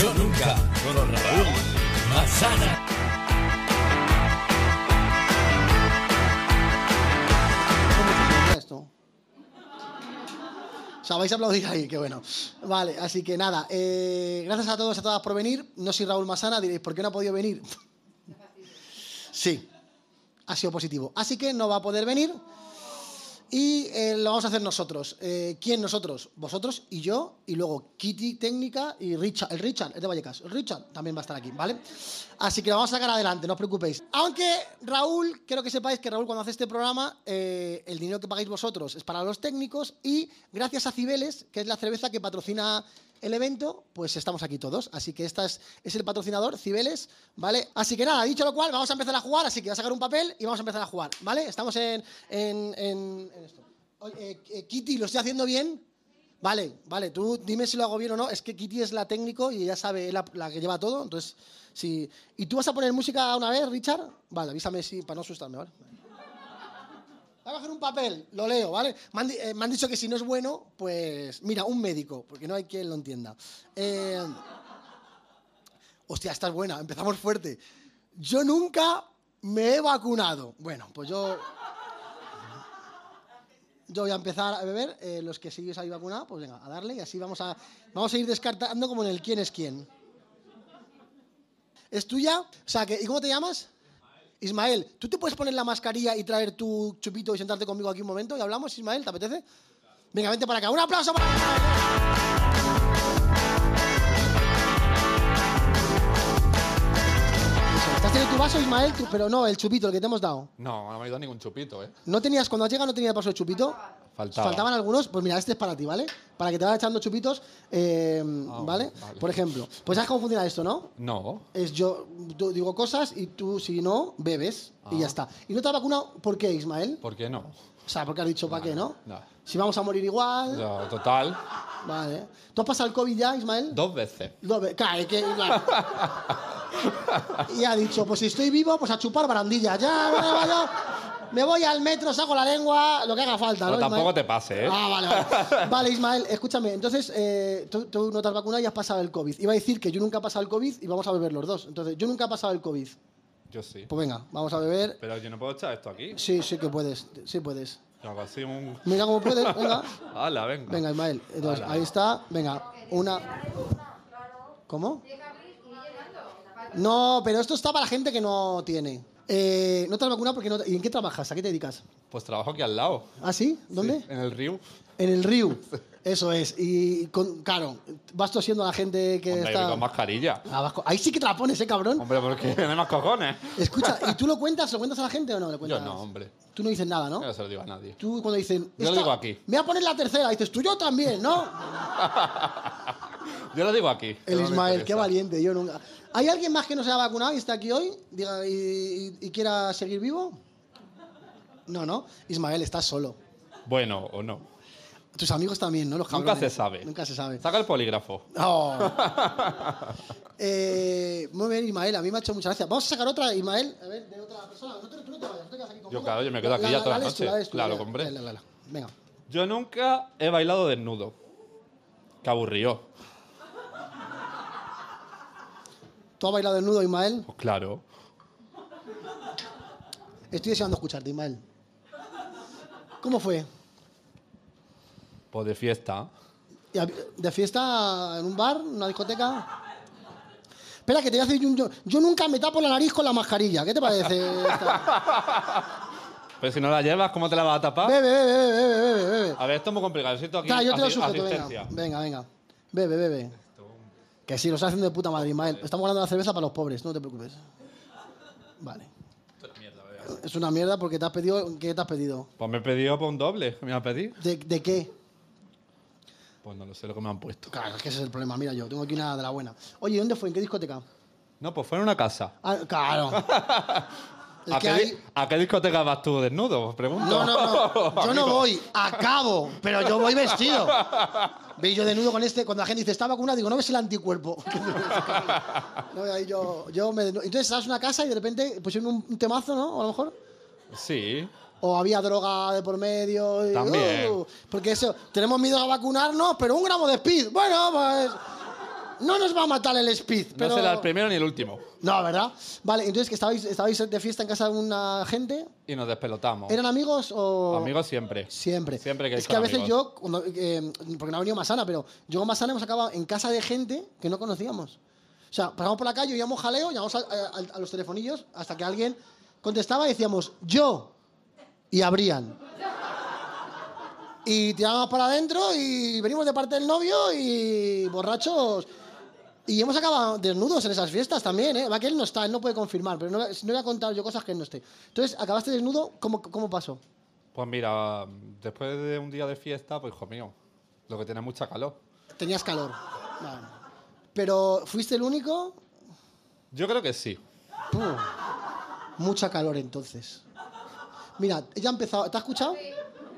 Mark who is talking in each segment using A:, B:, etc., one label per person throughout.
A: Yo nunca con Raúl Masana.
B: esto. O sea, vais a aplaudir ahí, qué bueno. Vale, así que nada, eh, gracias a todos, a todas por venir. No soy Raúl Masana, diréis, ¿por qué no ha podido venir? Sí, ha sido positivo. Así que no va a poder venir y eh, lo vamos a hacer nosotros. Eh, ¿Quién nosotros? Vosotros y yo, y luego Kitty Técnica y Richard. El Richard es de Vallecas. El Richard también va a estar aquí, ¿vale? Así que lo vamos a sacar adelante, no os preocupéis. Aunque Raúl, quiero que sepáis que Raúl cuando hace este programa, eh, el dinero que pagáis vosotros es para los técnicos y gracias a Cibeles, que es la cerveza que patrocina el evento, pues estamos aquí todos. Así que esta es, es el patrocinador, Cibeles, ¿vale? Así que nada, dicho lo cual, vamos a empezar a jugar, así que voy a sacar un papel y vamos a empezar a jugar, ¿vale? Estamos en, en, en- en esto. Oye, eh, eh, Kitty, ¿lo estoy haciendo bien? Vale, vale, tú dime si lo hago bien o no. Es que Kitty es la técnico y ya sabe, la, la que lleva todo, entonces, si... ¿Y tú vas a poner música una vez, Richard? Vale, avísame si, para no asustarme, ¿vale? Voy a coger un papel, lo leo, ¿vale? Me han, di- eh, me han dicho que si no es bueno, pues mira, un médico, porque no hay quien lo entienda. Eh, hostia, esta es buena, empezamos fuerte. Yo nunca me he vacunado. Bueno, pues yo... Yo voy a empezar a beber, eh, los que sí os habéis vacunado, pues venga, a darle y así vamos a, vamos a ir descartando como en el quién es quién. ¿Es tuya? O sea, que, ¿y cómo te llamas? Ismael, ¿tú te puedes poner la mascarilla y traer tu chupito y sentarte conmigo aquí un momento y hablamos, Ismael? ¿Te apetece? Venga, vente para acá. ¡Un aplauso para Ismael! ¿Te has tenido tu vaso, Ismael? Tú- Pero no, el chupito, el que te hemos dado.
C: No, no me ha ido ningún chupito, ¿eh?
B: ¿No tenías, cuando has llegado, no tenías vaso de chupito?
C: Faltaba.
B: Faltaban algunos, pues mira, este es para ti, ¿vale? Para que te vayas echando chupitos, eh, ¿vale?
C: Ah, vale.
B: Por ejemplo, pues sabes cómo funciona esto, ¿no?
C: No.
B: Es yo yo digo cosas y tú, si no, bebes y ya está. ¿Y no te has vacunado? ¿Por qué, Ismael?
C: Ah. ¿Por qué no?
B: O sea, porque has dicho, ¿para qué, no?
C: no.
B: Si vamos a morir igual.
C: No, total,
B: Vale. ¿Tú has pasado el COVID ya, Ismael?
C: dos veces.
B: Dos veces. Claro, es que, claro. y ha dicho, pues si estoy vivo, pues a chupar barandilla. Ya, ya, ya, ya. Me voy al metro, saco la lengua, lo que haga falta.
C: Pero
B: ¿no,
C: tampoco
B: Ismael?
C: te pase, ¿eh?
B: Ah, vale, vale. Vale, Ismael, escúchame. Entonces, eh, tú, tú no te has vacunado y has pasado el COVID. Iba a decir que yo nunca he pasado el COVID y vamos a beber los dos. Entonces, yo nunca he pasado el COVID.
C: Yo sí.
B: Pues venga, vamos a beber.
C: Pero yo no puedo echar esto aquí.
B: Sí, sí que puedes. Sí puedes.
C: Yo hago así un...
B: Mira cómo puedes. Venga.
C: Hala, venga.
B: Venga, Ismael. Entonces,
C: Ala.
B: ahí está. Venga, una. ¿Cómo? No, pero esto está para la gente que no tiene. Eh, no te has vacunado porque no. te- ¿Y en qué trabajas? ¿A qué te dedicas?
C: Pues trabajo aquí al lado.
B: ¿Ah, sí? ¿Dónde? Eh,
C: Sí, en el río.
B: En el río. Eso es. Y con, claro, vas tosiendo a la gente que
C: Hombre, yo voy
B: está.
C: con mascarilla.
B: Ah, vas co- Ahí sí que te la pones, eh, cabrón.
C: Hombre, porque tiene más cojones.
B: Escucha, ¿y tú lo cuentas? ¿Lo cuentas a la gente o no? ¿Le
C: Yo
B: cuentas?
C: no, hombre.
B: Tú Pues no dices nada, ¿no?
C: Yo no se lo digo a nadie.
B: Tú cuando dicen.
C: Yo lo
B: "Esta-
C: digo aquí".
B: Me voy a poner la tercera. Dices, tú yo también, ¿no?
C: Yo lo digo aquí. que
B: El
C: no me
B: Ismael,
C: interesa.
B: qué valiente, yo nunca. ¿Hay alguien más que no se ha vacunado y está aquí hoy? Diga, y, y- y quiera seguir vivo? No, no. Ismael, estás solo.
C: Bueno, o no.
B: Tus amigos también, ¿no? Los
C: Nunca
B: cabrones.
C: se sabe.
B: Nunca se sabe.
C: Saca el polígrafo.
B: Oh. Eh, muy bien, Ismael, a mí me ha hecho mucha gracia. Vamos a sacar otra, Ismael, a ver, de otra persona. No te, tú no te vayas, no te quedas aquí conmigo.
C: claro, yo me quedo aquí ya toda la
B: lees tú,
C: noche.
B: lees tú,
C: Claro,
B: venga,
C: hombre.
B: la, la, la. Venga.
C: Yo nunca he bailado desnudo. Qué aburrido.
B: ¿Tú has bailado desnudo, Ismael?
C: Pues claro.
B: Estoy deseando escucharte, Ismael. ¿Cómo fue?
C: Pues de fiesta.
B: ¿Y hab- ¿De fiesta en un bar, en una discoteca? Espera, que te voy a hacer un- yo, yo nunca me tapo la nariz con la mascarilla. ¿Qué te parece? esta?
C: Pero si no la llevas, ¿cómo te la vas a tapar?
B: Bebe, bebe, bebe, bebe, bebe, bebe.
C: A ver, esto es muy complicado. Necesito aquí
B: Claro, yo te lo
C: asi-
B: sujeto,
C: asistencia.
B: venga. Venga, venga. Bebe, bebe. Que sí, los hacen de puta madre, Ismael. Estamos hablando de la cerveza para los pobres, no te preocupes. Vale. Es una mierda porque te has pedido. ¿Qué te has pedido?
C: Pues me he pedido por un doble. ¿Me vas a pedir?
B: ¿De, de qué?
C: Pues no lo sé lo que me han puesto.
B: Claro, es que ese es el problema. Mira, yo tengo aquí una de la buena. Oye, ¿dónde fue? ¿En qué discoteca?
C: No, pues fue en una casa.
B: Ah, claro. Es
C: ¿A
B: que
C: qué, di-
B: hay-
C: a qué discoteca vas tú desnudo? Os pregunto.
B: No, no, no. Yo no
C: Amigo.
B: voy. Acabo. Pero yo voy vestido. Ve yo desnudo con este. Cuando la gente dice, está vacunado, digo, no ves el anticuerpo. no, y ahí yo, yo me desnudo. Entonces estás en una casa y de repente pusieron un, un temazo, ¿no? O a lo mejor.
C: Sí.
B: O había droga de por medio. y, uh,
C: También.
B: porque eso, tenemos miedo a vacunarnos, pero un gramo de speed. Bueno, pues. No nos va a matar el speed, pero...
C: No será el primero ni el último.
B: No, ¿verdad? Vale, entonces que estabais, estabais de fiesta en casa de una gente.
C: Y nos despelotamos.
B: ¿Eran amigos o...?
C: Amigos siempre.
B: Siempre.
C: Siempre que
B: es
C: son
B: que a veces yo,
C: amigos.
B: cuando, eh, porque no ha venido Masana, pero yo con Masana hemos acabado en casa de gente que no conocíamos. O sea, pasamos por la calle, oíamos jaleo, llamamos a, a- a los telefonillos hasta que alguien contestaba y decíamos, yo. Y abrían. Y tirábamos para adentro y venimos de parte del novio y borrachos. Y hemos acabado desnudos en esas fiestas también, ¿eh? Va que él no está, él no puede confirmar, pero no, no voy a contar yo cosas que él no esté. Entonces, acabaste desnudo, ¿cómo, cómo pasó?
C: Pues mira, después de un día de fiesta, pues hijo mío, lo que tiene es mucha calor.
B: Tenías calor. Vale. Pero fuiste el único.
C: Yo creo que sí.
B: Puh. Mucha calor entonces. Mira, ella ha empezado. ¿Te has escuchado?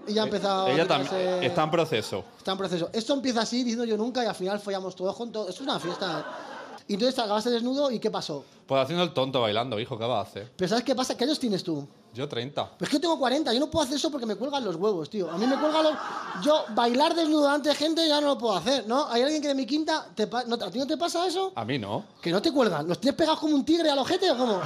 B: Ella ha empezado. a
C: Eh, Ella
B: tirarse-
C: también eh, está en proceso.
B: Está en proceso. Esto empieza así, diciendo yo nunca, y al final follamos todos juntos. Esto es una fiesta. Y entonces te acabaste desnudo y ¿qué pasó?
C: Pues haciendo el tonto bailando, hijo, ¿qué vas a hacer?
B: Pero ¿sabes qué pasa? ¿Qué años tienes tú?
C: Yo 30.
B: Pues que yo tengo 40, yo no puedo hacer eso porque me cuelgan los huevos, tío. A mí me cuelgan los... Yo bailar desnudo ante gente ya no lo puedo hacer, ¿no? Hay alguien que de mi quinta... Te pa- ¿No, ¿A ti no te pasa eso?
C: A mí no.
B: ¿Que no te cuelgan? ¿Los tienes pegados como un tigre al ojete o cómo?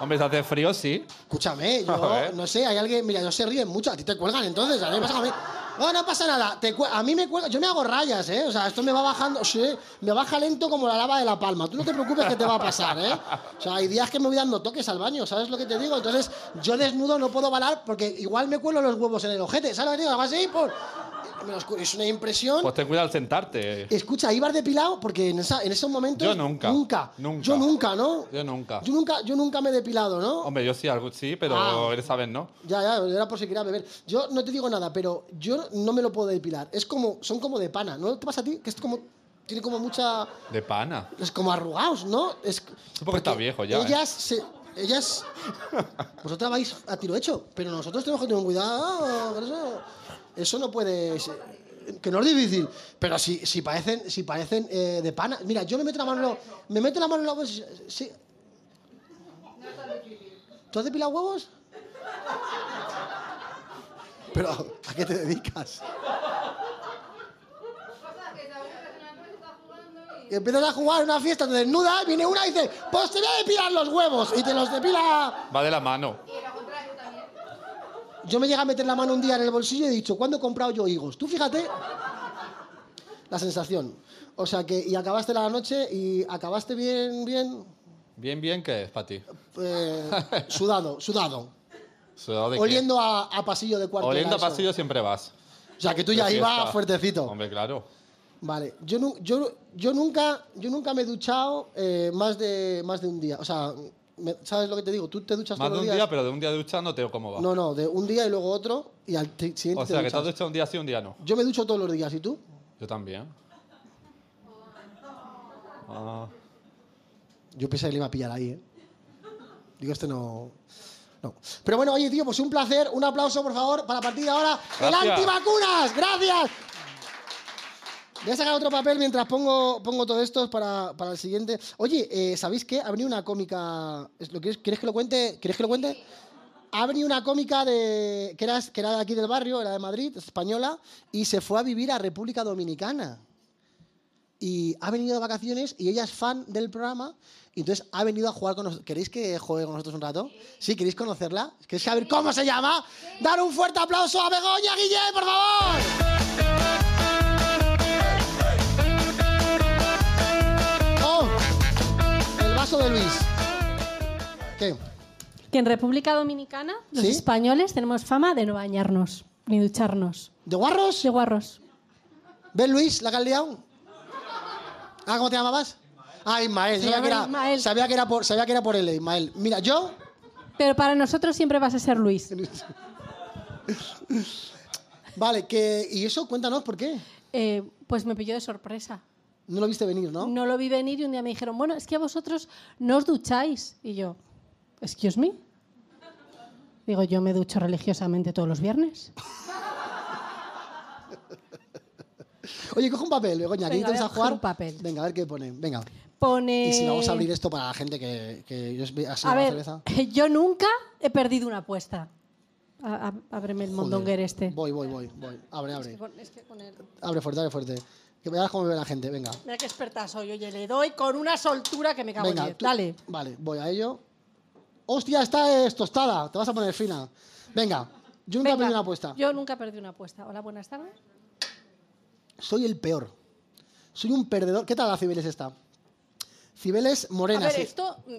C: Hombre, si hace frío, sí.
B: Escúchame,
C: A
B: yo
C: ver.
B: no sé, hay alguien, mira, no se ríen mucho, a ti te cuelgan entonces, a mí me pasa a mí. No, no pasa nada, te cue- a mí me cuelga, yo me hago rayas, ¿eh? O sea, esto me va bajando, sí, me baja lento como la lava de La Palma, tú no te preocupes que te va a pasar, ¿eh? O sea, hay días que me voy dando toques al baño, ¿sabes lo que te digo? Entonces, yo desnudo no puedo balar porque igual me cuelo los huevos en el ojete, ¿sabes lo que te digo? Además, sí, por... me los cu- Es una impresión.
C: Pues ten cuidado al sentarte.
B: Escucha, ibas depilado porque en, esa, en esos momentos...
C: Yo nunca,
B: Nunca.
C: nunca.
B: Yo nunca, ¿no?
C: Yo nunca.
B: Yo nunca, yo nunca me he depilado, ¿no?
C: Hombre, yo sí, algo sí, pero
B: Ah.
C: esa vez no.
B: Ya, ya, era por si quería beber. Yo no te digo nada, pero yo no me lo puedo depilar. Es como, son como de pana, ¿no te pasa a ti? Que es como, tiene como mucha,
C: De pana.
B: es como arrugados, ¿no? Es
C: porque está viejo ya, ¿eh?
B: Ellas se, ellas, vosotras vais a tiro hecho, pero nosotros tenemos que tener cuidado. con Eso, eso no puede, ser- que no es difícil, pero si, si parecen, si parecen eh, de pana. Mira, yo me meto la mano, en la- me meto la mano en la bolsa, sí. ¿Tú has depilado huevos? Pero, ¿a qué te dedicas? Y empiezas a jugar en una fiesta, te desnudas, viene una y dice, pues te voy a depilar los huevos. Y te los depila.
C: Va de la mano.
B: Yo me llega a meter la mano un día en el bolsillo y he dicho, ¿cuándo he comprado yo higos? Tú fíjate la sensación. O sea que, y acabaste la noche y acabaste bien, bien,
C: Bien, bien, ¿qué es para ti?
B: eh, sudado, sudado.
C: Sudado de qué?
B: Oliendo a, a pasillo de cuarto. era
C: Oliendo
B: eso.
C: a pasillo siempre vas.
B: O sea que tú
C: De
B: ya
C: fiesta.
B: ibas fuertecito.
C: Hombre, claro.
B: Vale, yo, nu- yo, yo, nunca, yo nunca me he duchado eh, más, de, más de un día. O sea, me- ¿sabes lo que te digo? Tú te duchas
C: Más de
B: todos
C: un
B: los
C: día,
B: días.
C: pero de un día de ducha no tengo cómo va.
B: No, no, de un día y luego otro y al t- siguiente
C: o sea,
B: te
C: que te has
B: duchas.
C: duchado un día sí, un día no.
B: Yo me ducho todos los días, ¿y tú?
C: Yo también. Ah,
B: Yo pensé que le iba a pillar ahí, ¿eh? Digo, este no... No. Pero bueno, oye, tío, pues un placer. Un aplauso, por favor, para partir de ahora. ¡El
C: Gracias.
B: antivacunas! ¡Gracias! Voy a sacar otro papel mientras pongo, pongo todo esto para, para el siguiente. Oye, eh, ¿sabéis qué? Ha venido una cómica... ¿es- ¿Lo quieres, ¿Quieres que lo cuente? ¿Quieres que lo cuente? Ha venido una cómica de, que, era, que era de aquí del barrio, era de Madrid, española, y se fue a vivir a República Dominicana y ha venido de vacaciones y ella es fan del programa y entonces ha venido a jugar con nosotros. ¿Queréis que juegue con nosotros un rato? ¿Sí? ¿Queréis conocerla? ¿Queréis saber cómo se llama? Dar un fuerte aplauso a Begoña Guillén, por favor. ¡Oh! El vaso de Luis. ¿Qué?
D: Que en República Dominicana los
B: ¿Sí?
D: españoles tenemos fama de no bañarnos ni ducharnos.
B: ¿De guarros?
D: De guarros.
B: ¿Ves, Luis, la que has liado? Ah, ¿cómo te llamabas? Ah, Ismael.
D: Se
B: Sabía
D: llama
B: que, era,
D: Ismael.
B: Sabía, que era por, sabía que era por él, Ismael. Mira, yo...
D: Pero para nosotros siempre vas a ser Luis.
B: Vale, que, y eso cuéntanos por qué.
D: Eh, pues me pilló de sorpresa.
B: No lo viste venir, ¿no?
D: No lo vi venir y un día me dijeron, bueno, es que a vosotros no os ducháis. Y yo, excuse me. Digo, yo me ducho religiosamente todos los viernes.
B: Oye, coge un papel, Begoña, que
D: Venga,
B: intentas
D: voy a
B: a jugar.
D: coger un papel.
B: Venga, a ver qué pone. Venga.
D: Pone...
B: Y si vamos a abrir esto para la gente que, que yo os vi- así
D: A
B: la
D: ver,
B: cerveza.
D: yo nunca he perdido una apuesta. A- a- ábreme el mondonguer este.
B: Voy, voy, voy, voy. Abre,
D: Es que
B: abre.
D: con- es que con el-
B: Abre fuerte, abre fuerte. Que veas cómo me ve la gente, venga.
D: Mira qué experta soy, oye, le doy con una soltura que me cago en
B: Venga,
D: diez.
B: tú-
D: Dale.
B: Vale, voy a ello. ¡Hostia, esta es tostada! Te vas a poner fina. Venga, yo nunca he
D: Venga,
B: perdido una apuesta.
D: Yo nunca perdí una apuesta. Hola, buenas tardes.
B: Soy el peor. Soy un perdedor. ¿Qué tal la Cibeles esta? Cibeles
D: A
B: morena.
D: ver,
B: se,
D: esto mm,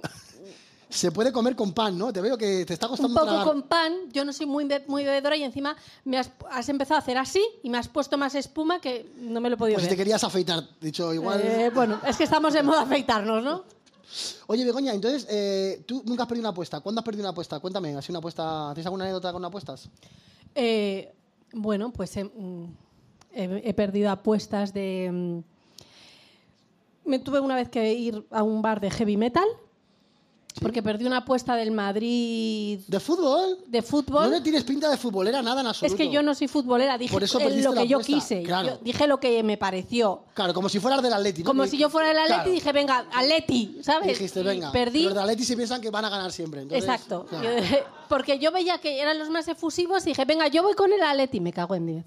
B: se puede comer con pan, ¿no? Te veo que te está
D: un
B: costando Pues
D: poco
B: tragar.
D: con pan. Yo no soy muy, be- muy bebedora y encima me has, has empezado a hacer así y me has puesto más espuma que no me lo he podido
B: Pues si te
D: ver.
B: querías afeitar, dicho igual.
D: Eh, bueno, es que estamos en modo afeitarnos, ¿no?
B: Oye, Begoña, entonces, eh, tú nunca has perdido una apuesta. ¿Cuándo has perdido una apuesta? Cuéntame, así una apuesta. ¿Tienes alguna anécdota con apuestas?
D: Eh, bueno, pues eh, mm, he, he perdido apuestas de... mm, me tuve una vez que ir a un bar de heavy metal porque perdí una apuesta del Madrid
B: ¿De fútbol?
D: de
B: No
D: fútbol.
B: le tienes pinta de futbolera nada en absoluto.
D: es que yo no soy futbolera, dije
B: Por eso
D: eh,
B: perdiste
D: lo
B: la
D: que yo
B: apuesta,
D: quise,
B: claro.
D: yo dije lo que me pareció.
B: Claro, como si fueras del Atleti. ¿no?
D: Como
B: Y-
D: si yo fuera del Atleti
B: Claro.
D: y dije, venga, Atleti, ¿sabes?
B: Dijiste,
D: Y
B: venga.
D: perdí.
B: Los del Atleti se piensan que van a ganar siempre. entonces,
D: Exacto.
B: claro.
D: Yo- porque yo veía que eran los más efusivos y dije, venga, yo voy con el Atleti, me cago en 10.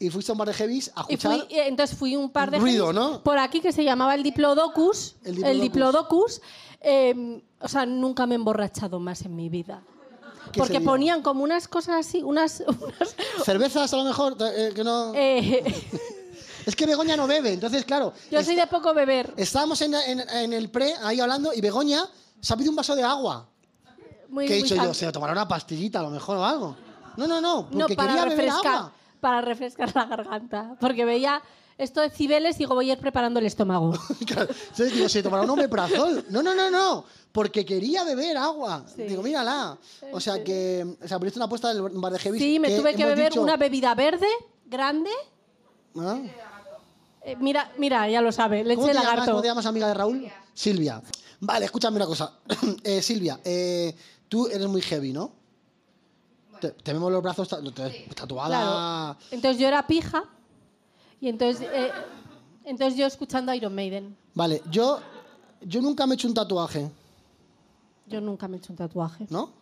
B: Y fuiste a un bar de heavies a
D: Y
B: escuchar.
D: fui, eh, entonces fui un par de
B: Ruido,
D: veces
B: ¿no?
D: por aquí que se llamaba el Diplodocus.
B: El
D: El
B: Diplodocus.
D: Diplodocus. eh, o sea, nunca me he emborrachado más en mi vida.
B: ¿Qué
D: Porque
B: sería?
D: ponían como unas cosas así, unas... unas,
B: Cervezas a lo mejor. eh, que no...
D: eh,
B: Es que Begoña no bebe, entonces, claro.
D: yo
B: es-
D: soy de poco beber.
B: Estábamos en, en- en el pre ahí hablando y Begoña se ha pedido un vaso de agua.
D: Muy,
B: ¿Qué he
D: muy
B: dicho yo?
D: cam-
B: ¿Se tomará una pastillita a lo mejor o algo? No, no, no.
D: No,
B: Porque
D: para
B: quería beber
D: refrescar,
B: agua.
D: para refrescar la garganta. Porque veía esto de Cibeles y digo, voy a ir preparando el estómago.
B: Claro, entonces digo, se tomará un omeprazol. No, no, no, no. Porque quería beber agua.
D: Sí.
B: Digo, mírala. O sea que. O sea, perdiste una apuesta del bar de heavies.
D: Sí, me tuve que
B: hemos
D: beber
B: dicho-
D: una bebida verde, grande.
B: ¿Ah?
D: Eh, mira, mira, ya lo sabe, leche
B: ¿Cómo
D: de
B: te, llamas,
D: lagarto.
B: cómo te llamas, amiga de Raúl? Silvia. Vale, escúchame una cosa. Eh, Silvia, eh, tú eres muy heavy, ¿no? Te, te vemos los brazos ta- te- tatuada.
D: Claro. Entonces yo era pija y entonces, eh, entonces yo escuchando Iron Maiden.
B: Vale, yo, yo nunca me he hecho un tatuaje,
D: Yo nunca me he hecho un tatuaje,
B: ¿no?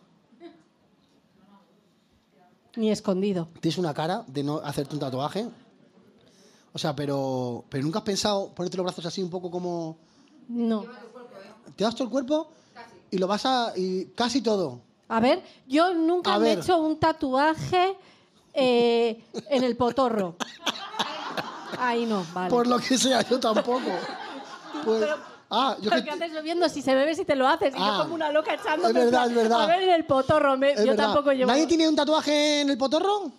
D: ni escondido.
B: Tienes una cara de no hacerte un tatuaje. O sea, pero, pero nunca has pensado ponerte los brazos así un poco como.
D: No.
B: ¿Te das todo el cuerpo? Y lo vas a. Y casi todo.
D: A ver, yo nunca
B: A
D: me
B: ver.
D: he hecho un tatuaje eh, en el potorro. Ahí no, vale.
B: Por lo que sea, yo tampoco. Pues-
D: Pero-
B: ah, yo que.
D: Porque antes lo viendo si se bebe, si te lo haces. Y
B: Ah.
D: yo como una loca echando.
B: Es verdad, es verdad.
D: A ver, en el potorro. me-
B: Es
D: yo
B: verdad.
D: tampoco llevo.
B: ¿Nadie tiene un tatuaje en el potorro?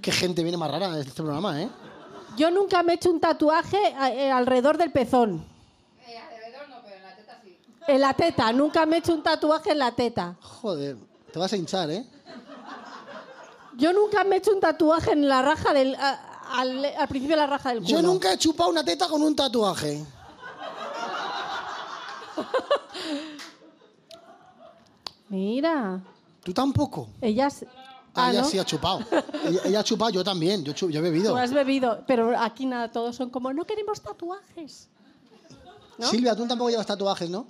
B: Qué gente viene más rara en este programa, ¿eh?
D: Yo nunca me he hecho un tatuaje a- eh, alrededor del pezón. Eh, En la teta, nunca me he hecho un tatuaje en la teta.
B: Joder, te vas a hinchar, ¿eh?
D: Yo nunca me he hecho un tatuaje en la raja del. a- al, al principio de la raja del culo.
B: Yo nunca he chupado una teta con un tatuaje.
D: Mira,
B: ¿Tú tampoco?
D: ellas.
B: Ah,
D: Ah,
B: ella
D: ¿no?
B: sí ha chupado. ella, ella ha chupado, yo también. Yo, chu- yo he bebido.
D: Tú has bebido, pero aquí nada, todos son como, no queremos tatuajes. ¿no?
B: Silvia, tú tampoco llevas tatuajes, ¿no?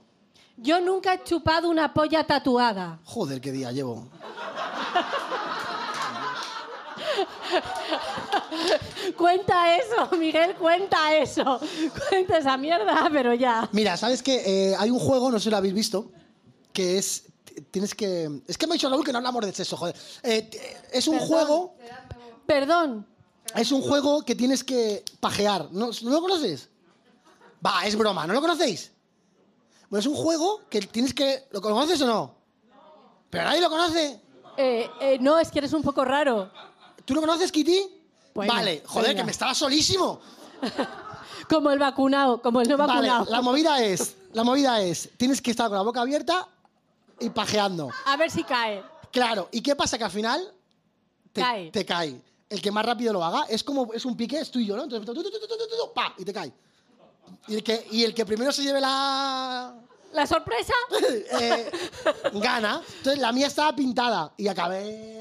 D: Yo nunca he chupado una polla tatuada.
B: Joder, qué día llevo.
D: Cuenta eso, Miguel, cuenta eso. Cuenta esa mierda, pero ya.
B: Mira, ¿sabes qué? Eh, hay un juego, no sé si lo habéis visto, que es. t- Tienes que. Es que me ha dicho Raúl que no hablamos de sexo, joder. Eh, t- es un juego.
D: Perdón.
B: Es un juego que tienes que pajear. ¿No, ¿no lo conoces? Va, es broma, ¿no lo conocéis? Bueno, es un juego que tienes que. ¿Lo conoces o no? Pero nadie lo conoce.
D: Eh, eh, no, es que eres un poco raro.
B: ¿Tú lo conoces, Kitty?
D: Bueno,
B: vale, joder,
D: venga.
B: que me estaba solísimo.
D: Como el vacunado, como el no
B: Vale,
D: vacunado.
B: la movida es. La movida es. Tienes que estar con la boca abierta y pajeando.
D: A ver si cae.
B: Claro, ¿y qué pasa? Que al final te
D: Cae.
B: te cae. El que más rápido lo haga es como es un pique, es tú y yo, ¿no? Entonces, tu, tu, tu, tu, tu, tu, tu, pa, y te cae. Y el que, y el que primero se lleve la.
D: La sorpresa.
B: eh, gana. Entonces la mía estaba pintada y acabé.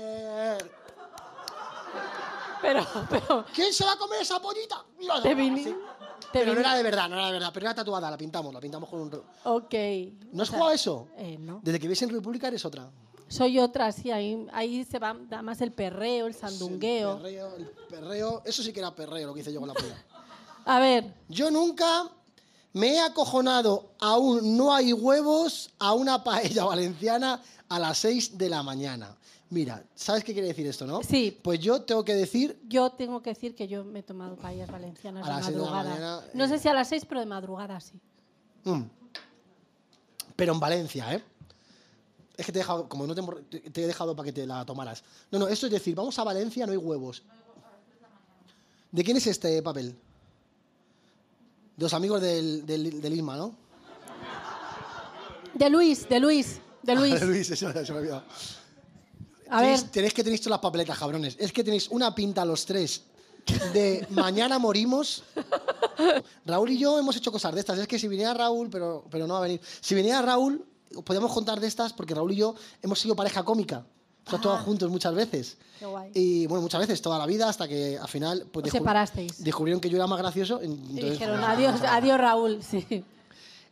D: Pero, pero.
B: ¿Quién se va a comer esa pollita? Y lo
D: Te
B: sacaba
D: vini.
B: así.
D: Te
B: Pero no
D: vini-
B: era de verdad, no era de verdad. Pero era tatuada, la pintamos, la pintamos con un. ro-
D: Ok.
B: ¿No has
D: O sea,
B: jugado a eso?
D: Eh, no.
B: Desde que vives en República eres otra.
D: soy otra, sí, ahí, ahí se va da más el perreo, el
B: El
D: sandungueo.
B: perreo, el perreo. Eso sí que era perreo lo que hice yo con la polla.
D: A ver,
B: Yo nunca me he acojonado a un no hay huevos a una paella valenciana a las 6 de la mañana. Mira, ¿sabes qué quiere decir esto, no?
D: Sí.
B: Pues yo tengo que decir
D: yo tengo que decir que yo me he tomado paellas valencianas
B: A las
D: de
B: seis de la
D: madrugada.
B: mañana,
D: no
B: eh.
D: sé si a las seis, pero de madrugada sí.
B: Mm. Pero en Valencia, ¿eh? Es que te he dejado, como no te, hemos- te- te he dejado para que te la tomaras. No, no, esto es decir, vamos a Valencia, no hay huevos. ¿De quién es este papel? De los amigos del, del, del Isma, ¿no?
D: De Luis, de Luis, de Luis.
B: Luis, eso se me ha olvidado.
D: A ver,
B: Tenéis- Tenéis que tenéis todas las papeletas, cabrones. Es que tenéis una pinta los tres de mañana morimos. Raúl y yo hemos hecho cosas de estas. Es que si viniera Raúl, pero, pero no va a venir. Si viniera Raúl, os podíamos contar de estas porque Raúl y yo hemos sido pareja cómica. Hemos
D: Ah.
B: actuado juntos muchas veces.
D: Qué guay.
B: Y bueno, muchas veces, toda la vida, hasta que al final pues,
D: Os
B: descub-
D: separasteis.
B: descubrieron que yo era más gracioso.
D: y
B: entonces- pues,
D: dijeron adiós, adiós Raúl, sí.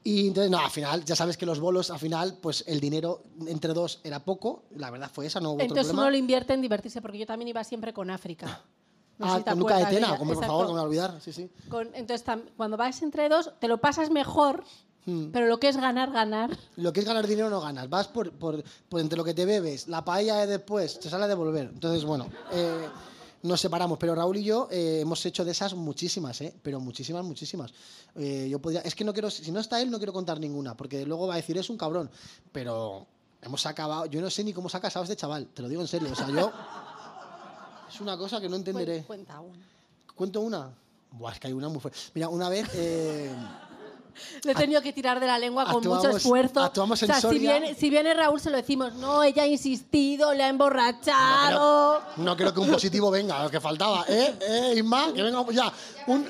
B: y entonces, no, al final, ya sabes que los bolos, al final, pues el dinero entre dos era poco. La verdad fue esa, no hubo otro
D: Entonces
B: problema.
D: uno lo invierte en divertirse, porque yo también iba siempre con África. No sé
B: ah,
D: si te
B: con Luca de
D: acuerdas de
B: Tena,
D: ella.
B: como por
D: Exacto.
B: favor, que me voy a olvidar. Sí, sí.
D: Con- entonces, tam- cuando vas entre dos, te lo pasas mejor,
B: Hmm.
D: pero lo que es ganar, ganar. pues,
B: Lo que es ganar dinero no ganas. Vas por, por, por entre lo que te bebes, la paella de después, te sale a devolver. Entonces, bueno, eh, nos separamos. Pero Raúl y yo eh, hemos hecho de esas muchísimas, ¿eh? Pero muchísimas, muchísimas. Eh, yo podría, es que no quiero, si no está él, no quiero contar ninguna, porque luego va a decir, es un cabrón. Pero hemos acabado, yo no sé ni cómo se ha casado este chaval, te lo digo en serio. O sea, yo. Es una cosa que no entenderé.
D: Cuen- Cuenta una.
B: ¿Cuento una? Buah, es que hay una muy fuerte. Mira, una vez. eh,
D: Le he tenido que tirar de la lengua con mucho
B: Actuamos-
D: esfuerzo.
B: actuamos en
D: o sea, si
B: Soria.
D: viene, si viene Raúl, se lo decimos. No, ella ha insistido, le ha emborrachado.
B: No creo que un positivo venga, lo que faltaba. ¿Eh? ¿Eh, Isma? Que venga ya. Un,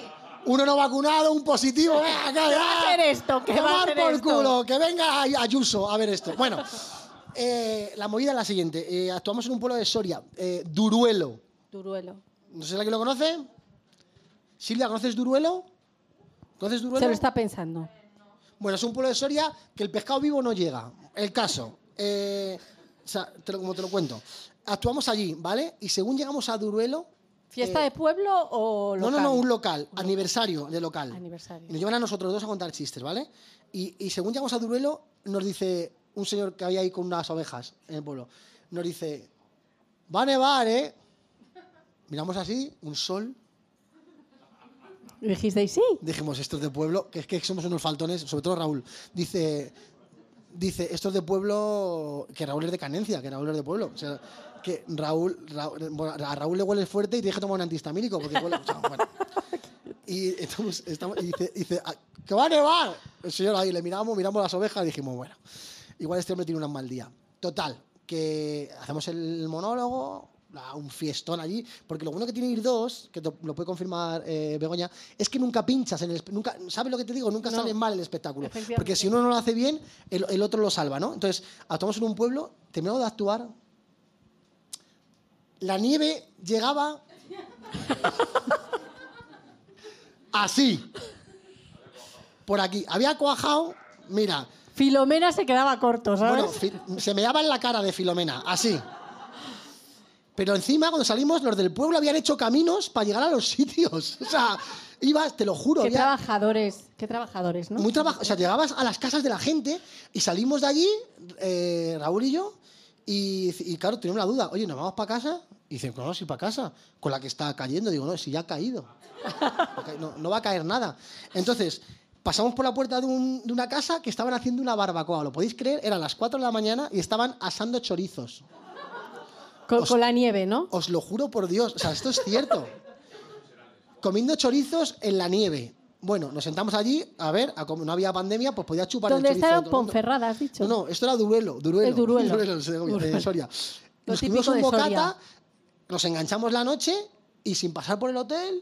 B: uno no vacunado, un positivo. ¡eh, acá,
D: ¿Qué va a
B: ya!
D: hacer esto? ¿Qué va a
B: Tomar
D: hacer
B: por
D: esto?
B: culo! Que venga Ay- Ayuso a ver esto. Bueno, eh, la movida es la siguiente. Eh, actuamos en un pueblo de Soria, eh, Duruelo.
D: Duruelo.
B: No sé si alguien lo conoce. Silvia, ¿conoces Duruelo? ¿Conoces Duruelo?
D: Se lo está pensando.
B: Bueno, es un pueblo de Soria que el pescado vivo no llega. El caso. Eh, o sea, te lo- como te lo cuento. Actuamos allí, ¿vale? Y según llegamos a Duruelo.
D: ¿Fiesta
B: eh,
D: de pueblo o
B: No,
D: local?
B: no, no, un local, aniversario de local.
D: Aniversario.
B: Y nos llevan a nosotros dos a contar chistes, ¿vale? Y, y según llegamos a Duruelo, nos dice un señor que había ahí con unas ovejas en el pueblo, nos dice, va a nevar, ¿eh? Miramos así, un sol,
D: Y dijisteis, sí.
B: dijimos, estos de pueblo, que es que somos unos faltones, sobre todo Raúl, dice, dice, estos de pueblo, que Raúl es de Canencia, que Raúl es de pueblo, o sea, que Raúl, Raúl- bueno, a Raúl le huele fuerte y tiene que tomar un antihistamínico, porque huele, o sea, bueno. Y, estamos, estamos- y dice, dice, "Ah, que va a nevar. El señor ahí le miramos, miramos las ovejas y dijimos, bueno, igual este hombre tiene un mal día. Total, que hacemos el monólogo, la- un fiestón allí, porque lo bueno que tiene ir dos, que te- lo puede confirmar eh, Begoña, es que nunca pinchas, en el, espe- nunca, ¿sabes lo que te digo? Nunca
D: No.
B: sale mal el espectáculo.
D: Efectivamente.
B: Porque si uno no lo hace bien, el, el otro lo salva, ¿no? Entonces, actuamos en un pueblo, terminamos de actuar, la nieve llegaba así. Por aquí. Había cuajado, mira,
D: Filomena se quedaba corto, ¿sabes?
B: bueno, fi- se me daba en la cara de Filomena, así. Pero encima, cuando salimos, los del pueblo habían hecho caminos para llegar a los sitios. O sea, ibas, te lo juro,
D: qué
B: había-
D: trabajadores, qué trabajadores, ¿no?
B: muy trabajo. O sea, llegabas a las casas de la gente y salimos de allí, eh, Raúl y yo, y, y claro, teníamos la duda, oye, ¿nos vamos para casa? Y dicen, no, no, sí, para casa, con la que está cayendo. Digo, no, si ya ha caído. No, no va a caer nada. Entonces, pasamos por la puerta de, un- de una casa que estaban haciendo una barbacoa, ¿lo podéis creer? Eran las 4 de la mañana y estaban asando chorizos.
D: con,
B: os-
D: con la nieve, ¿no?
B: Os lo juro por Dios, o sea, esto es cierto. Comiendo chorizos en la nieve. Bueno, nos sentamos allí, a ver, a como no había pandemia, pues podía chupar
D: Donde
B: el chorizo.
D: estaba
B: de todo el mundo.
D: Ponferrada, has dicho.
B: No, no, esto era Duruelo. Duruelo.
D: El Duruelo.
B: en Segovia, en
D: Duruelo.
B: Soria.
D: Lo
B: nos comimos
D: típico
B: un
D: de
B: bocata,
D: Soria.
B: nos enganchamos la noche y sin pasar por el hotel,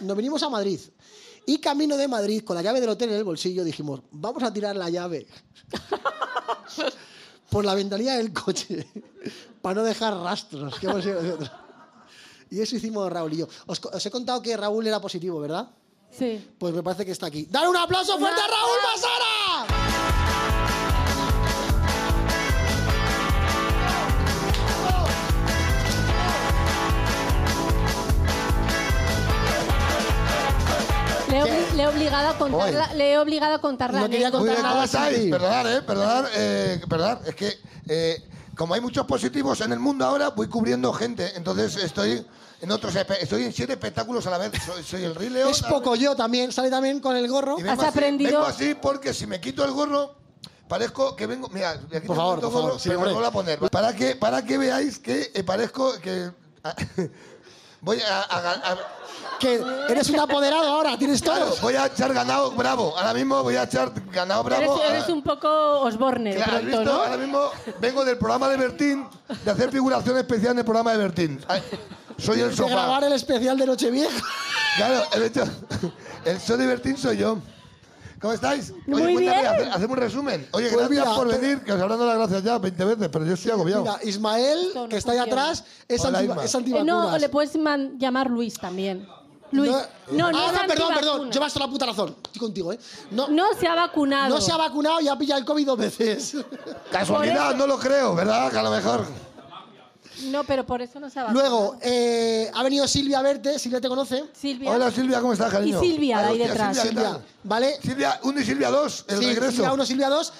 B: nos vinimos a Madrid. Y camino de Madrid, con la llave del hotel en el bolsillo, dijimos, vamos a tirar la llave por la ventanilla del coche para no dejar rastros. que hemos ido nosotros. Y eso hicimos Raúl y yo. Os, co- os he contado que Raúl era positivo, ¿verdad?
D: Sí.
B: Pues me parece que está aquí. ¡Dale un aplauso fuerte a Raúl Masara!
D: he, obli- le he obligado a contarla,
E: Oye.
D: le he obligado a contarla.
B: No quería
E: Muy
B: contar
E: bien,
B: nada,
E: ¿cómo estáis?
B: Xavi.
E: Perdonad, eh, perdonad, eh, perdonad. Es que eh, como hay muchos positivos en el mundo ahora, voy cubriendo gente. Entonces estoy en otros, espe- estoy en siete espectáculos a la vez. Soy, soy el Rileo.
B: Es poco yo también, sale también con el gorro.
E: Y vengo
D: Has
E: así,
D: aprendido-
E: Vengo así porque si me quito el gorro, parezco que vengo. Mira, aquí tengo
B: favor,
E: otro
B: por favor,
E: gorro,
B: sí,
E: pero me
B: hombre.
E: lo voy a poner. Para que, para que veáis que eh, parezco que. ah, voy a, a- a-
B: Que eres un apoderado ahora, tienes
E: Claro,
B: todo.
E: voy a echar ganado bravo. Ahora mismo voy a echar ganado
D: Eres,
E: bravo.
D: eres un poco Osborne
E: Claro, ¿has
D: pronto,
E: visto?
D: ¿no?
E: Ahora mismo vengo del programa de Bertín, de hacer figuración especial en el programa de Bertín. Ay, Soy el
B: De grabar
E: sofá.
B: el especial de Nochevieja.
E: Claro, el, hecho, el show de Bertín soy yo. ¿Cómo estáis?
D: Muy
E: cuéntame,
D: bien.
E: hace- hacemos un resumen. Oye,
B: Pues
E: gracias
B: mira,
E: por
B: pero-
E: venir, que os habrán dado las gracias ya 20 veces, pero yo estoy agobiado.
B: Mira, Ismael,
D: no
B: que está ahí
D: funciona.
B: atrás, es,
E: Hola,
B: anti-
E: Isma.
B: es
D: Eh,
B: antivacunas.
D: no, le puedes man- llamar Luis también. Luis. No, no,
B: Ah,
D: es
B: no, perdón, perdón.
D: antivacuna.
B: Llevas toda la puta razón. Estoy contigo, ¿eh? No, no,
D: No se ha vacunado.
B: se ha vacunado y ha pillado el COVID dos veces.
E: Casualidad, no lo creo, ¿verdad? Que a lo mejor.
D: No, pero por eso no se ha vacunado.
B: Luego, eh, ha venido Silvia a verte. Silvia te conoce.
D: Silvia.
E: Hola Silvia, ¿cómo estás, cariño?
D: Y Silvia,
E: Ay,
D: ahí
E: hostia,
D: detrás.
E: Silvia, ¿qué
B: Silvia,
E: tal?
B: ¿vale?
E: Silvia 1 y Silvia 2, el
B: Sí,
E: regreso.
B: Silvia 1, Silvia 2.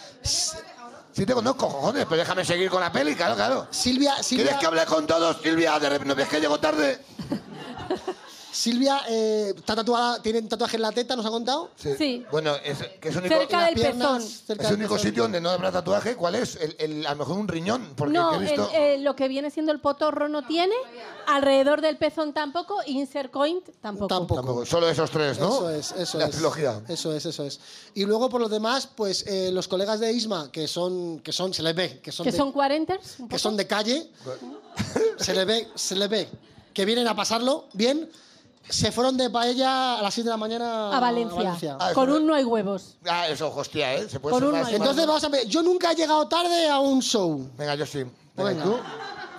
E: Sí te conozco, cojones, pero déjame seguir con la peli, claro, claro.
B: Silvia,
E: ¿Quieres
B: Silvia,
E: que hable con todos, Silvia? De rep- ¿No ves que llego tarde?
B: Silvia eh, está tatuada, tiene un tatuaje en la teta, nos ha contado.
D: Sí.
E: Bueno, es, que es el único,
D: Cerca
B: Las
D: del
B: piernas,
D: pezón.
B: cerca
E: es el
B: del
E: único
B: pezón.
E: sitio donde no habrá tatuaje. ¿Cuál es? El, el- a lo mejor un riñón, porque
D: No,
E: he visto...
D: el- el- lo que viene siendo el potorro no tiene, alrededor del pezón tampoco, insert coin tampoco.
B: Tampoco.
E: Tampoco, solo esos tres, ¿no?
B: Eso es, eso
E: La
B: es.
E: trilogía.
B: Eso es, eso es. Y luego, por lo demás, pues eh, los colegas de Isma, que son, que son, se les ve, que son,
D: Que
B: de,
D: son cuarenters. un
B: que
D: poco.
B: son de calle, se les ve, se les ve, que vienen a pasarlo bien. Se fueron de paella a las 7 de la mañana
D: a Valencia.
E: Ah, eso
D: Con
E: es.
D: un no hay huevos.
E: Ah, eso, hostia, ¿eh? Se puede
D: Por
E: ser
D: un
E: más-
D: mayor.
B: Entonces vamos a ver, yo nunca he llegado tarde a un show.
E: Venga, yo sí. Venga,
B: Venga.
E: ¿y tú?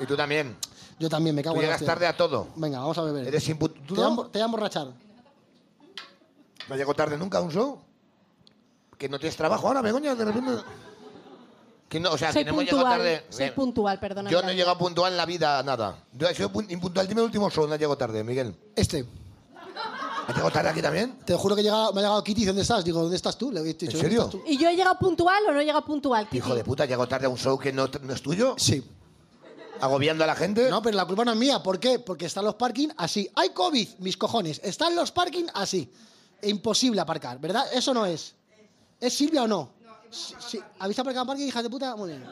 E: Y tú también.
B: Yo también, me
E: Tú
B: cago en la
E: llegas
B: hostia.
E: tarde a todo.
B: Venga, vamos a beber.
E: Eres impu-
B: ¿Te,
E: ¿Tú
B: voy a
E: no?
B: embor- te voy a emborrachar.
E: No llego tarde nunca a un show. Que no tienes trabajo ahora, Begoña, de repente... Que no, o sea,
D: soy
E: que no hemos llegado
D: puntual.
E: tarde...
D: Soy
E: Ven.
D: puntual, perdona.
E: Yo no he llegado puntual en la vida a nada. Yo he sido pun- impuntual. Dime el último show, no llego tarde, Miguel.
B: Este,
E: ¿Has llegado tarde aquí también?
B: te juro que he llegado- me ha llegado Kitty, ¿dónde estás? Digo, ¿dónde estás tú? Le he dicho,
E: ¿En
B: "¿Dónde
E: serio?
B: estás tú?".
D: ¿Y yo he llegado puntual o no he llegado puntual? Kiki?
E: Hijo de puta, llego tarde a un show que no, no es tuyo,
B: Sí.
E: agobiando a la gente.
B: No, pero la culpa no es mía. ¿Por qué? Porque están los parking así. Hay COVID, mis cojones. Están los parking así. E imposible aparcar, ¿verdad? Eso no es. ¿Es Silvia o no? Sí, sí. ¿Habéis aparcado en parking, hijas de puta? Muy bien.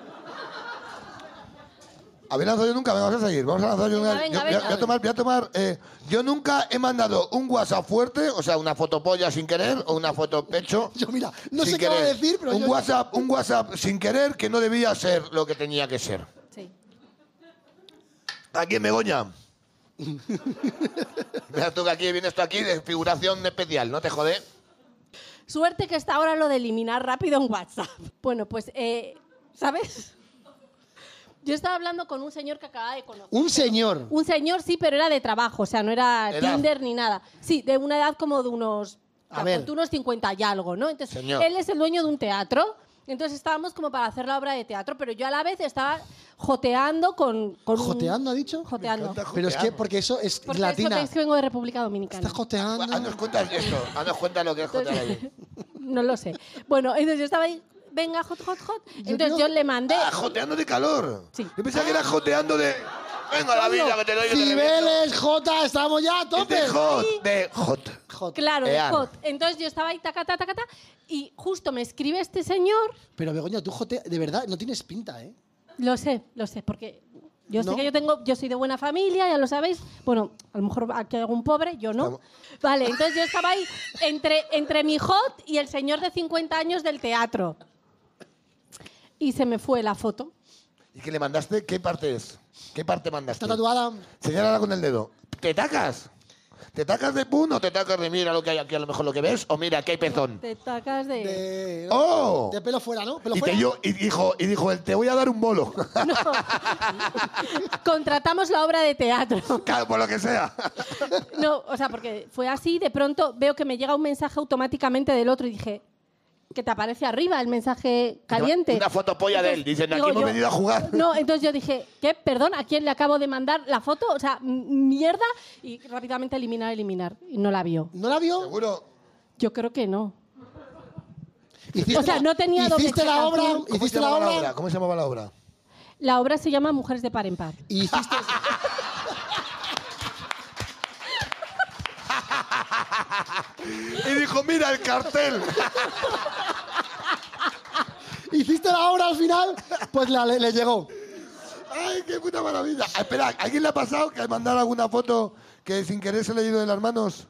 E: Habéis lanzado yo nunca, venga, vamos a seguir. Vamos a lanzar yo nunca.
D: Venga, venga,
E: Yo- voy a-
D: venga.
E: voy a tomar, voy a tomar. eh, yo nunca he mandado un WhatsApp fuerte, o sea, una fotopolla sin querer o una foto pecho.
B: Yo, mira, no
E: sin
B: sé qué va a decir, pero
E: un
B: yo-
E: WhatsApp, un WhatsApp sin querer que no debía ser lo que tenía que ser.
D: Sí.
E: ¿A quién Begoña? Mira tú que aquí vienes tú aquí de figuración especial, no te jode.
D: Suerte que está ahora lo de eliminar rápido en WhatsApp. Bueno, pues, eh, ¿sabes? Yo estaba hablando con un señor que acababa de conocer.
B: Un señor.
D: Un señor sí, pero era de trabajo, o sea, no era
E: Edad.
D: Tinder ni nada. Sí, de una edad como de unos,
B: A
D: a
B: ver.
D: unos 50 y algo, ¿no? Entonces,
E: Señor.
D: él es el dueño de un teatro. Entonces estábamos como para hacer la obra de teatro, pero yo a la vez estaba joteando con... con un-
B: ¿Joteando, ha dicho?
D: Joteando.
B: Pero es que, porque eso es
D: Porque eso
B: latina.
D: es que vengo de República Dominicana.
B: Estás joteando.
E: Haznos cuenta de Ah, esto, haznos cuenta lo que es joder ahí.
D: No lo sé. Bueno, entonces yo estaba ahí, venga, hot, hot, hot. Entonces
B: creo
D: yo le mandé...
E: Ah, joteando de calor.
D: Sí.
E: Yo pensaba que era joteando de. Venga, la vida que te doy. yo te reviento.
B: Cibeles, J, estamos ya a tope.
E: De hot, de hot.
B: Jot.
D: Claro, de
E: Ean.
D: hot. Entonces yo estaba ahí, taca, taca, taca, y justo me escribe este señor,
B: Pero Begoña, tú jote, de verdad, no tienes pinta, ¿eh?
D: lo sé, lo sé, porque yo
B: ¿No?
D: sé que yo tengo, yo soy de buena familia, ya lo sabéis. Bueno, a lo mejor aquí hay algún pobre, yo no. Vale, entonces yo estaba ahí entre, entre mi hot y el señor de 50 años del teatro. Y se me fue la foto.
E: ¿Y qué le mandaste? ¿Qué parte es? ¿Qué parte mandaste?
B: Está tatuada.
E: Señálala con el dedo. ¿Te tacas? ¿Te tacas de pun o te tacas de mira lo que hay aquí, a lo mejor lo que ves? O mira, aquí hay pezón.
D: Te tacas de...
B: De,
E: ¡Oh!
B: de pelo fuera, ¿no? Pelo
E: Y, te,
B: fuera.
E: yo- y, dijo, y dijo él, te voy a dar un bolo.
D: No. Contratamos la obra de teatro.
E: claro, por lo que sea.
D: No, o sea, porque fue así, de pronto veo que me llega un mensaje automáticamente del otro y dije, que te aparece arriba el mensaje caliente.
E: Una fotopolla de él.
D: Entonces,
E: Dicen, aquí
D: digo
E: hemos
D: yo-
E: venido a jugar.
D: No, entonces yo dije, ¿qué? Perdón, ¿a quién le acabo de mandar la foto? O sea, m- mierda. Y rápidamente eliminar, eliminar. Y no la vio.
B: ¿No la vio?
E: Seguro.
D: Yo creo que no.
E: Hiciste
D: O sea,
E: la-
D: no tenía doble
B: Hiciste la obra,
D: checación.
E: ¿Cómo se
B: hiciste la
E: llamaba
B: obra,
E: ¿Cómo se llamaba la obra?
D: La obra se llama Mujeres de par en par.
B: y hiciste
E: Y dijo, mira el cartel.
B: hiciste la obra al final, pues la- le, le llegó.
E: ¡Ay, qué puta maravilla! Ah, Espera, ¿a quién le ha pasado que al mandar alguna foto que sin querer se le ha ido de las manos?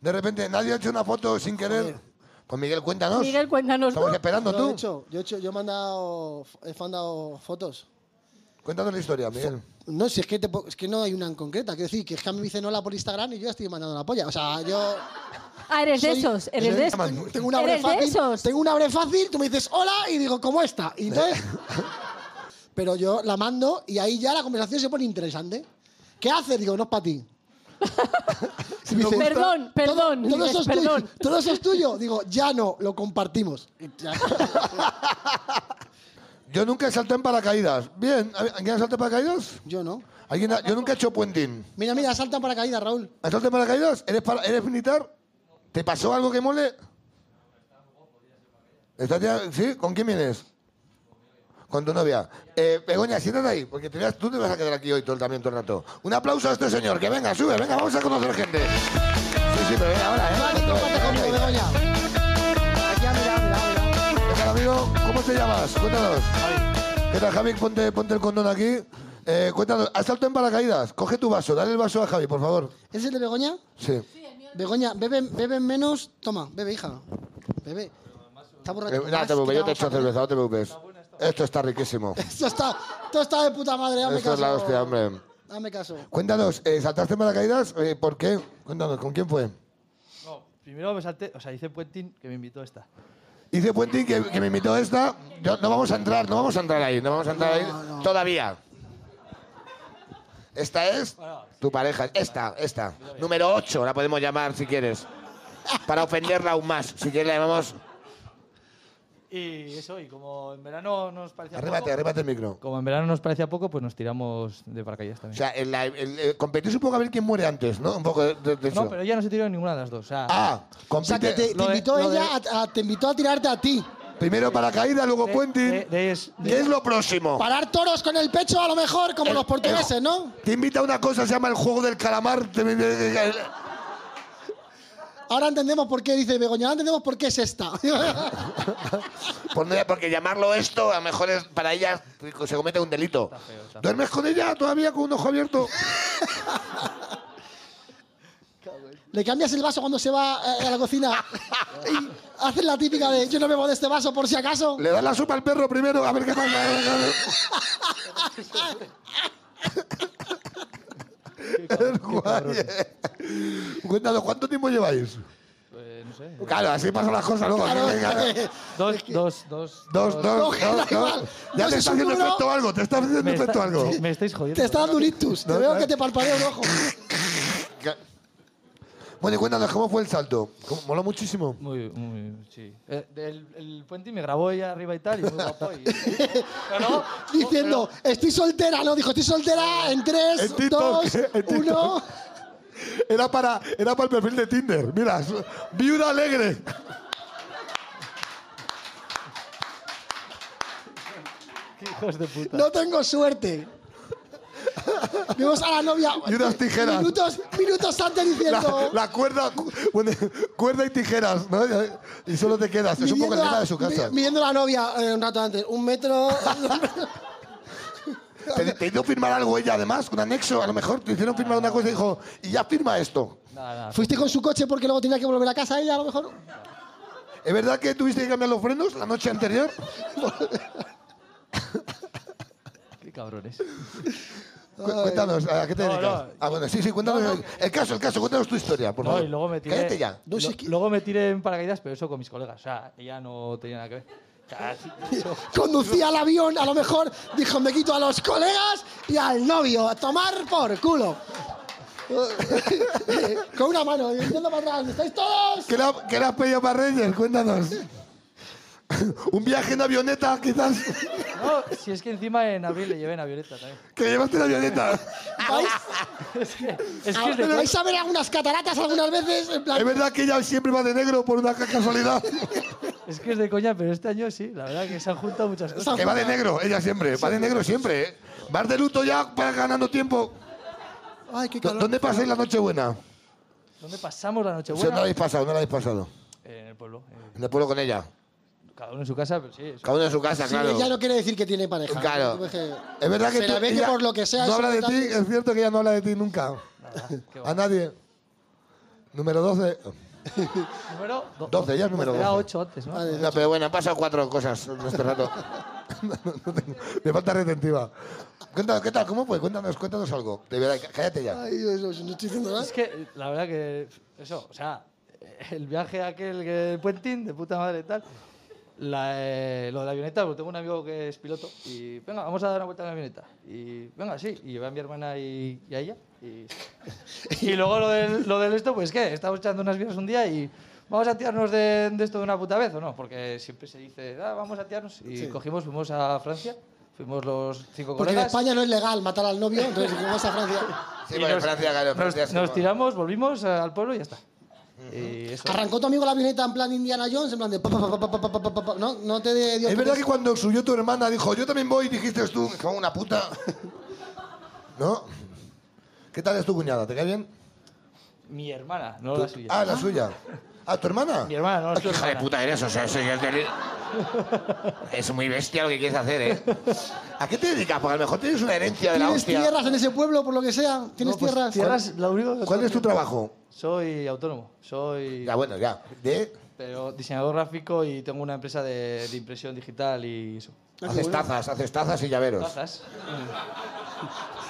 E: De repente, nadie ha hecho una foto sin querer. Pues Miguel, cuéntanos.
D: Miguel, cuéntanos.
E: Estamos esperando
B: Yo
E: tú.
B: he hecho, yo he hecho, yo he mandado, he mandado fotos.
E: Cuéntanos la historia, Miguel.
B: No, si es que, te po- es que no hay una en concreta. Quiero decir, que es que a mí me dicen hola por Instagram y yo ya estoy mandando la polla. O sea, yo.
D: Ah, eres de
B: soy-
D: esos, eres
E: soy-
D: de esos.
E: Tengo-
B: Tengo una abre
D: ¿Eres de
B: fácil.
D: esos?
B: Tengo una abre fácil, tú me dices hola y digo, ¿cómo está? Y entonces. pero yo la mando y ahí ya la conversación se pone interesante. ¿Qué haces? Digo, no es para ti. Si me dices,
D: Perdón,
B: "Todo-
D: perdón,
B: Todo,
D: dices,
B: eso es
D: perdón.
B: tuyo. Todo eso es tuyo. Digo, ya no, lo compartimos.
E: Yo nunca he saltado en paracaídas. Bien, ¿a- ¿alguien ha saltado en paracaídas?
B: yo no.
E: ¿Alguien ha- Yo nunca he hecho puentín.
B: Mira, mira, saltan para caída, Raúl.
E: ¿Has saltado en paracaídas? ¿Eres, para- ¿Eres militar? ¿Te pasó algo que mole? ¿Estás ya- ¿Sí? ¿Con quién vienes? Con tu novia. Eh, Begoña, siéntate ahí, porque te vas- tú te vas a quedar aquí hoy todo, el- también todo el rato. Un aplauso a este señor, que venga, sube, venga, vamos a conocer gente. Sí, sí, pero venga, ahora, ¿eh?
B: Vale,
E: Venga,
B: comparte
E: venga,
B: conmigo,
E: venga.
B: Begoña. Aquí, ah, mira, mira, mira.
E: ¿Qué tal, amigo? ¿Cómo te llamas? Cuéntanos. ¿Qué tal, Javi? Ponte, ponte el condón aquí. Eh, cuéntanos, ¿has saltado en paracaídas? Coge tu vaso, dale el vaso a Javi, por favor.
B: ¿Es el de Begoña?
E: Sí.
B: Begoña, bebe, bebe menos. Toma, bebe, hija. Bebe. Está borracho.
E: Eh, Nada,
B: Más,
E: te preocupes, yo
B: quita más,
E: te echo
B: quita más.
E: cerveza, no te preocupes. Esto está riquísimo.
B: Esto está, esto está de puta madre, dame
E: Esto
B: caso.
E: es la hostia, hombre.
B: Dame caso.
E: Cuéntanos, eh, ¿saltaste en paracaídas? Eh, ¿Por qué? Cuéntanos, ¿con quién fue?
F: No, primero me salté, o sea, hice puenting que me invitó esta.
E: Dice Puenting que, que me invitó esta. Yo- no vamos a entrar, no vamos a entrar ahí, no vamos a entrar ahí todavía. Esta es tu pareja, esta, esta. Número 8, la podemos llamar si quieres. Para ofenderla aún más. Si quieres la llamamos.
F: Y eso, y como en verano nos parecía
E: Arríbate,
F: poco.
E: arríbate el micro.
F: Como en verano nos parecía poco, pues nos tiramos de paracaídas
E: O
F: también.
E: sea, el, el- el- competís un poco eh, a ver quién muere antes, ¿no? Un poco de, de- de eso.
F: no, pero ella no se tiró en ninguna de las dos. O sea,
E: Ah,
B: O sea, que
E: compite-
B: te, te
F: Lo de-
B: invitó
F: lo de-
B: ella, a, a- te invitó a tirarte a ti.
E: Primero paracaídas, luego
F: de-
E: Puenting.
F: de- de- es- de-
E: ¿Qué es lo próximo?
B: Parar toros con el pecho, a lo mejor, como
E: El-
B: los portugueses, ¿no?
E: Te invita a una cosa, se llama el juego del calamar. Te- te- te- te-
B: Ahora entendemos por qué, dice Begoña, ahora entendemos por qué es esta.
E: Pues no, porque llamarlo esto, a lo mejor es- para ella se comete un delito. ¿Duermes con ella todavía con un ojo abierto?
B: Le cambias el vaso cuando se va eh, a la cocina y haces la típica de yo no bebo de este vaso por si acaso.
E: ¿Le das la sopa al perro primero? A ver qué pasa. Es guay, eh. Cuéntanos, ¿cuánto tiempo lleváis?
F: eh, no sé.
E: Claro, así pasan las cosas luego.
B: Claro,
E: Venga.
B: eh,
F: Dos, dos, dos.
E: Dos, dos, dos,
B: da
E: dos.
B: igual. No
E: Ya te
B: se
E: está haciendo
B: satura.
E: efecto algo, te está haciendo
F: Me,
E: efecto
F: está-
E: algo.
F: me estáis jodiendo.
B: te está dando un ictus. Te veo que te palpadea un ojo.
E: Bueno, y cuéntanos, ¿cómo fue el salto? ¿Cómo- Moló muchísimo.
F: Muy, muy, sí. Eh, El, el puente me grabó ella arriba y tal, y muy guapo. Y, pero no, no,
B: Diciendo, estoy soltera, no, dijo, estoy soltera en
E: En
B: 3,
E: TikTok,
B: 2,
E: en TikTok.
B: 1.
E: Era para, era para el perfil de Tinder. Mira, su- viuda alegre.
F: pero- qué hijos de puta.
B: No tengo suerte. Vimos a la novia.
E: Y unas tijeras.
B: Minutos, minutos antes
E: La,
B: diciendo.
E: la cuerda, cu- bueno, cuerda y tijeras, ¿no? Y solo te quedas. Es un poco el
B: midiendo
E: tema
B: la-
E: de su casa.
B: mi- Midiendo la novia eh, un rato antes. Un metro.
E: Te, te hizo firmar algo ella, además, un anexo. A lo mejor te hicieron firmar una cosa y dijo, y ya firma esto.
F: Nada, nada.
B: Fuiste con su coche porque luego tenía que volver a casa ella, a lo mejor.
E: ¿Es verdad que tuviste que cambiar los frenos la noche anterior?
F: Qué cabrones.
E: Cu- Cuéntanos, ¿a qué te
F: No,
E: dedicas?
F: no.
E: Ah, bueno, sí, sí, cuéntanos. el- El caso, el caso, cuéntanos tu historia, por
F: No,
E: favor.
F: y luego me tiré.
E: Cállate ya.
B: No, si
F: lo-
B: es que-
F: Luego me tiré en paracaídas, pero eso con mis colegas. O sea, ella no tenía nada que ver. O sea, sí, eso-
B: Conducía el avión, a lo mejor dijo, me quito a los colegas y al novio, a tomar por culo. Con una mano, yendo para atrás, ¿estáis todos?
E: ¿Qué le ha- qué le has pedido para Reyes? Cuéntanos. ¿Un viaje en avioneta, quizás?
F: No, si es que encima en abril le lleven a Violeta también.
E: Que llevaste la violeta.
B: ¿Vais, Ah,
F: Es que es
E: Ah,
F: de
B: vais a ver algunas cataratas algunas veces? En
E: Es
B: plan,
E: verdad que ella siempre va de negro por una casualidad.
F: Es que es de coña, pero este año sí, la verdad que se han juntado muchas cosas.
E: Que va de negro, ella siempre. Va de negro siempre, ¿eh? Vas de luto ya para ganando tiempo.
B: ay, qué
E: ¿Dó-
B: calor.
E: ¿Dónde pasáis la Nochebuena?
F: ¿Dónde pasamos la
E: O sea, no la
F: Nochebuena?
E: habéis pasado, no la habéis pasado.
F: En el pueblo. eh,
E: En el pueblo con ella.
F: Cada uno en su casa, pero sí. eso.
E: Cada uno en su casa,
B: Sí,
E: claro.
B: ella no quiere decir que tiene pareja.
E: Claro.
B: Tú ves que-
E: Es verdad que
B: Se
E: tú-
B: la ve que
E: ella
B: por lo que sea...
E: No
B: eso
E: habla de
B: está-
E: ti, es cierto que ella no habla de ti nunca.
F: Nada, qué
E: A
F: va.
E: nadie. Número 12.
F: Número do-
E: 12, ya es número
F: Era
E: 12.
F: 8 antes, ¿no?
E: No, pero bueno, han pasado cuatro cosas en este rato. No, no tengo- Me falta retentiva. Cuéntanos, ¿qué tal? ¿Cómo fue? Cuéntanos, cuéntanos algo. De verdad, cá- cállate ya.
B: Ay, Dios, Dios, no estoy diciendo nada.
F: Es que eh, la verdad que eso, o sea, el viaje aquel que el puentín de puta madre y tal. La, eh, lo de la avioneta, porque tengo un amigo que es piloto y venga, vamos a dar una vuelta en la avioneta. Y venga, sí, y va mi hermana y, y a ella. Y, y luego lo del, lo del esto, pues qué, estamos echando unas vías un día y vamos a tirarnos de, de esto de una puta vez o no, porque siempre se dice, ah, vamos a tirarnos. Y cogimos, fuimos a Francia, fuimos los cinco
B: Porque en
F: colegas.
B: España no es legal matar al novio, entonces si vas a Francia...
E: Sí, bueno, en Francia, claro, en
F: Nos,
E: Francia sí,
F: nos
E: bueno.
F: tiramos, volvimos eh, al pueblo y ya está. Y eso.
B: Arrancó tu amigo la avioneta en plan Indiana Jones, en plan de... pa, pa, pa, pa, pa, pa, pa, pa, pa, No, no te dio...
E: Es verdad que cuando subió tu hermana dijo, yo también voy, dijiste tú, me cago en una puta. ¿No? ¿Qué tal es tu cuñada? ¿Te cae bien?
F: Mi hermana, no la
E: Tu-
F: suya.
E: Ah, la suya. Ah, ¿tu hermana?
F: Mi hermana, no la
E: Ah, qué
F: suya.
E: hija de puta eres, o sea, eso ya es del- Es muy bestia lo que quieres hacer, ¿eh? ¿A qué te dedicas? Porque a lo mejor tienes una herencia de la
B: ¿Tienes
E: hostia.
B: tierras en ese pueblo, por lo que sea? ¿Tienes
F: No, pues,
B: tierras?
F: tierras, lo único que
E: ¿Cuál es tu trabajo?
F: Soy autónomo, soy
E: Ya, bueno, ya. ¿De?
F: pero diseñador gráfico y tengo una empresa de, de impresión digital y eso.
E: Haces tazas, haces tazas y llaveros.
F: Tazas.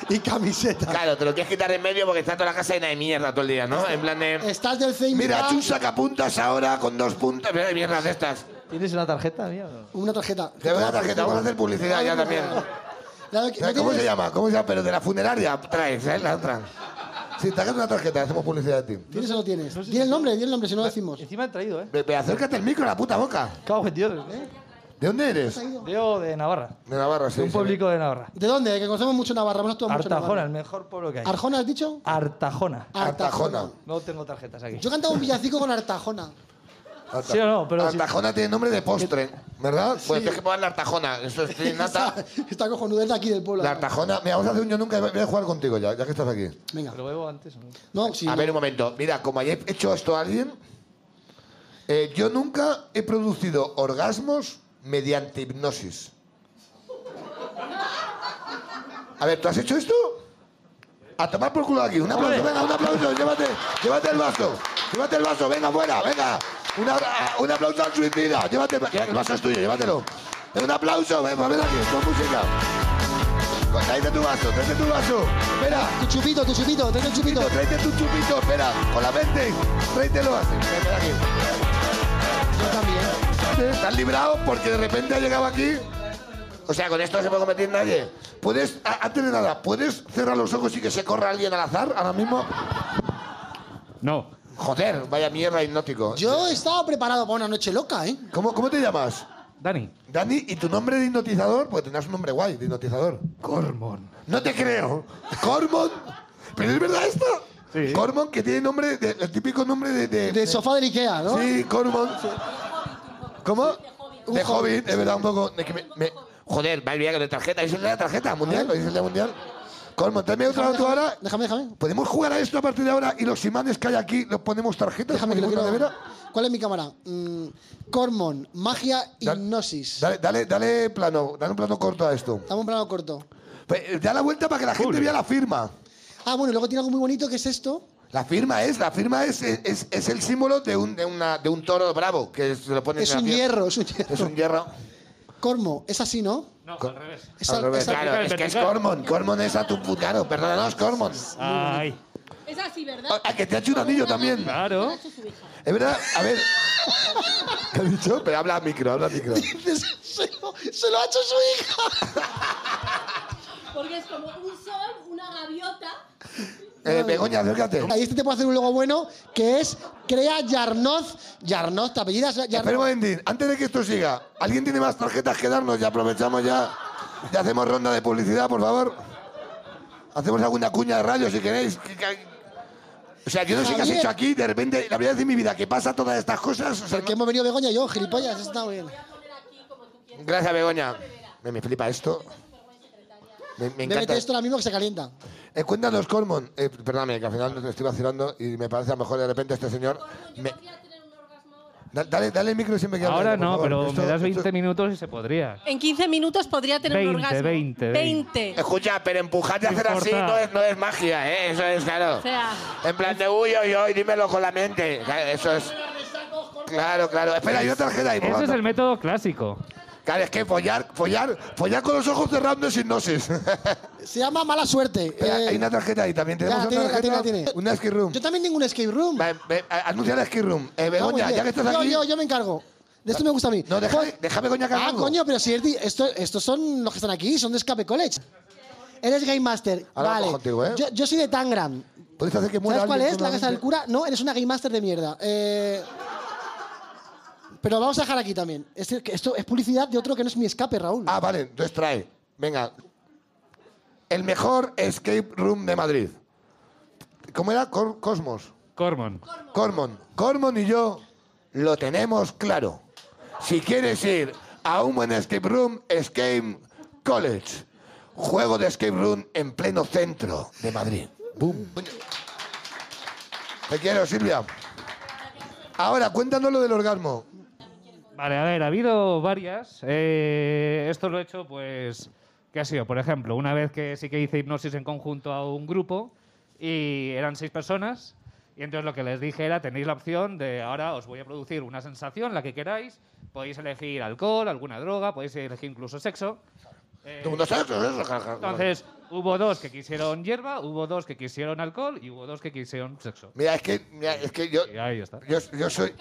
B: Y camiseta.
E: Claro, te lo tienes que quitar en medio porque está toda la casa llena de mierda todo el día, ¿no? En plan de...
B: Estás del CEIMPA...
E: Mira, tú sacapuntas ahora con dos puntas. Mira, de mierdas de estas.
F: ¿Tienes una tarjeta mía? o no?
B: Una tarjeta.
E: Te voy a dar tarjeta, vamos a hacer publicidad ya también.
B: Claro que-
E: ¿Sabes
B: ¿no
E: ¿Cómo se
B: tienes-
E: llama? ¿Cómo se llama? Pero de la funeraria traes, ¿eh? La otra. Si te hagas una tarjeta, hacemos publicidad de ti.
B: ¿Tienes o no tienes? Di el nombre, di el nombre, si no lo decimos.
F: Encima he traído, ¿eh?
E: Ve, ve, acércate el micro a la puta boca.
F: Cago en Dios, ¿eh?
E: ¿De dónde eres?
F: Leo de Navarra,
E: De Navarra, sí.
F: de un
E: sí.
F: público de Navarra.
B: ¿De dónde? Que conocemos mucho Navarra, hemos actuado mucho en
F: Artajona,
B: Navarra.
F: el mejor pueblo que hay.
B: ¿Arjona has dicho?
F: Artajona.
E: Artajona.
F: No tengo tarjetas aquí.
B: Yo cantaba un villancico con Artajona.
E: Arta-
F: Sí o no, pero si-
E: Artajona tiene nombre de postre, ¿verdad? Pues tienes que poner la Artajona. Eso es tiene nata.
B: Está cojonudo es de aquí del pueblo.
E: La Artajona. Mira, vamos a hacer un yo nunca. Voy a jugar contigo ya, ya que estás aquí.
B: Venga.
F: Pero bebo antes. ¿no?
B: No, sí.
E: A ver, un momento. Mira, como haya hecho esto a alguien, eh, yo nunca he producido orgasmos mediante hipnosis. A ver, ¿tú has hecho esto? A tomar por culo de aquí. Un aplauso, venga, un aplauso. Llévate, llévate el vaso. Llévate el vaso, venga, fuera, venga. Una- a- un aplauso al suicida. Llévate el va- el vaso es tuyo, llévatelo. Eh, Un aplauso, ven, ven aquí, con música. Pues, Tráete tu vaso, tráete tu vaso. Espera.
B: Tu chupito, tu chupito, ten el chupito.
E: Chupito, tráete tu chupito, espera, con la mente, tráetelo así. Espera aquí.
B: Yo también.
E: Estás librado porque de repente ha llegado aquí. O sea, con esto no se puede cometer nadie. ¿Puedes, a- antes de nada, ¿puedes cerrar los ojos y que se corra alguien al azar ahora mismo?
G: No.
E: Joder, vaya mierda hipnótico.
B: Yo estaba preparado para una noche loca, ¿eh?
E: ¿Cómo, ¿Cómo te llamas?
G: Dani.
E: Dani, ¿y tu nombre de hipnotizador? Porque tendrás un nombre guay de hipnotizador.
G: Cormon.
E: No te creo. Cormon. ¿Pero es verdad esto?
G: Sí.
E: Cormon, que tiene nombre, de- el típico nombre de- de,
B: De sofá del Ikea, ¿no?
E: Sí, Cormon. ¿Cómo? De Hobbit, es verdad, un poco. de que me- me- Joder, va el viaje de tarjeta. ¿Es el día de la tarjeta mundial? ¿Es el día mundial? Cormon, tráeme otra tú ahora.
B: Déjame, déjame.
E: ¿Podemos jugar a esto a partir de ahora? Y los imanes que hay aquí, ¿los ponemos tarjetas?
B: Déjame que lo
E: ¿Ponemos
B: quiero
E: una
B: ver.
E: nevera?
B: ¿Cuál es mi cámara? Mm, Cormon, magia,
E: Da-
B: hipnosis.
E: Dale, dale, dale plano, dale un plano corto a esto.
B: Dame un plano corto.
E: Pues, eh, da la vuelta para que la gente vea la firma.
B: Ah, bueno, y luego tiene algo muy bonito que es esto.
E: La firma es, la firma es, es, es el símbolo de un, de, una, de un toro bravo que se lo ponen
B: Es
E: en la
B: un
E: piel.
B: hierro, es un hierro.
E: Es un hierro.
B: Cormo, es así, ¿no?
G: No, al revés.
B: Es
E: Al
B: al-
E: revés.
B: es al-
E: Claro, es que es Cormon. Cormon es a tu putado. Perdónanos, Cormon.
G: Ay.
H: Es así, ¿verdad?
E: Ah, que te ha hecho un anillo también.
G: Claro.
E: Es verdad, a ver. ¿Qué ha dicho? Pero habla al micro, habla al micro.
B: se, lo, se lo ha hecho su hija.
H: Porque es como un sol, una gaviota.
E: Eh, Begoña, acércate.
B: Ahí este te puede hacer un logo bueno que es Crea Yarnoz. Yarnoz, te apellidas
E: Espera un
B: Yarnoz.
E: momentín, antes de que esto siga, ¿alguien tiene más tarjetas que darnos? Ya aprovechamos ya. Ya hacemos ronda de publicidad, por favor. Hacemos alguna cuña de radio si queréis. Que- que- O sea, yo no sé qué has
B: Javier.
E: hecho aquí. De repente, la verdad de mi vida, que pasa todas estas cosas. o sea,
B: Porque
E: no-
B: hemos venido Begoña y yo, gilipollas, está muy bien.
E: Gracias, Begoña. Me, me flipa esto. Me, me encanta.
B: Débete esto ahora mismo que se calienta.
E: Eh, cuéntanos, Cormon. Eh, perdóname, que al final te estoy vacilando y me parece a lo mejor de repente este señor. me- Da- dale, dale el micro siempre que hable,
G: Ahora
E: por
G: no,
E: favor.
G: pero
E: Esto-
G: me das 20
E: esto-
G: minutos y se podría.
D: En 15 minutos podría tener un
G: 20,
D: orgasmo.
G: 20,
D: 20.
E: Escucha, pero empujarte a hacer así
G: Importa.
E: no es, no es magia, ¿eh? Eso es claro.
D: O sea,
E: En plan de huyo y hoy, dímelo con la mente. Claro, Eso es. Claro, claro. Espera, hay otra tarjeta ahí. por
G: Ese es
E: favor.
G: el método clásico.
E: Claro, es que follar, follar, follar con los ojos cerrados no es hipnosis.
B: Se llama mala suerte.
E: Espera,
B: Eh,
E: hay una tarjeta ahí también. Tenemos
B: la
E: una
B: tiene, la
E: tarjeta.
B: tiene, la tiene.
E: Una ski room.
B: Yo también tengo un escape room.
E: Vale, ve- a- anuncia la ski room. Eh,
B: Está muy
E: Begoña,
B: bien.
E: ya que estás
B: yo,
E: aquí.
B: yo, yo me encargo. De esto me gusta a mí.
E: No, deja,
B: Joder.
E: deja a Begoña que haga
B: Ah,
E: algo.
B: coño, pero si es di- esto, estos son los que están aquí, son de Escape College. Eres Game Master.
E: Ahora
B: vale.
E: vamos contigo, ¿eh?
B: yo, yo soy de Tangram.
E: ¿Puedes hacer que muera
B: ¿Sabes cuál
E: alguien
B: es? La casa del
E: solamente?
B: cura. No, eres una Game Master de mierda. Eh, Pero vamos a dejar aquí también. Es decir, que esto es publicidad de otro que no es mi escape, Raúl.
E: Ah, vale, entonces trae. Venga. El mejor escape room de Madrid. ¿Cómo era? Cor- Cosmos.
G: Cormon.
E: Cormon. Cormon y yo lo tenemos claro. Si quieres ir a un buen escape room, Escape College. Juego de escape room en pleno centro de Madrid. Boom. Te quiero, Silvia. Ahora, cuéntanos lo del orgasmo.
G: Vale, a ver, ha habido varias. Eh, esto lo he hecho, pues, ¿qué ha sido? Por ejemplo, una vez que sí que hice hipnosis en conjunto a un grupo y eran seis personas. Y entonces lo que les dije era, tenéis la opción de ahora os voy a producir una sensación, la que queráis. Podéis elegir alcohol, alguna droga, podéis elegir incluso sexo.
E: Todo el mundo sabe qué es eso, ja, ja, ja.
G: Entonces, hubo dos que quisieron hierba, hubo dos que quisieron alcohol y hubo dos que quisieron sexo.
E: Mira, es que, mira, es que yo,
G: Y ahí está.
E: Yo, yo soy.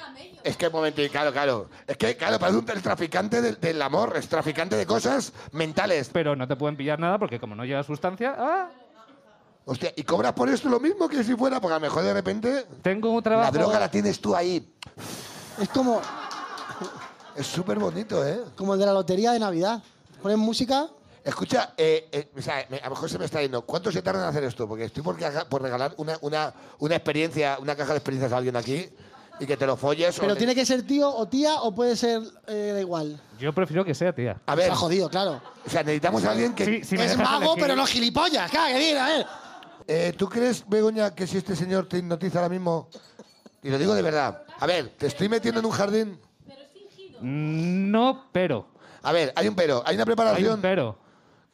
E: Es que un momentito, claro, claro. Es que, claro, parece un traficante del, del amor, es traficante de cosas mentales.
G: Pero no te pueden pillar nada porque como no lleva sustancia... ¡ah!
E: Hostia, ¿y cobras por esto lo mismo que si fuera? Porque a lo mejor de repente.
G: Tengo un
E: La
G: trabajo...
E: droga la tienes tú ahí.
B: Es como,
E: Es súper bonito, ¿eh?
B: como el de la lotería de Navidad. Ponen música.
E: Escucha, eh, eh, o sea, me- a lo mejor se me está yendo. ¿Cuánto se tardan en hacer esto? Porque estoy por, caja- por regalar una, una, una experiencia, una caja de experiencias a alguien aquí y que te lo folles. o
B: Pero
E: te-
B: tiene que ser tío o tía o puede ser. eh, da igual.
G: Yo prefiero que sea tía.
E: A ver,
B: Está jodido, claro.
E: o sea, necesitamos a alguien que.
G: Sí, sí. Si me
B: es
G: dejas
B: mago,
G: elegir-
B: pero no gilipollas. Claro, que diga, a ver.
E: Eh, ¿Tú crees, Begoña, que si este señor te hipnotiza ahora mismo? Y lo digo de verdad. A ver, te estoy metiendo en un jardín.
G: Mm, No, pero.
E: A ver, hay un pero. Hay una
G: Hay
E: preparación.
G: un pero.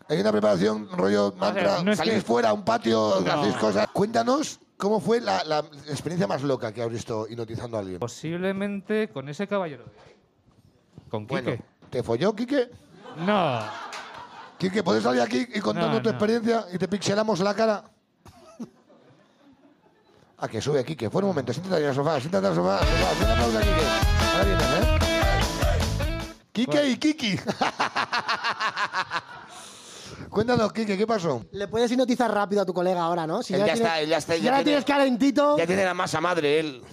E: Hay una preparación, rollo mantra.
G: no es
E: Salís
G: que-
E: fuera a un patio,
G: No.
E: hacéis cosas. Cuéntanos cómo fue la, la experiencia más loca que has visto hipnotizando a
G: Pues-
E: alguien.
G: Posiblemente con ese caballero. de ahí. ¿Con
E: bueno,
G: Quique?
E: ¿te folló, Quique?
G: No.
E: Quique, ¿puedes salir aquí y contarnos
G: No,
E: tu
G: no.
E: experiencia y te pixelamos la cara? A que sube, Quique. Fuera un momento, siéntate en el sofá, siéntate en el sofá. sofá. Un aplauso a Quique. Ahora vienes, ¿eh? Quique y Kiki. Cuéntanos, Quique, ¿qué pasó?
B: Le puedes hipnotizar rápido a tu colega ahora, ¿no? Si
E: Él ya
B: tienes-
E: está, él ya está,
B: si
E: ya
B: ya la
E: tiene-
B: tienes calentito.
E: tiene la masa madre, él.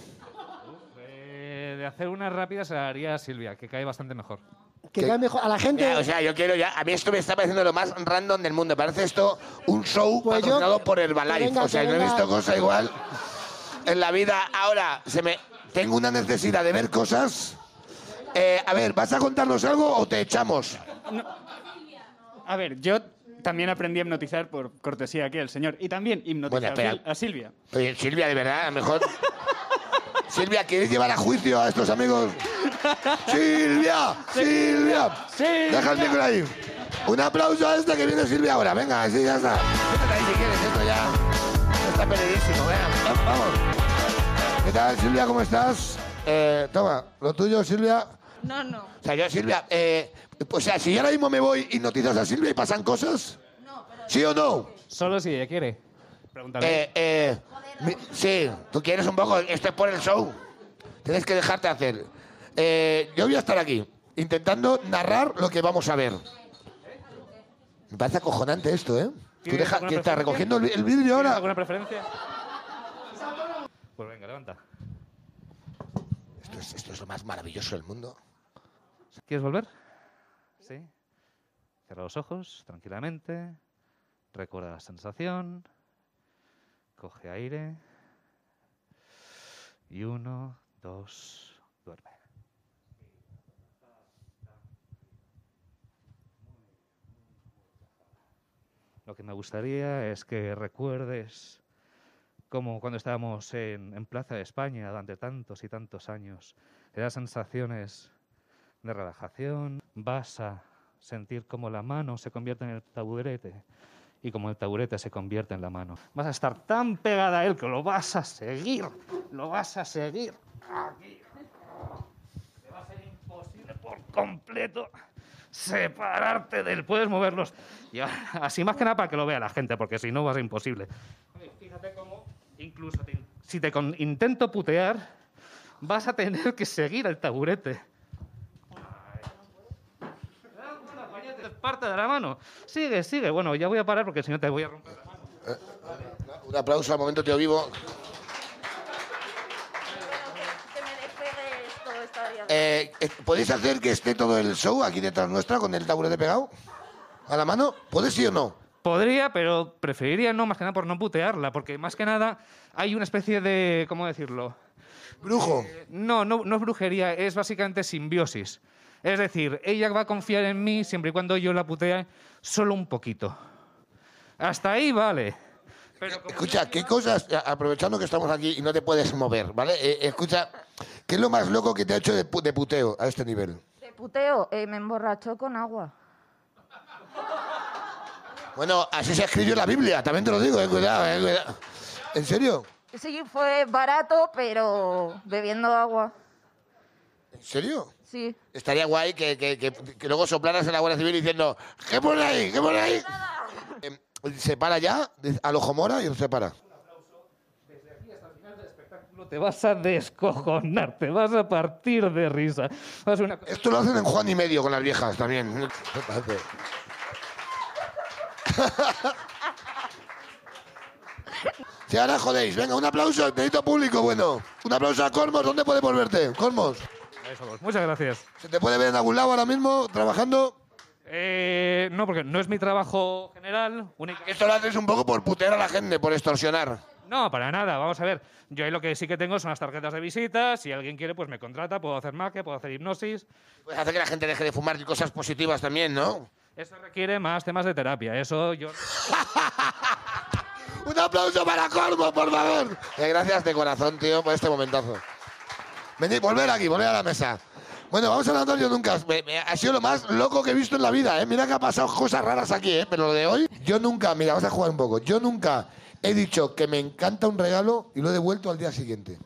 G: Eh, de hacer una rápida se la haría a Silvia, que cae bastante mejor.
B: Que cae mejor. A la gente.
E: Ya, o sea, yo quiero ya. A mí esto me está pareciendo lo más random del mundo. Parece esto un show
B: Pues yo-
E: patrocinado por el
B: que
E: Balai.
B: venga,
E: O sea,
B: que
E: no he
B: venga.
E: visto cosa igual en la vida. Ahora, se me tengo una necesidad de ver cosas. Eh, a ver, ¿vas a contarnos algo o te echamos?
I: A ver, yo también aprendí a hipnotizar por cortesía aquí al señor. Y también
E: Bueno,
I: hipnotizar
E: espera.
I: a Sil- a Silvia.
E: Oye, Silvia, de verdad, a lo mejor. Silvia, ¿quieres llevar a juicio a estos amigos? ¡Silvia! ¡Silvia!
I: Silvia.
E: Deja el micro ahí. Un aplauso a este que viene Silvia ahora. Venga, así ya está. Siéntate ahí si quieres, esto ya. esto Está perdidísimo, venga, va- vamos. ¿Qué tal, Silvia? ¿Cómo estás? Eh, toma, lo tuyo, Silvia.
J: No, no,
E: O sea, yo, Silvia, eh, o sea, si yo ahora mismo me voy y noticias a Silvia y pasan cosas,
J: no, pero
E: ¿sí o no?
G: Solo si ella quiere. Pregúntale.
E: Eh, eh, mi- sí, tú quieres un poco, esto es por el show. Tienes que dejarte hacer. Eh, yo voy a estar aquí, intentando narrar lo que vamos a ver. Me parece acojonante esto, ¿eh? Tú
G: ¿Tienes
E: deja,
G: alguna
E: que estás
G: preferencia?
E: recogiendo el vi- el vídeo
G: ¿Tienes
E: ahora.
G: alguna preferencia? Pues venga, levanta.
E: Esto es, esto es lo más maravilloso del mundo.
G: ¿Quieres volver? Sí. Cierra los ojos tranquilamente. Recuerda la sensación. Coge aire. Y uno, dos, duerme. Lo que me gustaría es que recuerdes como cuando estábamos en, en Plaza de España durante tantos y tantos años, esas sensaciones de relajación, vas a sentir como la mano se convierte en el taburete y como el taburete se convierte en la mano. Vas a estar tan pegada a él que lo vas a seguir, lo vas a seguir. Aquí. Te va a ser imposible por completo separarte del puedes moverlos. Y a- así más que nada para que lo vea la gente, porque si no va a ser imposible. Oye, Fíjate cómo, incluso te- si te con- intento putear, vas a tener que seguir al taburete. Es parte de la mano. Sigue, sigue. Bueno, ya voy a parar porque si no te voy a romper.
E: Un aplauso al momento, tío vivo.
J: Que me despegue esto, está bien.
E: Eh, eh, ¿Podéis hacer que esté todo el show aquí detrás nuestra con el taburete pegado? ¿A la mano? ¿Puedes sí o no?
G: Podría, pero preferiría no, más que nada por no putearla, porque más que nada hay una especie de. ¿Cómo decirlo? Eh,
E: Brujo.
G: No, no, no es brujería, es básicamente simbiosis. Es decir, ella va a confiar en mí siempre y cuando yo la putee solo un poquito. Hasta ahí vale.
E: Escucha, ¿qué cosas, a- aprovechando que estamos aquí y no te puedes mover, ¿vale? Eh, escucha, ¿qué es lo más loco que te ha hecho de, pu- de puteo a este nivel?
J: De puteo, eh, me emborrachó con agua.
E: Bueno, así se ha escrito en la Biblia, también te lo digo, eh, cuidado, eh, cuidado. ¿En serio?
J: Sí, fue barato, pero bebiendo agua.
E: ¿En serio?
J: Sí.
E: Estaría guay que, que- que- que luego soplaras en la Guardia Civil diciendo, ¿qué pone ahí? ¿Qué pone ahí? Em, se para ya, al ojo mora y se para.
G: Te vas a descojonar, te vas a partir de risa. Va a ser una cosa-
E: Esto lo hacen en Juan y Medio con las viejas también. Si ahora jodéis, venga, un aplauso, necesito público bueno. Un aplauso a Cormos, ¿dónde puede volverte? Cormos,
G: Muchas gracias.
E: ¿se te puede ver en algún lado ahora mismo trabajando?
G: Eh, no, porque no es mi trabajo general. única-
E: Esto lo haces un poco por putear a la gente, por extorsionar.
G: No, para nada. Vamos a ver. Yo ahí lo que sí que tengo son las tarjetas de visita. Si alguien quiere, pues me contrata. Puedo hacer magia, puedo hacer hipnosis.
E: Pues hace que la gente deje de fumar y cosas positivas también, ¿no?
G: Eso requiere más temas de terapia. Eso yo.
E: Un aplauso para Cormos, por favor. Eh, gracias de corazón, tío, por este momentazo. Venid, volver aquí, volver a la mesa. Bueno, vamos a hablar de Antonio Nunca. Me- me- ha sido lo más loco que he visto en la vida, ¿eh? Mira que ha pasado cosas raras aquí, ¿eh? Pero lo de hoy, yo nunca, mira, vamos a jugar un poco. Yo nunca he dicho que me encanta un regalo y lo he devuelto al día siguiente.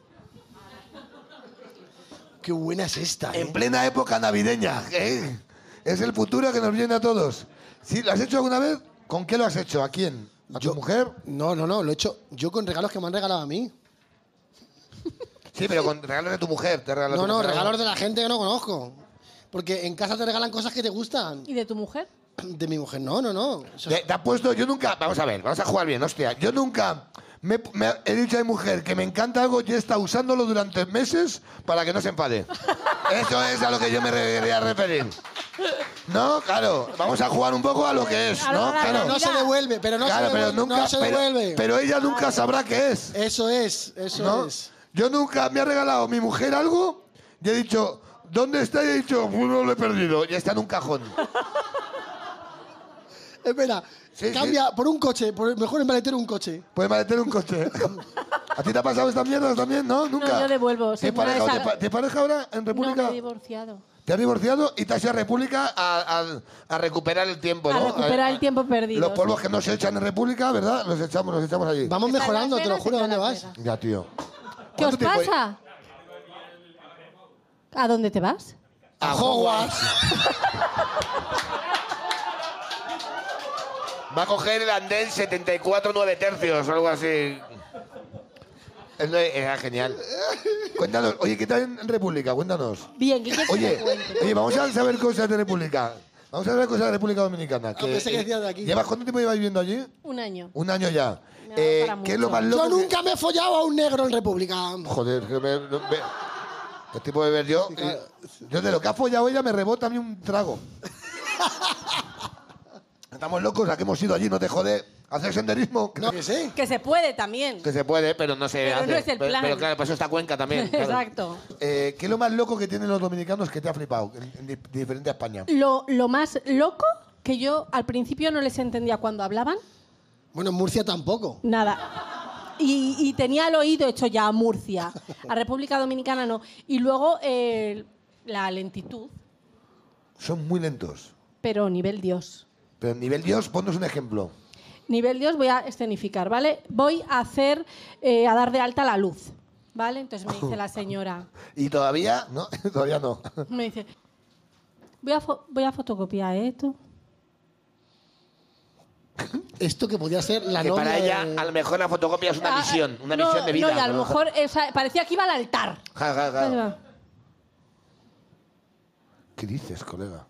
B: Qué buena es esta,
E: En
B: ¿eh?
E: plena época navideña, ¿eh? Es el futuro que nos viene a todos. ¿Sí, ¿Lo has hecho alguna vez? ¿Con qué lo has hecho? ¿A quién? ¿A tu mujer?
B: No, no, no, lo he hecho yo con regalos que me han regalado a mí.
E: Sí, pero con regalos de tu mujer. Te regaló
B: No,
E: tu
B: no,
E: mujer algo.
B: regalos de la gente que no conozco. Porque en casa te regalan cosas que te gustan.
D: ¿Y de tu mujer?
B: De mi mujer, no, no, no. Eso es-
E: Te, te has puesto, yo nunca, vamos a ver, vamos a jugar bien, hostia. Yo nunca me, me- he dicho a mi mujer que me encanta algo y está usándolo durante meses para que no se enfade. Eso es a lo que yo me re- quería referir. No, claro, vamos a jugar un poco a lo que es,
D: A lo-
E: ¿no?
D: a la
E: Claro,
B: No se devuelve, pero no
E: Claro,
B: se
E: pero
B: devuelve.
E: nunca,
B: no se
E: pero,
B: devuelve.
E: pero ella nunca sabrá qué es,
B: eso es, eso
E: ¿no?
B: es.
E: Yo nunca me ha regalado mi mujer algo y he dicho, ¿dónde está? Y he dicho, "Pues no lo he perdido, y está en un cajón.
B: Espera,
E: Sí, sí.
B: cambia por un coche, por, mejor en maletero un coche.
E: Puedes maleter un coche. ¿A ti te ha pasado esta mierda también? No, nunca.
D: yo devuelvo,
E: ¿Te
D: sí, una
E: pareja,
D: vez a-
E: te pa- te pareja ahora en República?
D: No, me he divorciado.
E: te has divorciado y te has ido a República a, a- a recuperar el tiempo,
D: A
E: ¿no?
D: recuperar
E: eh,
D: el tiempo perdido,
E: Los
D: sí.
E: polvos que no se echan en República, ¿verdad? Los echamos, los echamos allí.
B: Vamos
D: Está en
B: mejorando,
D: Las
B: te lo
D: Vegas,
B: juro,
D: está en
B: ¿dónde
D: Las
B: vas? Ah,
D: Vegas.
E: Ya, tío.
D: ¿Qué os
E: ¿Cuánto tiempo hay?
D: pasa? ¿A dónde te vas?
E: A Hogwarts. Va a coger el andén 74 9 tercios o algo así. Es- Era genial. Cuéntanos, oye, ¿qué tal en República? Cuéntanos.
D: Bien, ¿qué quieres que
E: Oye,
D: te cuente?
E: oye, vamos a saber cosas de República. Vamos a saber cosas de República Dominicana. eh,
B: Ah, pensé que decías de aquí.
E: ¿Llevas cuánto tiempo llevas viviendo allí?
D: Un año.
E: Un año ya.
D: Me ha dado
E: Eh,
D: para
E: ¿Qué es lo
D: mucho.
E: más
B: Yo
E: loco? que-
B: nunca me he follado a un negro en República.
E: Joder, que me, no- me- ¿qué tipo de ver yo? eh, Yo de lo que ha follado ella me rebota a mí un trago. Estamos locos, ¿a qué hemos ido allí? No te jode hacer senderismo. Que, que sí.
D: Que se puede también.
E: Que se puede, pero no se
D: Pero
E: hace.
D: no es el
E: Pero-
D: plan.
E: Pero, claro, por eso está Cuenca también. claro.
D: Exacto.
E: Eh, ¿Qué es lo más loco que tienen los dominicanos que te ha flipado en, en di- diferente a España?
D: Lo, lo más loco que yo al principio no les entendía cuando hablaban,
B: Bueno, en Murcia tampoco.
D: nada. Y, y tenía el oído hecho ya a Murcia, a República Dominicana no. Y luego eh, la lentitud,
E: Son muy lentos.
D: pero nivel Dios.
E: Pero nivel Dios, ponnos un ejemplo.
D: Nivel Dios voy a escenificar, ¿vale? Voy a hacer, eh, a dar de alta la luz, ¿vale? Entonces me dice la señora,
E: Y todavía, ¿no? todavía no.
D: me dice, voy a, fo- voy a fotocopiar esto.
B: Esto que podía ser la
E: que
B: novia
E: para ella,
B: de-
E: a lo mejor la fotocopia es una
D: Ah,
E: misión, una
D: no,
E: misión de vida.
D: No, y a lo mejor eh, o sea, parecía que iba al altar.
E: Ja, ja, ja.
D: Ahí va.
E: ¿Qué dices, colega?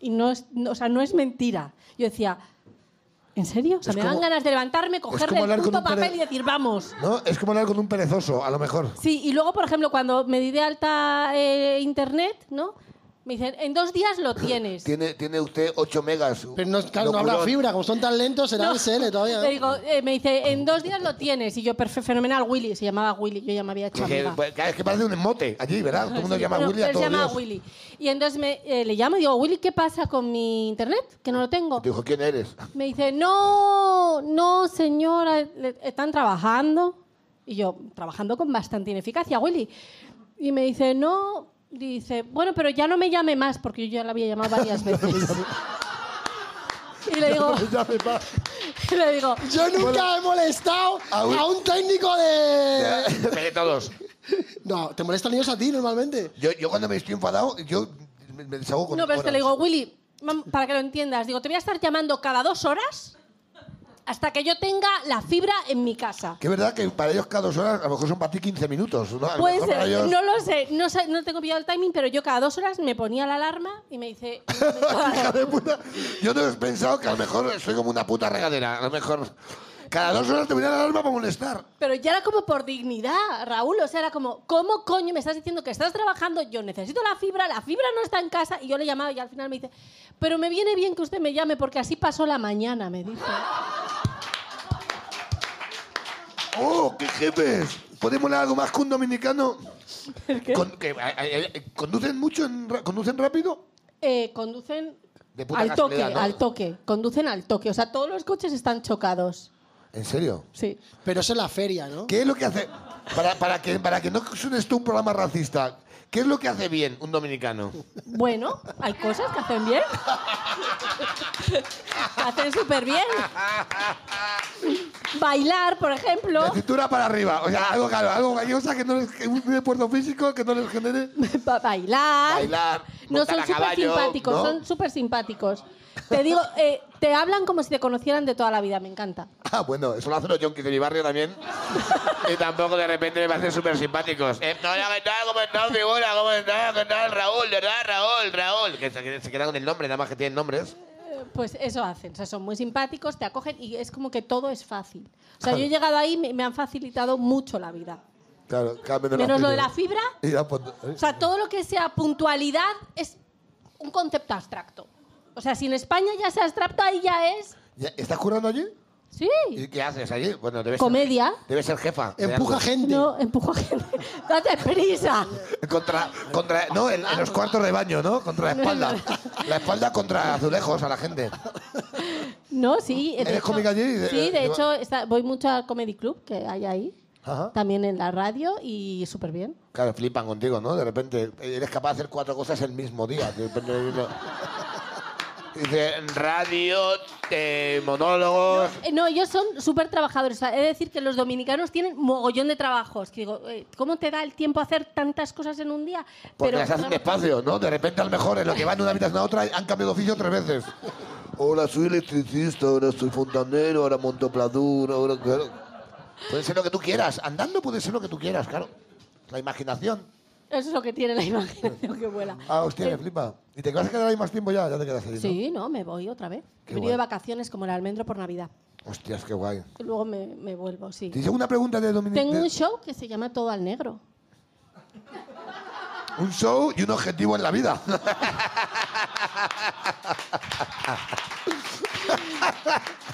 D: Y no es, no- o sea, no es mentira. Yo decía, ¿en serio? O sea,
E: Es
D: me
E: como-
D: dan ganas de levantarme, cogerle
E: como
D: el
E: hablar con
D: puto
E: un pere-
D: papel y decir, vamos.
E: No, es como hablar con un perezoso, a lo mejor.
D: Sí, y luego, por ejemplo, cuando me di de alta eh, internet, ¿no? Me dicen, en dos días lo tienes.
E: Tiene, tiene usted 8 megas.
B: Pero no, claro, no
E: locurón.
B: habrá fibra, como son tan lentos, será
D: No.
B: ADSL todavía.
D: Le digo, eh, me dice, en dos días lo tienes. Y yo, perfecto, fenomenal, Willy. Se llamaba Willy, yo ya me había hecho
E: Que- que-
D: amiga.
E: pues, claro, es que parece un emote allí, ¿verdad? Todo el mundo llama a
D: Bueno,
E: Willy a
D: él se
E: todos.
D: llama
E: Dios.
D: Willy. Y entonces me, eh, le llamo y digo, Willy, ¿qué pasa con mi internet? Que no lo tengo.
E: Dijo, ¿quién eres?
D: Me dice, no, no, señora, le- están trabajando. Y yo, trabajando con bastante ineficacia, Willy. Y me dice, no, dice, bueno, pero ya no me llame más, porque yo ya la había llamado varias veces. y le digo,
E: Ya me va.
D: y le digo,
B: Yo nunca he molestado a
E: Aún-
B: un, técnico de...
E: Pero todos.
B: No, te molestan ellos a ti normalmente.
E: Yo, yo cuando me estoy enfadado, yo me, me desahogo con
D: no, pero es que
E: horas.
D: le digo, Willy, mam- para que lo entiendas, digo, te voy a estar llamando cada dos horas hasta que yo tenga la fibra en mi casa.
E: Que es verdad que para ellos cada dos horas, a lo mejor son para ti 15 minutos. ¿no? A lo
D: Puede
E: mejor para
D: ser,
E: ellos-
D: no lo sé, no, sé, no tengo pillado el timing, pero yo cada dos horas me ponía la alarma y me dice...
E: Hija de puta. Yo no he pensado que a lo mejor soy como una puta regadera. A lo mejor cada dos horas te voy a dar alarma para molestar.
D: Pero ya era como por dignidad, Raúl. O sea, era como, ¿cómo coño me estás diciendo que estás trabajando? Yo necesito la fibra, la fibra no está en casa. Y yo le llamaba y al final me dice, pero me viene bien que usted me llame porque así pasó la mañana, me dice.
E: ¡Oh, qué jefes! ¿Podemos hablar algo más que un dominicano? Con- que, a- a- a- ¿Conducen mucho? en ra- ¿Conducen rápido?
D: Eh, conducen
E: De puta
D: al toque,
E: casualidad, ¿no?
D: al toque. Conducen al toque. O sea, todos los coches están chocados.
E: ¿En serio?
D: Sí.
B: Pero eso es la feria, ¿no?
E: ¿Qué es lo que hace? Para, para, que, para que no suene esto un programa racista, ¿qué es lo que hace bien un dominicano?
D: Bueno, hay cosas que hacen bien. Que hacen súper bien. Bailar, por ejemplo.
E: De cintura para arriba. O sea, algo claro, algo gallosa que no les, que un esfuerzo físico que no les genere.
D: Ba- bailar.
E: Bailar,
D: No
E: montar
D: son
E: a
D: súper
E: caballo,
D: simpáticos,
E: ¿no?
D: son súper simpáticos. Te digo, eh, te hablan como si te conocieran de toda la vida, me encanta.
E: Ah, bueno, eso lo hacen los yonkis de mi barrio también. y tampoco de repente me parecen súper simpáticos. Eh, no, ya, ¿qué tal? ¿Cómo estás, figura? ¿Cómo estás? ¿Qué tal? Raúl, ¿verdad? Raúl, Raúl. Que se, que se quedan con el nombre, nada más que tienen nombres.
D: Eh, Pues eso hacen, o sea, son muy simpáticos, te acogen y es como que todo es fácil. O sea, yo he llegado ahí, me, me han facilitado mucho la vida.
E: Claro, cambio
D: Menos lo de la fibra,
E: fibra.
D: o sea, todo lo que sea puntualidad es un concepto abstracto. O sea, si en España ya se abstracto, ahí ya es...
E: ¿Estás currando allí?
D: Sí,
E: ¿Y qué haces allí? Bueno, debes
D: comedia.
E: Ser, debes ser jefa. de
B: Empuja
E: algo.
B: gente.
D: No, empujo a gente. ¡Date prisa!
E: Contra, contra, no, en, en los cuartos de baño, ¿no? Contra la espalda. la espalda contra azulejos a la gente.
D: No, sí. de
E: ¿Eres
D: hecho-
E: cómica allí? De-
D: sí, de
E: de-
D: hecho, está- voy mucho al Comedy Club que hay ahí.
E: Ajá.
D: También en la radio y súper bien.
E: Claro, flipan contigo, ¿no? De repente eres capaz de hacer cuatro cosas el mismo día. De repente, uno- Dice, radio, eh, monólogos.
D: Eh, No, ellos son súper trabajadores. O sea, he de decir que los dominicanos tienen mogollón de trabajos. Que digo, eh, ¿cómo te da el tiempo a hacer tantas cosas en un día?
E: Porque las hacen despacio, ¿no? De repente, a lo mejor, en lo que van de una habitación a otra, han cambiado de oficio tres veces. Ahora soy electricista, Este, ahora soy fontanero, ahora monto pladur, ahora... Claro. Puede ser lo que tú quieras. Andando puede ser lo que tú quieras, claro. La imaginación.
D: Eso es lo que tiene la imaginación que vuela.
E: Ah, hostia, me flipa. ¿Y te vas a quedar ahí más tiempo ya? Ya te quedas ahí, ¿no?
D: Sí, no, me voy otra vez.
E: Qué
D: He venido
E: guay.
D: de vacaciones como el almendro por Navidad.
E: Hostias, qué guay.
D: Luego me, me vuelvo, sí.
E: Te hice una pregunta de Dominic.
D: Tengo
E: de-
D: un show que se llama Todo al Negro.
E: un show y un objetivo en la vida.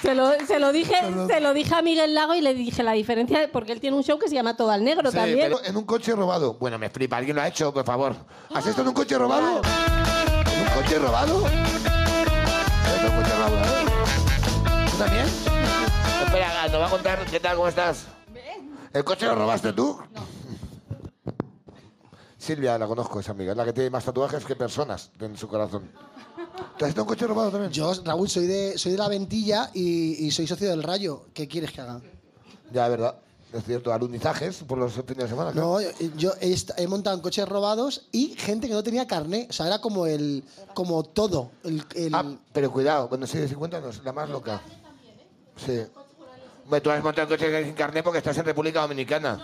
D: Se lo, se lo dije,
J: Perdón.
D: se lo dije a Miguel Lago y le dije la diferencia, porque él tiene un show que se llama Todo al Negro
J: Sí,
D: también.
J: pero en un coche robado. Bueno, me flipa. ¿Alguien lo ha hecho, por favor? ¿Has estado en un coche robado? ¿En un coche robado? ¿Has estado en un coche robado? eh? ¿Tú también? Espera, nos va a contar qué tal, cómo estás. ¿El coche lo robaste tú? Silvia, la conozco, esa amiga. Es la que tiene más tatuajes que personas en su corazón. ¿Te has estado en un coche robado también?
B: Yo, Raúl, soy de, soy de la ventilla y, y soy socio del Rayo. ¿Qué quieres que haga?
J: Ya, es verdad. Es cierto, alunizajes por los fines de semana. claro.
B: No, yo, yo he, est- he montado en coches robados y gente que no tenía carné. O sea, era como el como todo. El, el-
J: Ah, pero cuidado, cuando soy de 50 no es la más loca. Sí. Hombre, tú has montado un coche sin carnet porque estás en República Dominicana.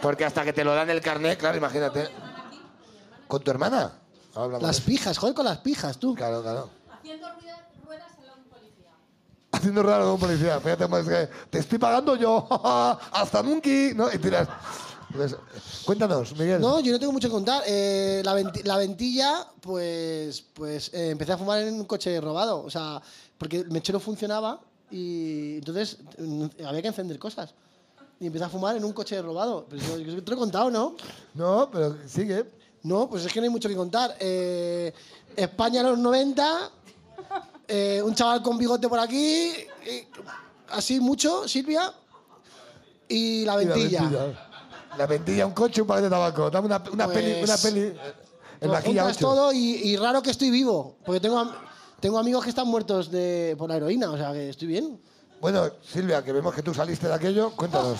J: Porque hasta que te lo dan el carnet, claro, imagínate. ¿Con tu hermana? Habla
B: las pijas, joder, con las pijas, tú.
J: Claro, claro.
K: Haciendo rueda- ruedas al lado de un policía.
J: Haciendo raro a un policía. Fíjate, como es que te estoy pagando yo. hasta nunca. ¿no? Y tiras. Pues, cuéntanos, Miguel.
B: No, yo no tengo mucho que contar. Eh, la, venti- la ventilla, pues, pues eh, empecé a fumar en un coche robado. O sea, porque el mechero funcionaba y entonces mm, había que encender cosas. Y empecé a fumar en un coche robado. Pues yo- yo te lo he contado, ¿no?
J: No, pero sigue.
B: No, pues es que no hay mucho que contar. Eh, España en los 90, eh, un chaval con bigote por aquí, eh, así mucho, Silvia, y la
J: Y la
B: ventilla.
J: ventilla. La ventilla, un coche, un paquete de tabaco. Dame una, una
B: Pues,
J: peli. Una peli. El
B: Lo
J: vaquilla
B: juntas
J: 8.
B: todo Pues y, y raro que estoy vivo, porque tengo, am- tengo amigos que están muertos de, por la heroína, o sea que estoy bien.
J: Bueno, Silvia, que vemos que tú saliste de aquello, cuéntanos.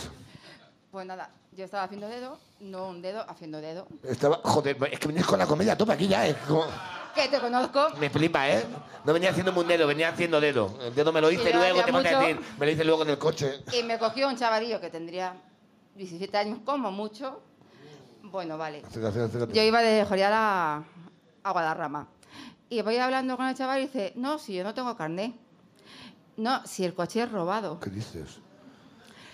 G: Pues nada, yo estaba haciendo dedo, no un dedo, haciendo dedo.
J: Estaba, joder, es que venís con la comedia a tope aquí ya, ¿eh? Como-
G: Que te conozco.
J: me flipa, ¿eh? No venía haciéndome un dedo, venía haciendo dedo. El dedo me lo
G: Y
J: hice
G: luego
J: luego,
G: había
J: te voy a
G: mucho-
J: decir. Me lo hice luego en el coche.
G: Y me cogió un chavalillo que tendría 17 años, como mucho. Bueno, vale. Yo iba de Jorial a, a Guadarrama. Y voy hablando con el chaval y dice, no, si yo no tengo carné. No, si el coche es robado.
J: ¿Qué dices?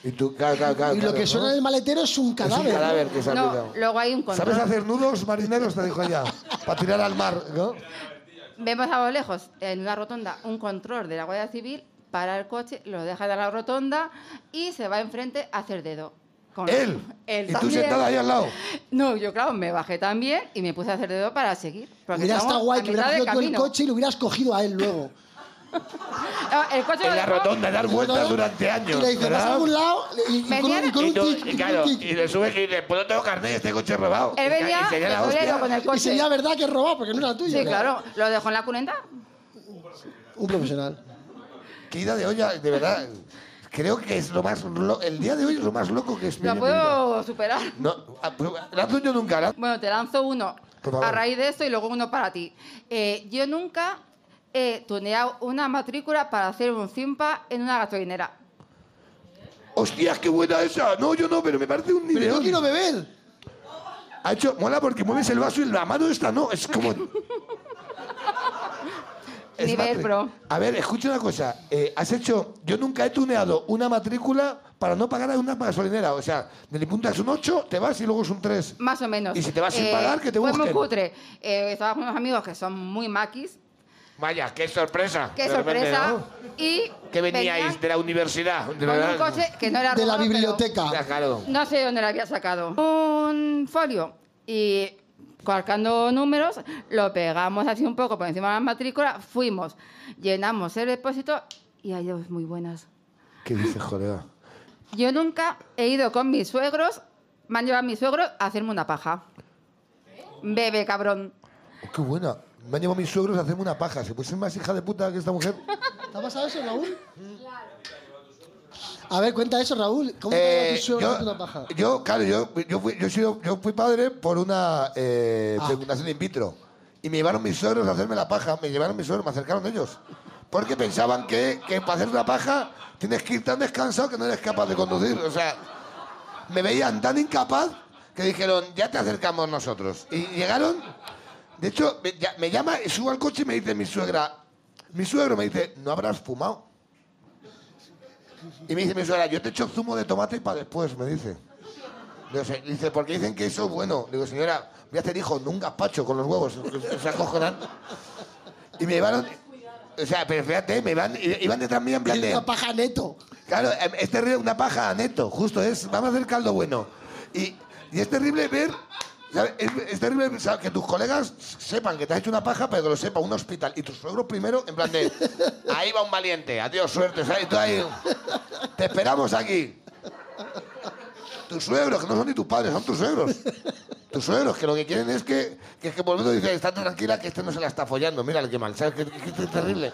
J: Y tú, claro, claro, claro.
B: y lo
J: Ah, claro,
B: que
J: ¿no?
B: suena en el maletero es un cadáver.
J: Es
B: ¿no?
J: un cadáver que se ha
G: No,
J: tirado.
G: luego hay un
J: ¿Sabes
G: control.
J: hacer nudos marineros? Te dijo ella. Para tirar al mar, ¿no?
G: Vemos a lo lejos, en una rotonda, un control de la Guardia Civil para el coche, lo deja de la rotonda y se va enfrente a hacer dedo. Con-
J: Él.
G: Él
J: Y tú
G: también.
J: sentada ahí al lado.
G: No, yo claro, me bajé también y me puse a hacer dedo para seguir. Porque
B: Hubiera
G: estamos
B: estado
G: a
B: guay que
G: mitad
B: hubieras
G: de
B: cogido tú el
G: camino.
B: coche y lo hubieras cogido a él luego.
G: Ah, el coche lo
J: En la
G: dejó-
J: rotonda, dar vueltas durante años.
B: Y le dices, vas a
J: ¿verdad?
B: algún lado y, y
G: Me
B: con, un-
G: tiene-
B: y con
J: Y
B: un
J: tú-
B: tic, y
J: y
B: con un
J: claro,
B: tic.
J: y le subes y le pues no tengo carnet, este coche es robado.
G: Él
J: Y ca-
G: venía
J: y sería la
G: de
J: hostia.
G: culero con el
B: Y
G: coche.
B: sería verdad que es robado porque no era tuyo.
G: Sí, claro, lo dejó en la cuneta.
B: Un profesional.
J: Qué ida de olla, de verdad. Creo que es lo más lo- el día de hoy es lo más loco que es
G: Lo puedo superar.
J: No, ah, pues, no has yo nunca. ¿no?
G: Bueno, te lanzo uno
J: Por favor.
G: a raíz de esto y luego uno para ti. Eh, yo nunca he tuneado una matrícula para hacer un zimpa en una gasolinera.
J: Hostias, qué buena esa. No, yo no, pero me parece un
B: Pero yo
J: nivel.
B: quiero beber.
J: Ha hecho mola porque mueves el vaso y la mano esta no, es como Es
G: Nivel
J: matri-
G: pro.
J: A ver, escucha una cosa. eh, has hecho. Yo nunca he tuneado una matrícula para no pagar a una gasolinera. O sea, de mi punta es un 8, te vas y luego es un 3.
G: Más o menos.
J: Y si te vas sin pagar, que te
G: Eh, fue
J: busquen.
G: muy cutre. Eh, estaba con unos amigos que son muy maquis.
J: Vaya, qué sorpresa.
G: ¡Qué
J: De repente,
G: sorpresa!
J: ¿no?
G: Y
J: Que veníais
G: venían
J: de la universidad. De
G: con
J: verdad.
G: un coche que no era
B: De la
G: robado, pero
J: Ya,
B: biblioteca.
J: claro.
G: No sé dónde lo había sacado. Un folio. Y marcando números, lo pegamos así un poco por encima de la matrícula, fuimos, llenamos el depósito y adiós, muy buenas.
J: ¿Qué dices, joder?
G: Yo nunca he ido con mis suegros, me han llevado mis suegros a hacerme una paja. Bebe, cabrón.
J: Oh, qué buena. Me han llevado mis suegros a hacerme una paja. ¿Se puede ser más hija de puta que esta mujer?
B: ¿Te ha pasado eso, Raúl? A ver, cuenta eso, Raúl. ¿Cómo te ha
J: Eh,
B: llevado tu suegro haciendo una paja?
J: yo, claro, yo, yo, fui, yo, he sido- yo fui padre por una eh,
B: Ah.
J: fecundación in vitro. Y me llevaron mis suegros a hacerme la paja. Me llevaron mis suegros, me acercaron ellos. Porque pensaban que, que para hacer una paja tienes que ir tan descansado que no eres capaz de conducir. O sea, me veían tan incapaz que dijeron, ya te acercamos nosotros. Y llegaron, de hecho, me, ya- me llama, subo al coche y me dice mi suegra, mi suegro me dice, ¿no habrás fumado? Y me dice mi suegra, yo te echo zumo de tomate para después, me dice. Digo, "Se- dice, porque dicen que eso es bueno. Digo, señora, voy a hacer hijos, no un gazpacho con los huevos. Es acojonante. Y me llevaron...
E: O sea, pero fíjate, me iban, iban detrás mía en plan de...
B: Una paja neto.
E: Claro, em, es terrible, una paja neto, justo es. Vamos a hacer caldo bueno. Y, y es terrible ver... ¿sabes? Es, es terrible ¿sabes? que tus colegas sepan que te has hecho una paja, pero que lo sepa un hospital. Y tus suegros primero, en plan de... Ahí va un valiente, adiós, suerte, ¿sabes? Y tú ahí... Te esperamos aquí. Tus suegros, que no son ni tus padres, son tus suegros. Tus suegros, que lo que quieren es que, que, es que por el momento dicen, estate tranquila que este no se la está follando, mira el que mal, ¿sabes? Que, que esto es terrible.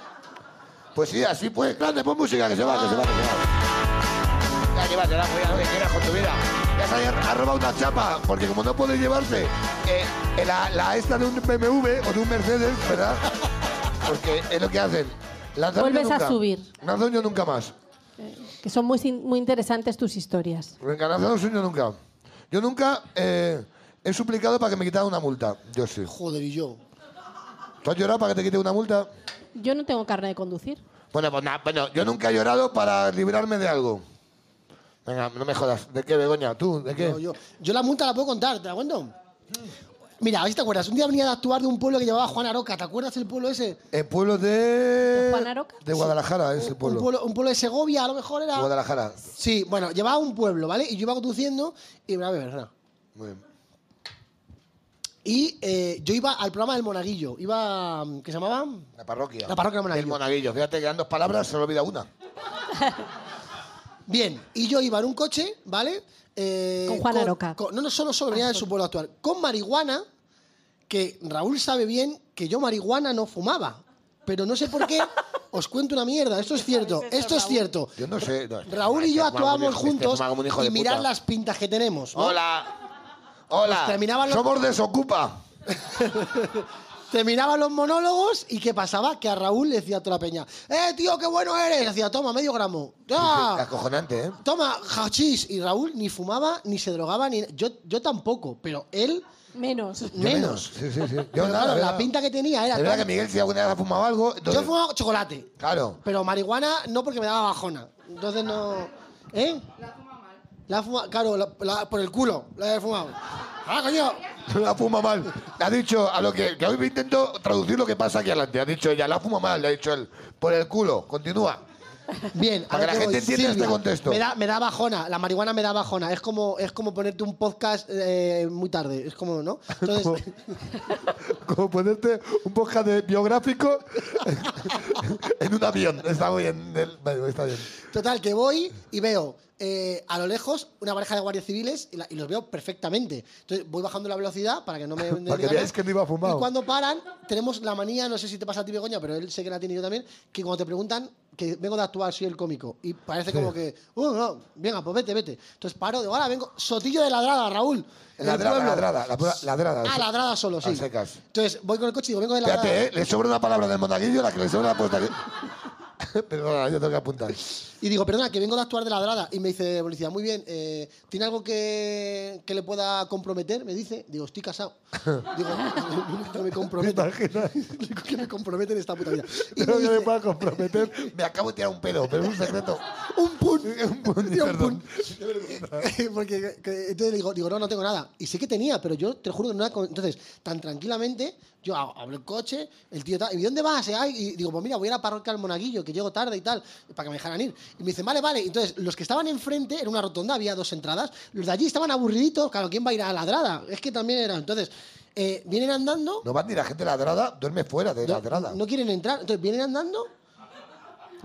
E: Pues sí, así pues, grande, pon música, que se va, que se va, que se va. Ya llévate la folla, lo que quieras con tu vida. Ya se ha ha robado una chapa, porque como no puede llevarse eh, eh, la, la esta de un BMW o de un Mercedes, ¿verdad? Porque es lo que hacen. Lanzar
D: Vuelves
E: yo nunca.
D: a subir.
E: Lanzar yo nunca más.
D: Que son muy, sin- muy interesantes tus historias.
E: Reencarnación no sueño nunca. Yo nunca eh, he suplicado para que me quitaran una multa. Yo sí.
B: Joder, y yo.
E: ¿Tú has llorado para que te quiten una multa?
D: Yo no tengo carne de conducir.
E: Bueno, pues nada, bueno, yo nunca he llorado para librarme de algo. Venga, no me jodas. ¿De qué, Begoña? ¿Tú? ¿De qué?
B: Yo, yo. Yo la multa la puedo contar, ¿te la cuento? Mira, a ver si te acuerdas. Un día venía de actuar de un pueblo que llevaba Juan Aroca. ¿Te acuerdas el pueblo ese?
E: El pueblo de...
B: Juan Aroca?
E: De Guadalajara, ese
B: Un
E: pueblo.
B: pueblo, un pueblo de Segovia, a lo mejor era.
E: Guadalajara.
B: Sí, bueno, llevaba a un pueblo, ¿vale? Y yo iba conduciendo y me la bebé, ¿verdad?
E: Muy bien.
B: Y eh, yo iba al programa del Monaguillo. Iba. mm, ¿Qué se llamaba?
E: La parroquia.
B: La parroquia del Monaguillo.
E: El monaguillo. Fíjate que dan dos palabras, se le olvida una.
B: Bien, y yo iba en un coche, ¿vale? Eh,
D: Con Juan Aroca.
B: con- no, no solo solo venía de su pueblo actual. Con marihuana, que Raúl sabe bien que yo marihuana no fumaba. Pero no sé por qué. Os cuento una mierda, esto es cierto, esto es cierto.
E: Yo no sé. no, este
B: Raúl
E: fuma-
B: y yo
E: este fuma
B: actuábamos
E: como un hijo- este
B: juntos
E: fuma como un hijo
B: y
E: de
B: mirad
E: puta.
B: las pintas que tenemos. ¿no?
E: Hola. Hola.
B: Pues terminaban los-
E: Somos desocupa.
B: Terminaban los monólogos y ¿qué pasaba? Que a Raúl le decía a toda la peña, ¡eh, tío, qué bueno eres! Y hacía, toma, medio gramo.
E: Sí,
B: ¡Ya!
E: Acojonante, ¿eh?
B: Toma, hachís. Y Raúl ni fumaba, ni se drogaba, ni... Yo, yo tampoco, pero él
D: Menos.
E: Yo
B: menos.
E: Sí, sí, sí. Yo
B: Pero
E: nada,
B: claro,
E: de
B: la
E: verdad.
B: pinta que tenía era...
E: Es verdad
B: todo-
E: que Miguel si alguna vez ha fumado algo...
B: Yo
E: entonces-
B: fumaba chocolate,
E: Claro.
B: pero marihuana no porque me daba bajona. Entonces no... ¿Eh? La he fumado, claro, la- la- por el culo la he fumado. ¡Ah, coño!
E: La fuma mal. Le ha dicho a lo que, que hoy me intento traducir lo que pasa aquí adelante. Ha dicho ella, la fuma mal, le ha dicho él. Por el culo, continúa.
B: Bien,
E: Para
B: ahora te
E: que la
B: voy.
E: gente entienda
B: Silvia,
E: este contexto.
B: Me da, me da bajona, la marihuana me da bajona. Es como, es como ponerte un podcast eh, muy tarde, es como, ¿no? Entonces,
E: Como ponerte un podcast de biográfico en un avión. Está muy bien. el- vale, Está bien.
B: total, que voy y veo eh, a lo lejos una pareja de guardias civiles y, la- y los veo perfectamente. Entonces voy bajando la velocidad para que no me...
E: Para que veáis que no iba
B: Y
E: fumado.
B: cuando paran, tenemos la manía, no sé si te pasa a ti, Begoña, pero él sé que la tiene yo también, que cuando te preguntan que vengo de actuar, soy el cómico, y parece como que, uh, no, venga, pues vete, vete. Entonces paro, digo, ahora vengo, sotillo de ladrada, Raúl. en el
E: Ladrada,
B: pueblo.
E: ladrada, ladrada, ladrada.
B: Ah, ladrada solo, sí.
E: A secas.
B: Entonces voy con el coche y digo, vengo de ladrada. Ah.
E: Fíjate, ¿eh? le sobra una palabra del monaguillo, la que le sobra la puesta. Perdona, yo tengo que apuntar.
B: Y digo, perdona, que vengo de actuar de ladrada. Y me dice el policía, muy bien, eh, ¿tiene algo que, que le pueda comprometer? Me dice, digo, estoy casado. digo, que me comprometo. Digo, que me compromete en esta puta vida. Y me
E: Creo que me
B: dice,
E: pueda comprometer. Me acabo de tirar un pedo, pero es un secreto.
B: un pun.
E: Un pun,
B: Tío, un
E: perdón.
B: Porque que- entonces le digo, digo, no, no tengo nada. Y sí que tenía, pero yo te juro que no era. con- Entonces, tan tranquilamente, yo ab- abro el coche, el tío tal, ¿y dónde vas? eh? Ay, Y digo, pues mira, voy a ir a parroquia al monaguillo, que llego tarde y tal, para que me dejaran ir. Y me dicen, vale, vale. Entonces, los que estaban enfrente, en una rotonda, había dos entradas, los de allí estaban aburriditos, claro, ¿quién va a ir a ladrada? Es que también era. Entonces, eh, vienen andando,
E: No va ni la gente ladrada, duerme fuera de ladrada.
B: no quieren entrar, entonces vienen andando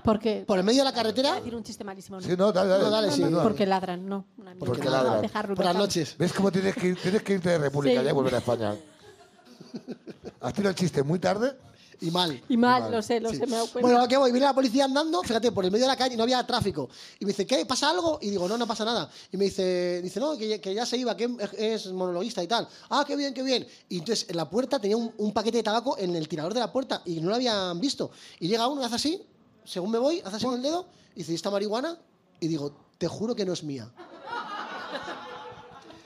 D: Porque.
B: por el medio de la
D: Voy a
B: carretera.
D: decir un chiste malísimo. ¿no?
E: Sí, no, dale, dale.
B: No, dale,
D: No,
B: sí,
D: no,
B: no.
D: porque ladran, no. Una mierda.
E: Porque
D: No,
E: ladran.
D: dejar ruido
B: Por las
D: acá.
B: noches.
E: ¿Ves cómo tienes que, ir- tienes que irte de República
D: Sí.
E: ya y volver a España? Has tirado el chiste muy tarde.
B: Y mal.
D: Y mal, lo sé, lo sé, me he dado cuenta.
B: Bueno, ¿a qué voy? Viene la policía andando, fíjate, por el medio de la calle, no había tráfico. Y me dice, ¿qué? ¿Pasa algo? Y digo, no, no pasa nada. Y me dice, dice no, que, ya- que ya se iba, que es, es monologuista y tal. Ah, qué bien, qué bien. Y entonces en la puerta tenía un, un paquete de tabaco en el tirador de la puerta y no lo habían visto. Y llega uno y hace así, según me voy, hace así con el dedo, y dice, ¿y esta marihuana? Y digo, te juro que no es mía.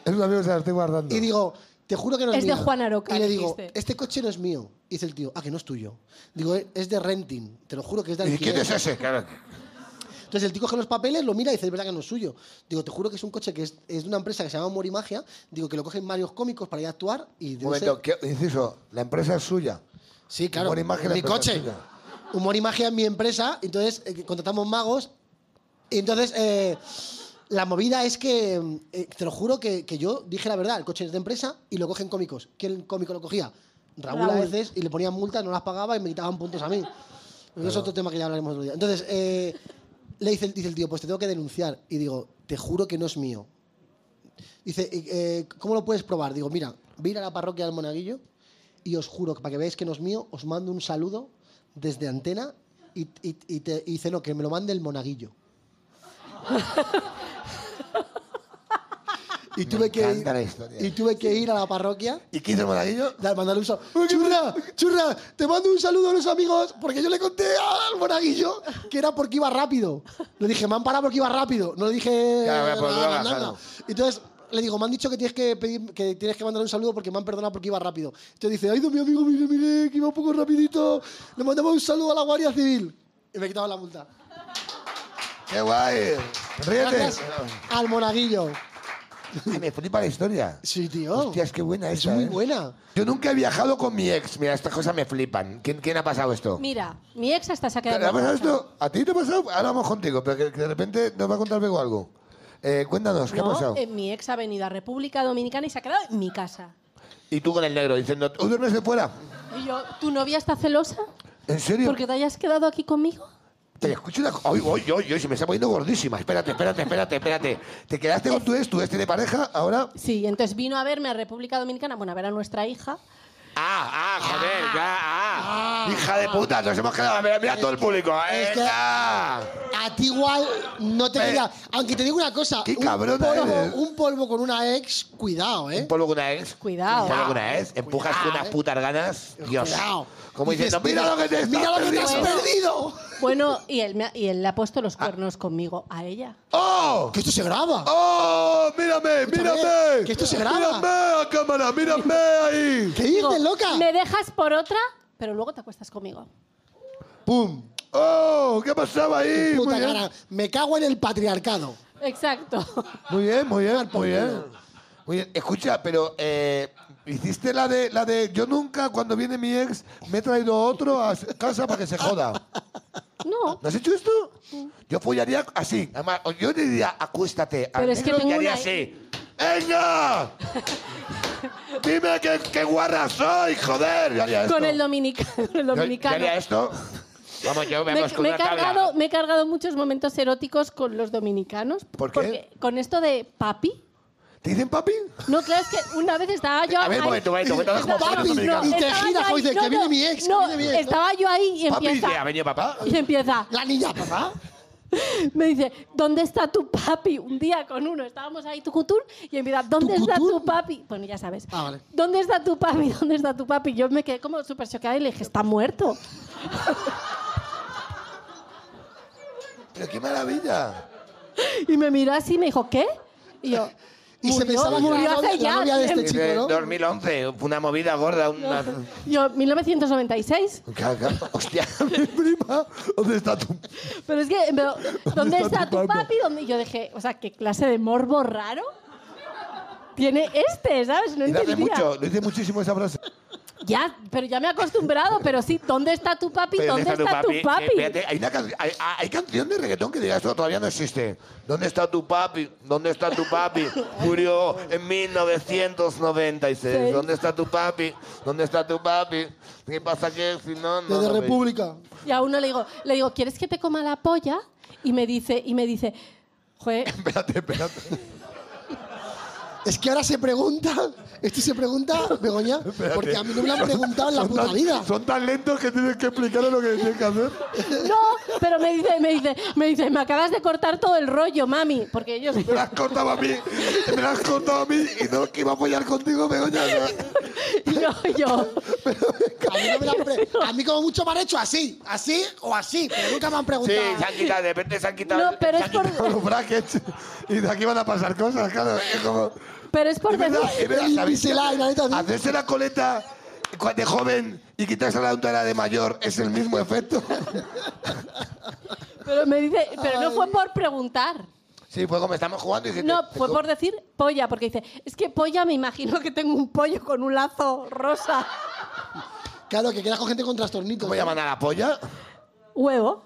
E: Es un amigo que se la estoy guardando.
B: Y digo, te juro que no es,
D: Es de
B: mía.
D: Juan Aroca,
B: Y le digo,
D: dijiste.
B: este coche no es mío. Y dice el tío, ah, que no es tuyo. Digo, "Eh, es de renting. Te lo juro que es de
E: ¿Y
B: alquiler.
E: quién es ese? Claro.
B: Entonces el tío coge los papeles, lo mira y dice, es verdad que no es suyo. Digo, te juro que es un coche que es, es de una empresa que se llama Humor y Magia. Digo, que lo cogen varios cómicos para ir a actuar y
E: Un
B: debe
E: momento,
B: ser-
E: ¿qué- inciso, la empresa es suya.
B: Sí, claro.
E: Humor y Magia, la
B: mi
E: empresa
B: coche.
E: es tuya.
B: Humor y magia es mi empresa, entonces eh, contratamos magos. Y entonces, eh, la movida es que, mm, eh, te lo juro que, que yo dije la verdad, el coche es de empresa y lo cogen cómicos. ¿Quién cómico lo cogía? Raúl, a
L: Raúl.
B: veces y le ponían multas, no las pagaba y me quitaban puntos a mí. Pero es
L: Claro.
B: otro tema que ya hablaremos otro día. Entonces, eh, le dice, el- dice el tío, pues te tengo que denunciar. Y digo, te juro que no es mío. Dice, "Y, eh, ¿cómo lo puedes probar? Digo, mira, voy a ir a la parroquia del Monaguillo y os juro que para que veáis que no es mío, os mando un saludo desde antena y, y- y te, y dice, no, que me lo mande el Monaguillo. y, tuve que ir,
E: encanta la historia.
B: y tuve que ir a la parroquia.
E: ¿Y qué hizo el Monaguillo?
B: Da- mandarle un saludo. ¡Churra! ¡Churra! Te mando un saludo a los amigos porque yo le conté al Monaguillo que era porque iba rápido. Le dije, me han parado porque iba rápido. No le dije
E: Ya, ya, por
B: nada,
E: drogas,
B: nada.
E: claro.
B: Entonces le digo, me han dicho que tienes que, pedir, que tienes que mandar un saludo porque me han perdonado porque iba rápido. Entonces dice, ay, Dios, mi amigo, mire, mire, que iba un poco rapidito. Le mandamos un saludo a la Guardia Civil. Y me quitaba la multa.
E: ¡Qué guay! ¡Ríete!
B: Gracias al Monaguillo.
E: Ay, me flipa la historia.
B: Sí, tío.
E: Hostias, qué buena
B: Es
E: esa,
B: muy
E: ¿eh?
B: buena.
E: Yo nunca he viajado con mi ex. Mira, estas cosas me flipan. ¿Quién, quién ha pasado esto?
D: Mira, mi ex hasta se ha
E: ¿Te
D: quedado.
E: ha pasado
D: borracha.
E: esto? ¿A ti te ha pasado? Ahora vamos contigo, pero que que de repente nos va a contar luego algo. Eh, cuéntanos, ¿qué
D: No,
E: ha pasado?
D: eh, mi ex ha venido a República Dominicana y se ha quedado en mi casa.
E: Y tú con el negro diciendo, ¿tú duermes de fuera?
D: Y yo, ¿tu novia está celosa?
E: ¿En serio?
D: ¿Porque te hayas quedado aquí conmigo?
E: Te escucho una... co- Ay, ay, ay, ay, se me está poniendo gordísima. Espérate, espérate, espérate, espérate. ¿Te quedaste con tu ex? ¿Tu ex tiene pareja? Ahora...
D: Sí, entonces vino a verme a República Dominicana, bueno, a ver a nuestra hija.
E: Ah, ah, joder, ya, ah. Hija de puta, nos hemos quedado. Mira, mira todo el público.
B: Es que-
E: ¡Venga!
B: A ti igual no te queda. Aunque te digo una cosa.
E: Qué
B: un
E: cabrona
B: polvo-
E: eres.
B: un polvo con una ex, cuidado, ¿eh?
E: Un polvo con una ex.
B: Cuidado.
E: Un polvo con una ex. Empujas con unas putas ganas. Dios. Como diciendo, eh. mira lo que te
B: mira lo que te has
E: perdiendo".
B: perdido.
D: Bueno, y él, me ha- y él le ha puesto
E: Ah.
D: los cuernos conmigo, a ella.
E: ¡Oh!
B: Que esto se graba.
E: ¡Oh! ¡Mírame, mírame!
B: que esto se graba.
E: ¡Mírame a cámara, mírame ahí!
B: ¿Qué dices, loca?
D: Me dejas por otra, pero luego te acuestas conmigo.
B: ¡Pum!
E: ¡Oh! ¿Qué pasaba ahí?
B: Puta
E: Muy bien.
B: cara, Me cago en el patriarcado.
D: Exacto.
E: Muy bien, muy bien, muy bien. Muy bien. Escucha, pero eh, hiciste la de, la de yo nunca cuando viene mi ex me he traído a otro a casa para que se joda.
D: No,
E: ¿No has hecho esto? Yo follaría así. Además, yo le diría acuéstate. al
D: Pero es que
E: negro y
D: tengo
E: haría
D: una-
E: así. ¡Venga! Dime qué, qué guarra soy, joder. Yo haría esto.
D: con el, dominica- con el
E: Yo- yo
D: dominicano.
E: haría esto. Vamos, yo
D: Me,
E: vemos con
D: me he
E: una tabla.
D: cargado, me he cargado muchos momentos eróticos con los dominicanos.
E: ¿Por qué?
D: Porque con esto de papi.
E: ¿Te dicen papi?
D: No, claro, es que una vez estaba yo...
E: A ver,
D: ahí-
E: momento, momento, cuéntanos cómo son los
D: Estaba-
E: dominicanos.
D: no,
E: Y te
D: estaba
B: giras,
D: yo ahí-
B: dices,
D: no,
B: que viene
D: no,
B: mi ex, que
D: no,
B: viene mi ex, ¿no?
D: estaba yo ahí y
E: Papi,
D: empieza...
E: dice, ¿ha venido papá?
D: Y empieza...
B: La niña, papá.
D: Me dice, ¿dónde está tu papi? Un día con uno, estábamos ahí tucutún y empieza, ¿dónde está
B: ¿Tucutún?
D: tu papi? Bueno, ya sabes.
B: Ah, vale.
D: ¿Dónde está tu papi? ¿Dónde está tu papi? Yo me quedé como súper choqueada y le dije, está muerto.
E: Pero qué maravilla.
D: Y me miró así y me dijo, ¿qué? Y yo,
B: Y se
D: murió,
B: pensaba que era
D: murió
B: la novia-
D: hace
B: la
D: ya
B: novia de este
D: tiempo".
B: chico,
E: Dice,
B: ¿no?
E: 2011, fue una movida gorda. Una...
D: Yo, 1996.
E: Ca- ca- Hostia, mi prima, ¿dónde está tu...?
D: Pero es que, pero, ¿dónde está tu papi? ¿Dónde? Y yo dije, o sea, ¿qué clase de morbo raro tiene este? ¿Sabes? No
E: Y lo hace
D: entendía.
E: mucho, lo dice muchísimo esa frase.
D: Ya, pero ya me he acostumbrado, pero sí, ¿dónde está tu papi?
E: Pero
D: ¿Dónde está, tu papi?
E: Eh, espérate, hay, una can- hay, hay- hay canción de reggaetón que diga esto todavía no existe. ¿Dónde está tu papi? ¿Dónde está tu papi? Murió en 1996.
D: Sí.
E: ¿Dónde está tu papi? ¿Dónde está tu papi? ¿Qué pasa que si no, no
B: Desde
E: lo veis?
B: República.
D: Y a uno le digo, le digo, ¿quieres que te coma la polla? Y me dice, y me dice, "Jue,
E: Espérate, espérate.
B: Es que ahora se pregunta, esto se pregunta, Begoña, porque a mí no me lo han preguntado en la
E: Son
B: puta
E: tan-
B: vida.
E: Son tan lentos que tienes que explicar lo que tienes que hacer.
D: no, pero me dice, me dice, me dice, me acabas de cortar todo el rollo, mami, porque ellos
E: Me lo has contado a mí, me lo has contado a mí y no que iba a apoyar contigo, Begoña.
D: y yo, y yo,
B: A mí, no me lo han pre- a mí como mucho me han hecho así, así o así, pero nunca me han preguntado.
E: han quitado, de repente se han
D: No, pero
E: se
D: es
E: han
D: por-
E: quitado los brackets y de aquí van a pasar cosas, claro. Es como.
D: pero es por
E: Es verdad,
D: decir-
E: es verdad,
B: Y-
E: ¿sabéis?
B: y se la- y la neta así.
E: Hacerse la coleta cu- de joven y quitarse la de la de mayor es el mismo efecto. eh.
D: pero me dice, pero no fue por preguntar.
E: Sí, pues como estamos jugando y dijiste,
D: No, pues fue por decir polla, porque dice, es que polla me imagino que tengo un pollo con un lazo rosa.
B: Claro, que quedas con gente con trastornitos.
E: ¿Cómo llaman a la polla?
D: huevo,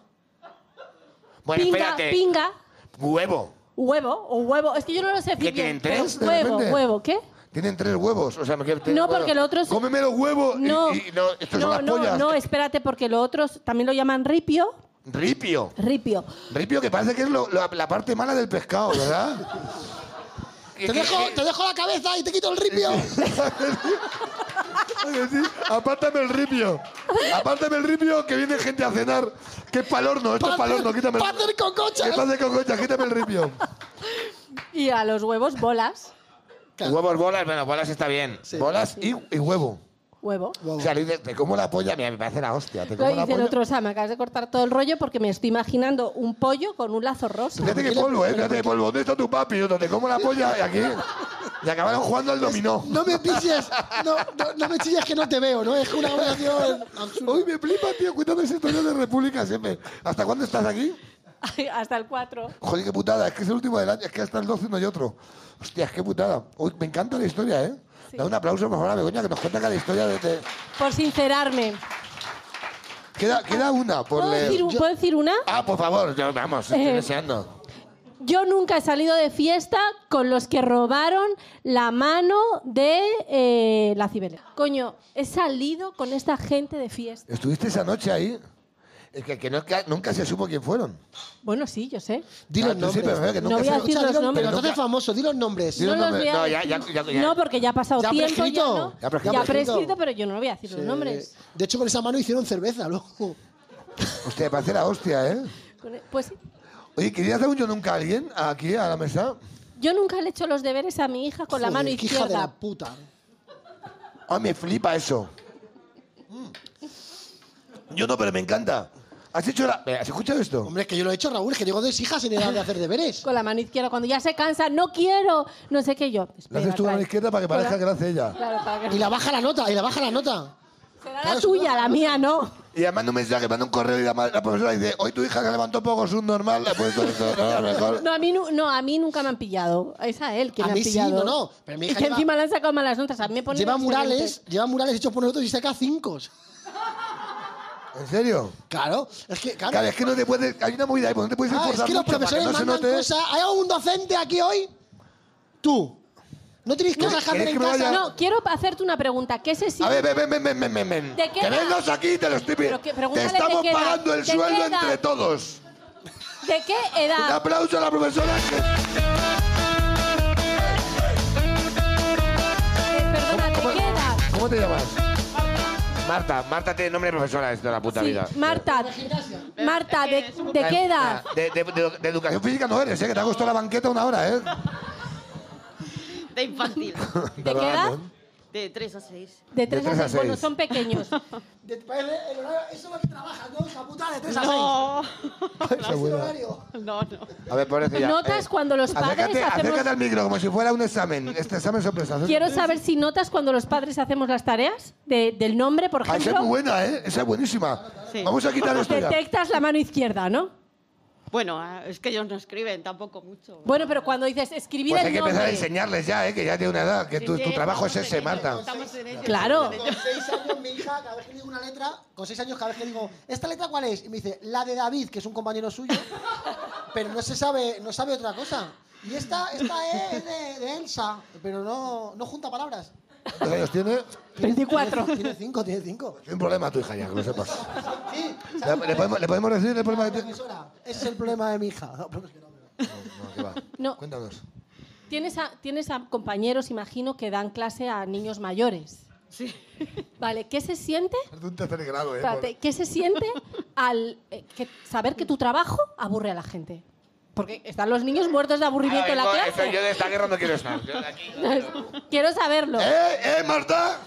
E: Bueno,
D: pinga,
E: espérate.
D: pinga,
E: Huevo.
D: huevo o huevo. Es que yo no lo sé.
E: ¿Ya
D: bien,
E: tienen
D: pero
E: tres, de
D: Huevo,
E: repente?
D: huevo, ¿qué?
E: Tienen tres huevos. O sea, me quiero-
D: No, porque lo otro es-
E: Cómeme los huevos. y-
D: No.
E: y no, estos son
D: No,
E: las
D: no,
E: pollas.
D: no, espérate, porque lo otros también lo llaman ripio.
E: Ripio.
D: Ripio.
E: Ripio, que parece que es lo- lo- la parte mala del pescado, ¿verdad?
B: Te dejo, te dejo la cabeza y te quito el ripio.
E: Oye, sí, Apártame el ripio. Apártame el ripio que viene gente a cenar. Que es pal horno, esto es pal horno, quítame el
B: Pater con
E: ¿Qué pasa con concha? Quítame el ripio.
D: Y a los huevos, bolas.
E: Huevos, bolas, bueno, bolas está bien. bolas Y, y huevo.
D: Huevo.
E: O sea, le dices, te como la polla, mira, me parece la hostia. Te
D: Lo
E: como la
D: dice el
E: polla.
D: otro, o sea, me acabas de cortar todo el rollo porque me estoy imaginando un pollo con un lazo rosa.
E: Fíjate qué polvo, eh, fíjate qué polvo. ¿Dónde está tu papi? Yo te como la polla y aquí. Y acabaron jugando al dominó.
B: No me pilles, no, no, no me chilles que no te veo, ¿no? Es una oración absurda.
E: Uy, me flipa, tío, cuéntame esa historia de República siempre. ¿Hasta cuándo estás aquí?
D: Ay, Hasta el 4.
E: Joder, qué putada, es que es el último del año, es que hasta el 12 no hay otro. Hostias, qué putada. Uy, me encanta la historia, ¿eh? Da un aplauso, por favor, a Begoña, que nos cuenta cada historia de... de-
D: Por sincerarme.
E: Queda, queda una por
D: Ah, ¿Puedo
E: leer.
D: decir, un-
E: Yo-
D: puedo decir una?
E: Ah, por favor, yo- vamos,
D: Eh,
E: estoy deseando.
D: Yo nunca he salido de fiesta con los que robaron la mano de eh, la Cibele. Coño, he salido con esta gente de fiesta.
E: ¿Estuviste esa noche ahí? Es que, que no- que nunca se supo quién fueron.
D: Bueno, sí, yo sé.
E: Di los Ah, tú sí, nombres. pero es que No nunca voy se- a decir
B: O sea,
E: los
B: di
E: nombres.
B: Pero tú eres famoso, di los nombres.
E: Di los No los nombres. voy a No, ya- decir. ya- ya- ya.
D: No, porque ya ha pasado
B: Ya ha
D: tiempo. Ya,
B: prescrito.
D: no.
B: Ya ha prescrito.
D: Ya ha prescrito, pero yo no voy a decir los
B: Sí.
D: nombres.
B: De hecho, con esa mano hicieron cerveza luego.
E: Hostia, parece la hostia, ¿eh?
D: Con- Pues sí.
E: Oye, ¿querías dar un yo nunca a alguien aquí, a la mesa?
D: Yo nunca le he hecho los deberes a mi hija con la
B: Joder,
D: mano
B: qué hija de
D: izquierda.
B: la puta.
E: Ah, me flipa eso. Mm. Yo no, pero me encanta. ¿Has hecho la... Mira, ¿Has escuchado esto?
B: Hombre, es que yo lo he hecho, Raúl, es que llego dos hijas sin edad de hacer deberes.
D: Con la mano izquierda, cuando ya se cansa, no quiero, no sé qué yo.
E: Lo
D: Espera,
E: haces tú a la
D: trae.
E: izquierda para que parezca que lo hace ella.
D: Claro, para que-
B: Y la baja la nota, y la baja la nota.
D: Será la tuya, la mía no.
E: Y además un mensaje, manda un correo y la, madre- la profesora dice, hoy tu hija que levantó poco es un normal, le ha puesto esto, no, a lo mejor.
D: No a, mí, nu- no, a mí nunca me han pillado. Es a él que
B: A
D: me
B: mí
D: han
B: sí, no,
D: pillado.
B: no, pero mi
D: Y
B: hija
D: que
B: lleva-
D: encima le han sacado malas notas. A mí me ponen
B: Lleva
D: excelentes.
B: murales, lleva murales hechos por nosotros y saca cinco.
E: ¿En serio?
B: Claro, es que, claro.
E: Claro, es que no te puedes, hay una movida ahí, porque no te puedes
B: Ah,
E: esforzar
B: es que los
E: mucho para que
B: profesores
E: no se
B: mandan
E: note.
B: cosas. ¿Hay algún docente aquí hoy? Tú. ¿No tenéis cosas que hacer
E: ¿Queréis
B: en
E: que me
B: casa?
E: vaya?
D: No, quiero hacerte una pregunta. ¿Qué se
E: A
D: siente?
E: ver, ven, ven, ven, ven, ven, ven, ven.
D: ¿De qué
E: Que
D: edad?
E: vengas aquí, te lo estoy pidiendo.
D: Pero que-
E: Te
D: pregúntale
E: estamos
D: de qué edad,
E: pagando el
D: de qué
E: sueldo
D: edad. Ah.
E: entre todos.
D: ¿De qué
E: Un
D: edad?
E: aplauso a la profesora. que-
D: Eh, perdona, ¿de qué edad?
E: ¿Cómo te llamas? Marta, Marta tiene nombre de profesora esto de la puta
D: Sí,
E: vida.
D: Marta, Marta, ¿de, de qué edad?
E: ah, De, de- de- de educación física no eres, ¿eh? que te ha costado la banqueta una hora, ¿eh?
L: De infantil.
E: Perdón,
D: qué edad?
E: ¿eh?
L: De 3 a 6.
D: De 3
E: tres
D: a
E: a
D: 6. Bueno,
E: seis.
D: son pequeños.
B: De- el horario- eso es lo que trabajas, ¿no? Hija puta, de 3 a 6.
L: No.
E: Esa
B: el
E: buena.
B: horario.
L: No, no.
E: A ver, pobrecilla.
D: Notas
E: eh,
D: cuando los padres
E: acércate,
D: hacemos-
E: acércate al micro como si fuera un examen. Este examen sorpresa.
D: Quiero saber si notas cuando los padres hacemos las tareas de- del nombre, por
E: Ah, esa es muy
D: ejemplo.
E: buena, ¿eh? Esa es buenísima.
L: Sí.
E: Vamos a quitar esto ya.
D: Detectas la mano izquierda, ¿no?
L: Bueno, ah, es que ellos no escriben tampoco mucho.
D: Bueno, pero cuando dices escribir
E: Pues
D: el
E: hay que
D: nombre.
E: empezar a enseñarles ya, ¿eh? Que ya tiene una edad. Que
L: Sí,
E: tu,
L: sí,
E: tu trabajo es
L: estamos
E: ese,
L: en ello,
E: Marta.
L: estamos en ello.
D: Claro.
B: Con 6 años, mi hija, cada vez que digo una letra, con 6 años, cada vez que digo, ¿esta letra cuál es? Y me dice, la de David, que es un compañero suyo, pero no se sabe, no sabe otra cosa. Y esta, esta es de, de Elsa, pero no, no junta palabras.
E: ¿Cuántos años tiene?
D: 24.
B: Tiene 5, tiene 5.
E: Tiene un problema tu hija ya, que lo sepas.
B: Sí,
E: ¿Le, le podemos, le podemos decir el problema que tiene?
B: profesora, ese es el problema de mi hija. No, pero es que no, pero-
E: No, que va.
D: No.
E: Cuéntanos.
D: Tienes a, tienes a compañeros, imagino, que dan clase a niños mayores.
L: Sí.
D: Vale, ¿qué se siente?
E: Es de un tercer grado, ¿eh?
D: Espérate, ¿qué se siente al eh, que- saber que tu trabajo aburre a la gente? Porque están los niños muertos de aburrimiento en la
E: Ahora mismo,
D: clase.
E: Ah, eso, Yo de esta guerra no quiero estar. Yo de aquí-
D: Quiero saberlo.
E: ¡Eh, eh, Marta!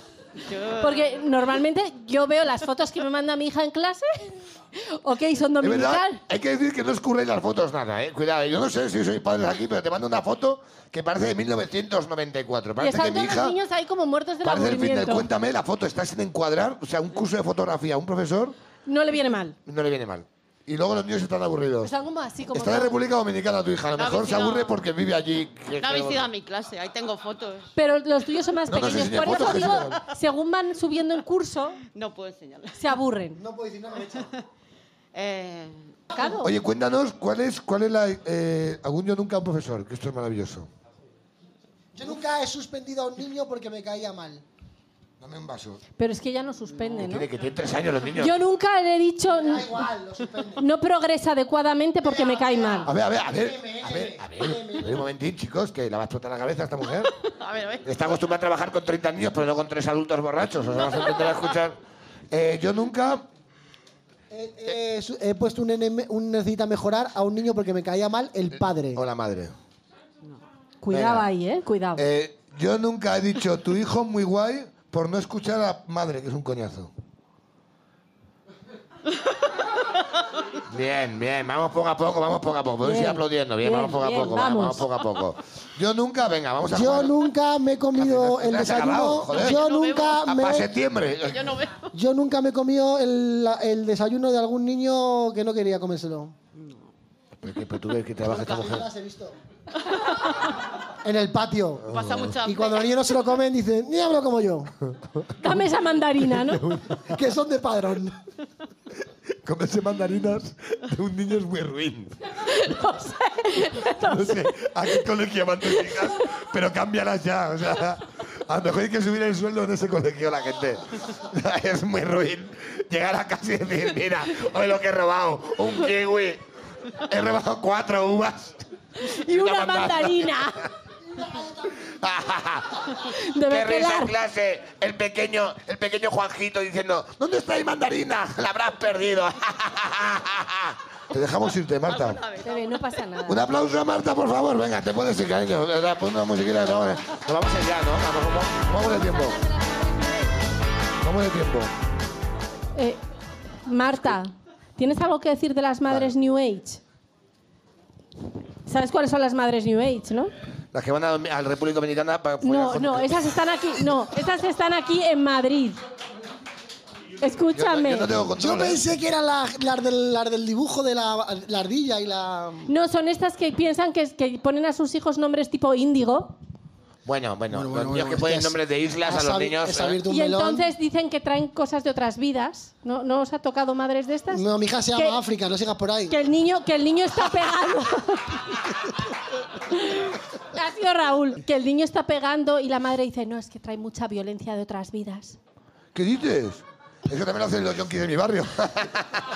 L: Yo-
D: Porque normalmente yo veo las fotos que me manda mi hija en clase. ok, son
E: Es verdad,
D: dominical.
E: hay que decir que no escurréis las fotos nada, ¿eh? Cuidado, yo no sé si sois padres aquí, pero te mando una foto que parece de 1994.
D: Y
E: Parece que
D: están
E: mi
D: todos los
E: hija...
D: niños ahí como muertos del
E: Parece el fin del
D: aburrimiento.
E: cuéntame, la foto está sin encuadrar. O sea, un curso de fotografía a un profesor
D: No le viene mal.
E: no le viene mal. Y luego los niños están aburridos.
D: Están como así, como...
E: Está de República Dominicana tu hija. A lo
L: No,
E: mejor se
L: vecino.
E: aburre porque vive allí. Que-
L: No habéis
E: que-
L: ido a mi clase, ahí tengo fotos.
D: Pero los tuyos son más
E: No nos
D: pequeños.
E: enseñe
D: Por eso
E: fotos,
D: digo,
E: Jesús.
D: según van subiendo en curso,
L: No puedo enseñarlas.
D: se aburren.
B: no puedo decir nada, me echa.
L: Eh,
E: Oye, cuéntanos cuál es, cuál es la. eh, algún yo nunca un profesor, que esto es maravilloso.
B: Yo nunca he suspendido a un niño porque me caía mal.
E: Dame un vaso.
D: Pero es que ya no suspende, ¿no?
E: Tiene que tener tres años los niños.
D: Yo nunca le he dicho.
E: Da igual,
D: no progresa adecuadamente porque me cae mal.
E: A ver, a ver, a ver, a ver, a ver, a ver, un momentín, chicos, que la va a explotar la cabeza esta mujer.
L: a ver, a ver.
E: Está acostumbrada a trabajar con 30 niños, pero no con tres adultos borrachos. Os vamos a intentar escuchar. Eh, yo nunca.
B: He, su- he puesto un, NM un necesita mejorar a un niño porque me caía mal el padre.
E: O la madre.
D: Cuidado
E: Venga.
D: ahí, ¿eh? Cuidado.
E: Eh, yo nunca he dicho tu hijo es muy guay por no escuchar a madre, que es un coñazo. Bien, bien, vamos poco a poco, vamos poco a poco. Podéis ir
B: Bien,
E: aplaudiendo, bien,
B: bien,
E: vamos poco
B: bien,
E: a poco, venga,
B: vamos.
E: vamos. poco a poco. Yo nunca, venga, vamos a
B: Yo
E: jugar.
B: nunca me he comido el
E: Ya se ha acabado,
B: desayuno.
E: joder.
B: Yo
E: Ah,
B: nunca
E: Para
B: me.
E: septiembre.
B: Yo nunca me he comido el, el desayuno de algún niño que no quería comérselo.
E: Pero, que- pero tú ves que trabaja esta mujer.
B: Las he visto. En el patio.
E: Pasa mucha
B: y
E: hambre.
B: cuando los niños no se lo comen, dicen, ni hablo como yo.
D: Dame esa mandarina, ¿no?
B: que son de padrón.
E: Comerse mandarinas de un niño es muy ruin.
D: No sé.
E: No sé a qué colegio van tus hijas, pero cámbialas ya. O sea, a lo mejor hay que subir el sueldo en ese colegio la gente. Es muy ruin llegar a casa y decir, mira, hoy lo que he robado, un kiwi. He robado cuatro uvas.
D: Y una mandarina. De
E: ¡Qué risa en
D: Betelar.
E: clase! El pequeño, el pequeño Juanjito diciendo, ¿dónde está mi mandarina? La habrás perdido. Te dejamos irte, Marta.
D: Bebé, no pasa nada.
E: Un aplauso a Marta, por favor. Venga, te puedes ir, cariño. Venga, Pon una musiquita. Nos vamos, nos vamos allá, ¿no? Vamos, vamos- vamos de tiempo. Vamos de tiempo.
D: Eh, Marta, ¿tienes algo que decir de las madres New Age? ¿Sabes cuáles son las madres New Age, no?
E: Las que van a, a la República Dominicana para fuera
D: No,
E: con-
D: no, esas están aquí, no, esas están aquí en Madrid. Escúchame.
B: Yo pensé que eran las las del, las del dibujo de la, la ardilla y la.
D: No, son estas que piensan que, que ponen a sus hijos nombres tipo índigo
E: Bueno, bueno, los
B: bueno,
E: niños
B: bueno,
E: que ponen
B: es-
E: nombres de islas a
B: has
E: los
B: abi-
E: niños.
B: has
E: ¿eh?
B: abierto un
D: y
B: melón.
D: entonces dicen que traen cosas de otras vidas. ¿No, ¿No os ha tocado madres de estas?
B: No, mi hija se
D: Que-
B: llama África, no sigas por ahí.
D: Que el niño, que el niño está pegando. ha sido Raúl. Que el niño está pegando y la madre dice, no, es que trae mucha violencia de otras vidas.
E: ¿Qué dices? Eso también lo hacen los yonkis de mi barrio.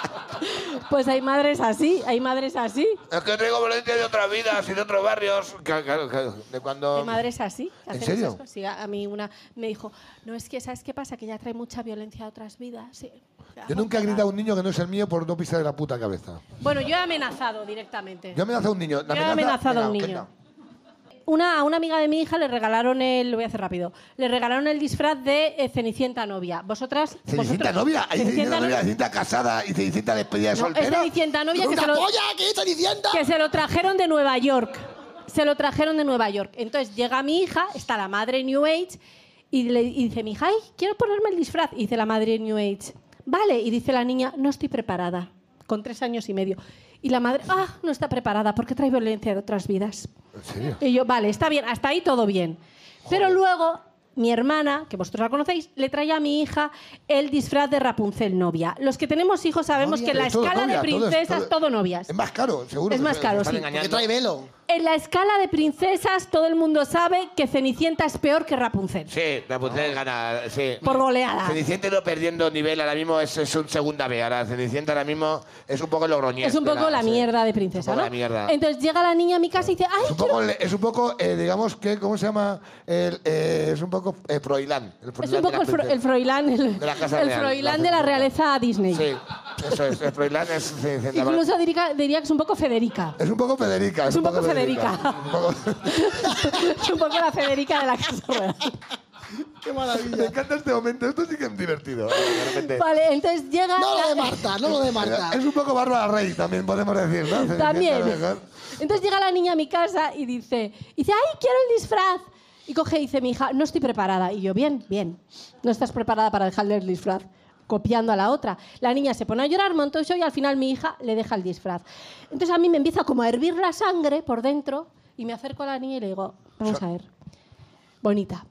D: Pues hay madres así, hay madres así,
E: es que traigo violencia de otras vidas y de otros barrios. Claro, claro, claro. De cuando...
D: hay madres así. que
E: ¿En
D: hacen
E: serio?
D: esas cosas. Sí, a a mí una me dijo, no, es que, ¿sabes qué pasa? Que ya trae mucha violencia de otras vidas. Sí.
E: Yo nunca he gritado a un niño que no es el mío por no pisar la puta cabeza.
D: Bueno, yo he amenazado directamente.
E: Yo amenazo a un niño. La
D: Yo he
E: amenaza-
D: amenazado a un
E: Venga,
D: niño.
E: cuenta.
D: Una, a una amiga de mi hija le regalaron el, lo voy a hacer rápido, le regalaron el disfraz de eh, Cenicienta novia. Vosotras,
E: Cenicienta
D: vosotros-
E: novia, hay Cenicienta novia, Cenicienta casada y Cenicienta despedida de
D: No, es
E: soltera.
D: Cenicienta novia que
B: ¡Una
D: se, lo,
B: polla! ¿Qué es Cenicienta?
D: que se lo trajeron de Nueva York. Se lo trajeron de Nueva York. Entonces llega mi hija, está la madre New Age, y le y dice mi hija, ay, quiero ponerme el disfraz. Y dice la madre New Age, vale. Y dice la niña, no estoy preparada, con tres años y medio. Y la madre, ah, no está preparada porque trae violencia de otras vidas.
E: ¿En serio?
D: Y yo, vale, está bien, hasta ahí todo bien. Pero luego mi hermana, que vosotros la conocéis, le trae a mi hija el disfraz de Rapunzel novia. Los que tenemos hijos sabemos que en la
E: Todo
D: escala
E: novia,
D: de
E: todo es-
D: princesas,
E: todo-
D: todo novias.
E: Es más caro, seguro.
D: Es
E: que
D: más
E: se-
D: caro,
E: se están
D: sí.
E: engañando.
B: Que trae velo.
D: En la escala de princesas, todo el mundo sabe que Cenicienta es peor que Rapunzel.
E: Sí, Rapunzel gana, sí.
D: Por goleada.
E: Cenicienta no perdiendo nivel, ahora mismo es, es un segunda B. Ahora Cenicienta ahora mismo es un poco logroñés.
D: Es un
E: de
D: poco la
E: sí.
D: mierda de princesa,
E: Un poco
D: ¿no?
E: la mierda.
D: Entonces llega la niña a mi casa y dice,
E: Es
D: ¡ay!
E: un poco, es un poco eh, digamos, que, ¿cómo se llama? El, eh, es un poco eh, Froilán. El
D: Es
E: Froilán
D: un
E: de
D: poco el,
E: las
D: fro- el
E: princesas.
D: Froilán, el,
E: De la Casa
D: el
E: Real,
D: Froilán de
E: la
D: la
E: Cenicienta.
D: realeza Disney.
E: Sí, eso es. El Froilán es Cenicienta.
D: Incluso diría, diría que es un poco Federica.
E: Es un poco Federica.
D: Es un poco Federica.
E: Un poco-
D: Es un poco la Federica de la Casa Real.
B: Qué maravilla.
E: Me encanta este momento, esto sí que es divertido. De repente.
D: Vale, entonces llega...
B: No lo de
D: la-
B: Marta, no lo de Marta.
E: Es un poco Bárbara Rey, también podemos decir, ¿no? Cenicienta,
D: También.
E: a lo mejor.
D: Entonces llega la niña a mi casa y dice, dice, ay, quiero el disfraz. Y coge y dice mi hija, no estoy preparada. Y yo, bien, bien, no estás preparada para dejarle el disfraz. Copiando a la otra. La niña se pone a llorar, monto yo y al final mi hija le deja el disfraz. Entonces a mí me empieza como a hervir la sangre por dentro y me acerco a la niña y le digo, vamos a ver, bonita,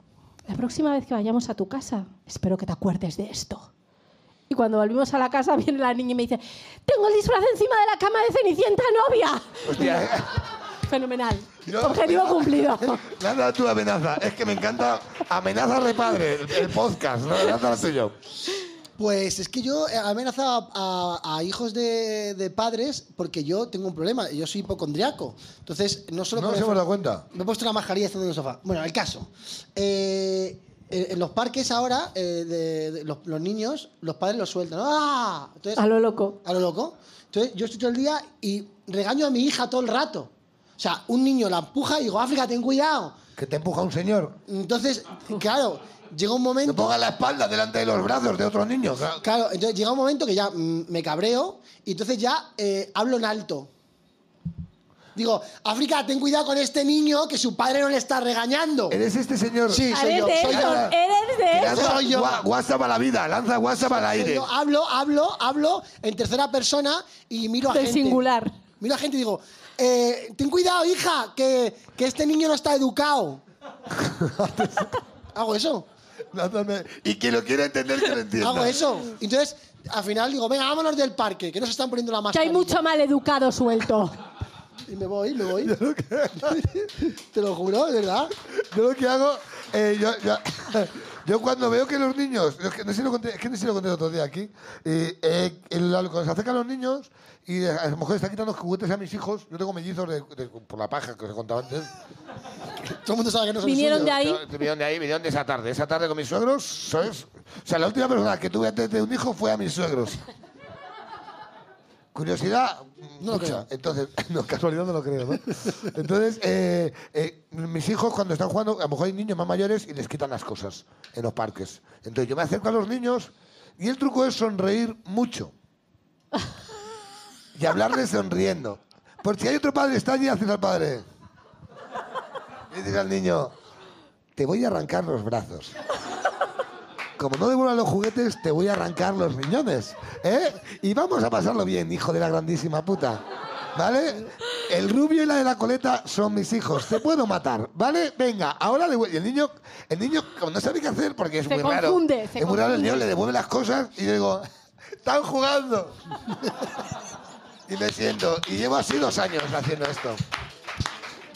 D: la próxima vez que vayamos a tu casa, espero que te acuerdes de esto. Y cuando volvimos a la casa, viene la niña y me dice: Tengo el disfraz encima de la cama de Cenicienta novia.
J: Hostia, eh.
D: Fenomenal.
J: Yo-
D: Objetivo cumplido.
J: Le has dado tu amenaza. Es que me encanta Amenazas de Padre, el, el podcast. ¿no? Le has dado el tuyo.
B: Pues es que yo he amenazado a, a- a hijos de, de padres porque yo tengo un problema. Yo soy hipocondriaco. Entonces, no solo.
J: No
B: con
J: nos
B: el-
J: hemos dado cuenta.
B: Me he puesto una mascarilla estando en el sofá. Bueno, el caso. Eh, en en los parques ahora, eh, de- de- los, los niños, los padres los sueltan. ¡Ah! Entonces-
D: A lo loco.
B: A lo loco. Entonces, yo estoy todo el día y regaño a mi hija todo el rato. O sea, un niño la empuja y digo, África, ten cuidado.
J: Que te empuja un señor.
B: Entonces, claro, llega un momento.
J: Ponga la espalda delante de los brazos de otros niños. Claro.
B: Claro, entonces llega un momento que ya mm, me cabreo y entonces ya eh, hablo en alto. Digo, África, ten cuidado con este niño que su padre no le está regañando.
J: ¿Eres este señor?
B: Sí, soy yo.
D: Eres de
B: soy yo.
D: esos, eres de
J: Que
D: esos.
J: lanza
B: soy yo.
J: gua- WhatsApp a la vida, lanza WhatsApp al
B: Soy
J: aire.
B: yo. hablo, hablo, hablo en tercera persona y miro a
D: Del
B: gente.
D: singular.
B: Miro a gente y digo, eh, ten cuidado, hija, que, que este niño no está educado. Hago eso.
J: Lánzame. Y que lo quiera entender, que lo entienda.
B: Hago eso. Entonces, al final digo, venga, vámonos del parque, que nos están poniendo la
D: Que hay
B: mascarilla.
D: mucho mal educado suelto.
B: Y me voy, me voy. Te lo juro, de verdad.
J: Yo lo que hago, eh, yo, yo, yo cuando veo que los niños, es que no sé si lo conté, es que no sé si lo conté el otro día aquí, eh, eh, el- cuando se acercan los niños y a lo mejor están quitando juguetes a mis hijos, yo tengo mellizos de- de- por la paja que os he contado antes.
B: Todo el mundo sabe que no son
D: Vinieron de
B: suyos.
D: ahí.
J: Vinieron de ahí, vinieron de esa tarde. Esa tarde con mis suegros, ¿sabes? O sea, la última persona que tuve antes de un hijo fue a mis suegros. Curiosidad,
B: No lo
J: mucha. Entonces, no, casualidad no lo creo, ¿no? Entonces, eh, eh, mis hijos cuando están jugando, a lo mejor hay niños más mayores y les quitan las cosas en los parques. Entonces yo me acerco a los niños y el truco es sonreír mucho. Y hablarles sonriendo. Porque si hay otro padre, está allí, haces al padre. Y dices al niño, te voy a arrancar los brazos. Como no devuelvan los juguetes, te voy a arrancar los riñones. ¿Eh? Y vamos a pasarlo bien, hijo de la grandísima puta. ¿Vale? El rubio y la de la coleta son mis hijos. Te puedo matar, ¿vale? Venga, ahora devuelve. Y el niño, el niño, como no sabe qué hacer, porque es
D: Se
J: muy
D: confunde,
J: raro.
D: se
J: es muy raro, el niño
D: confunde.
J: le devuelve las cosas y yo digo, ¡están jugando! y me siento. Y llevo así dos años haciendo esto.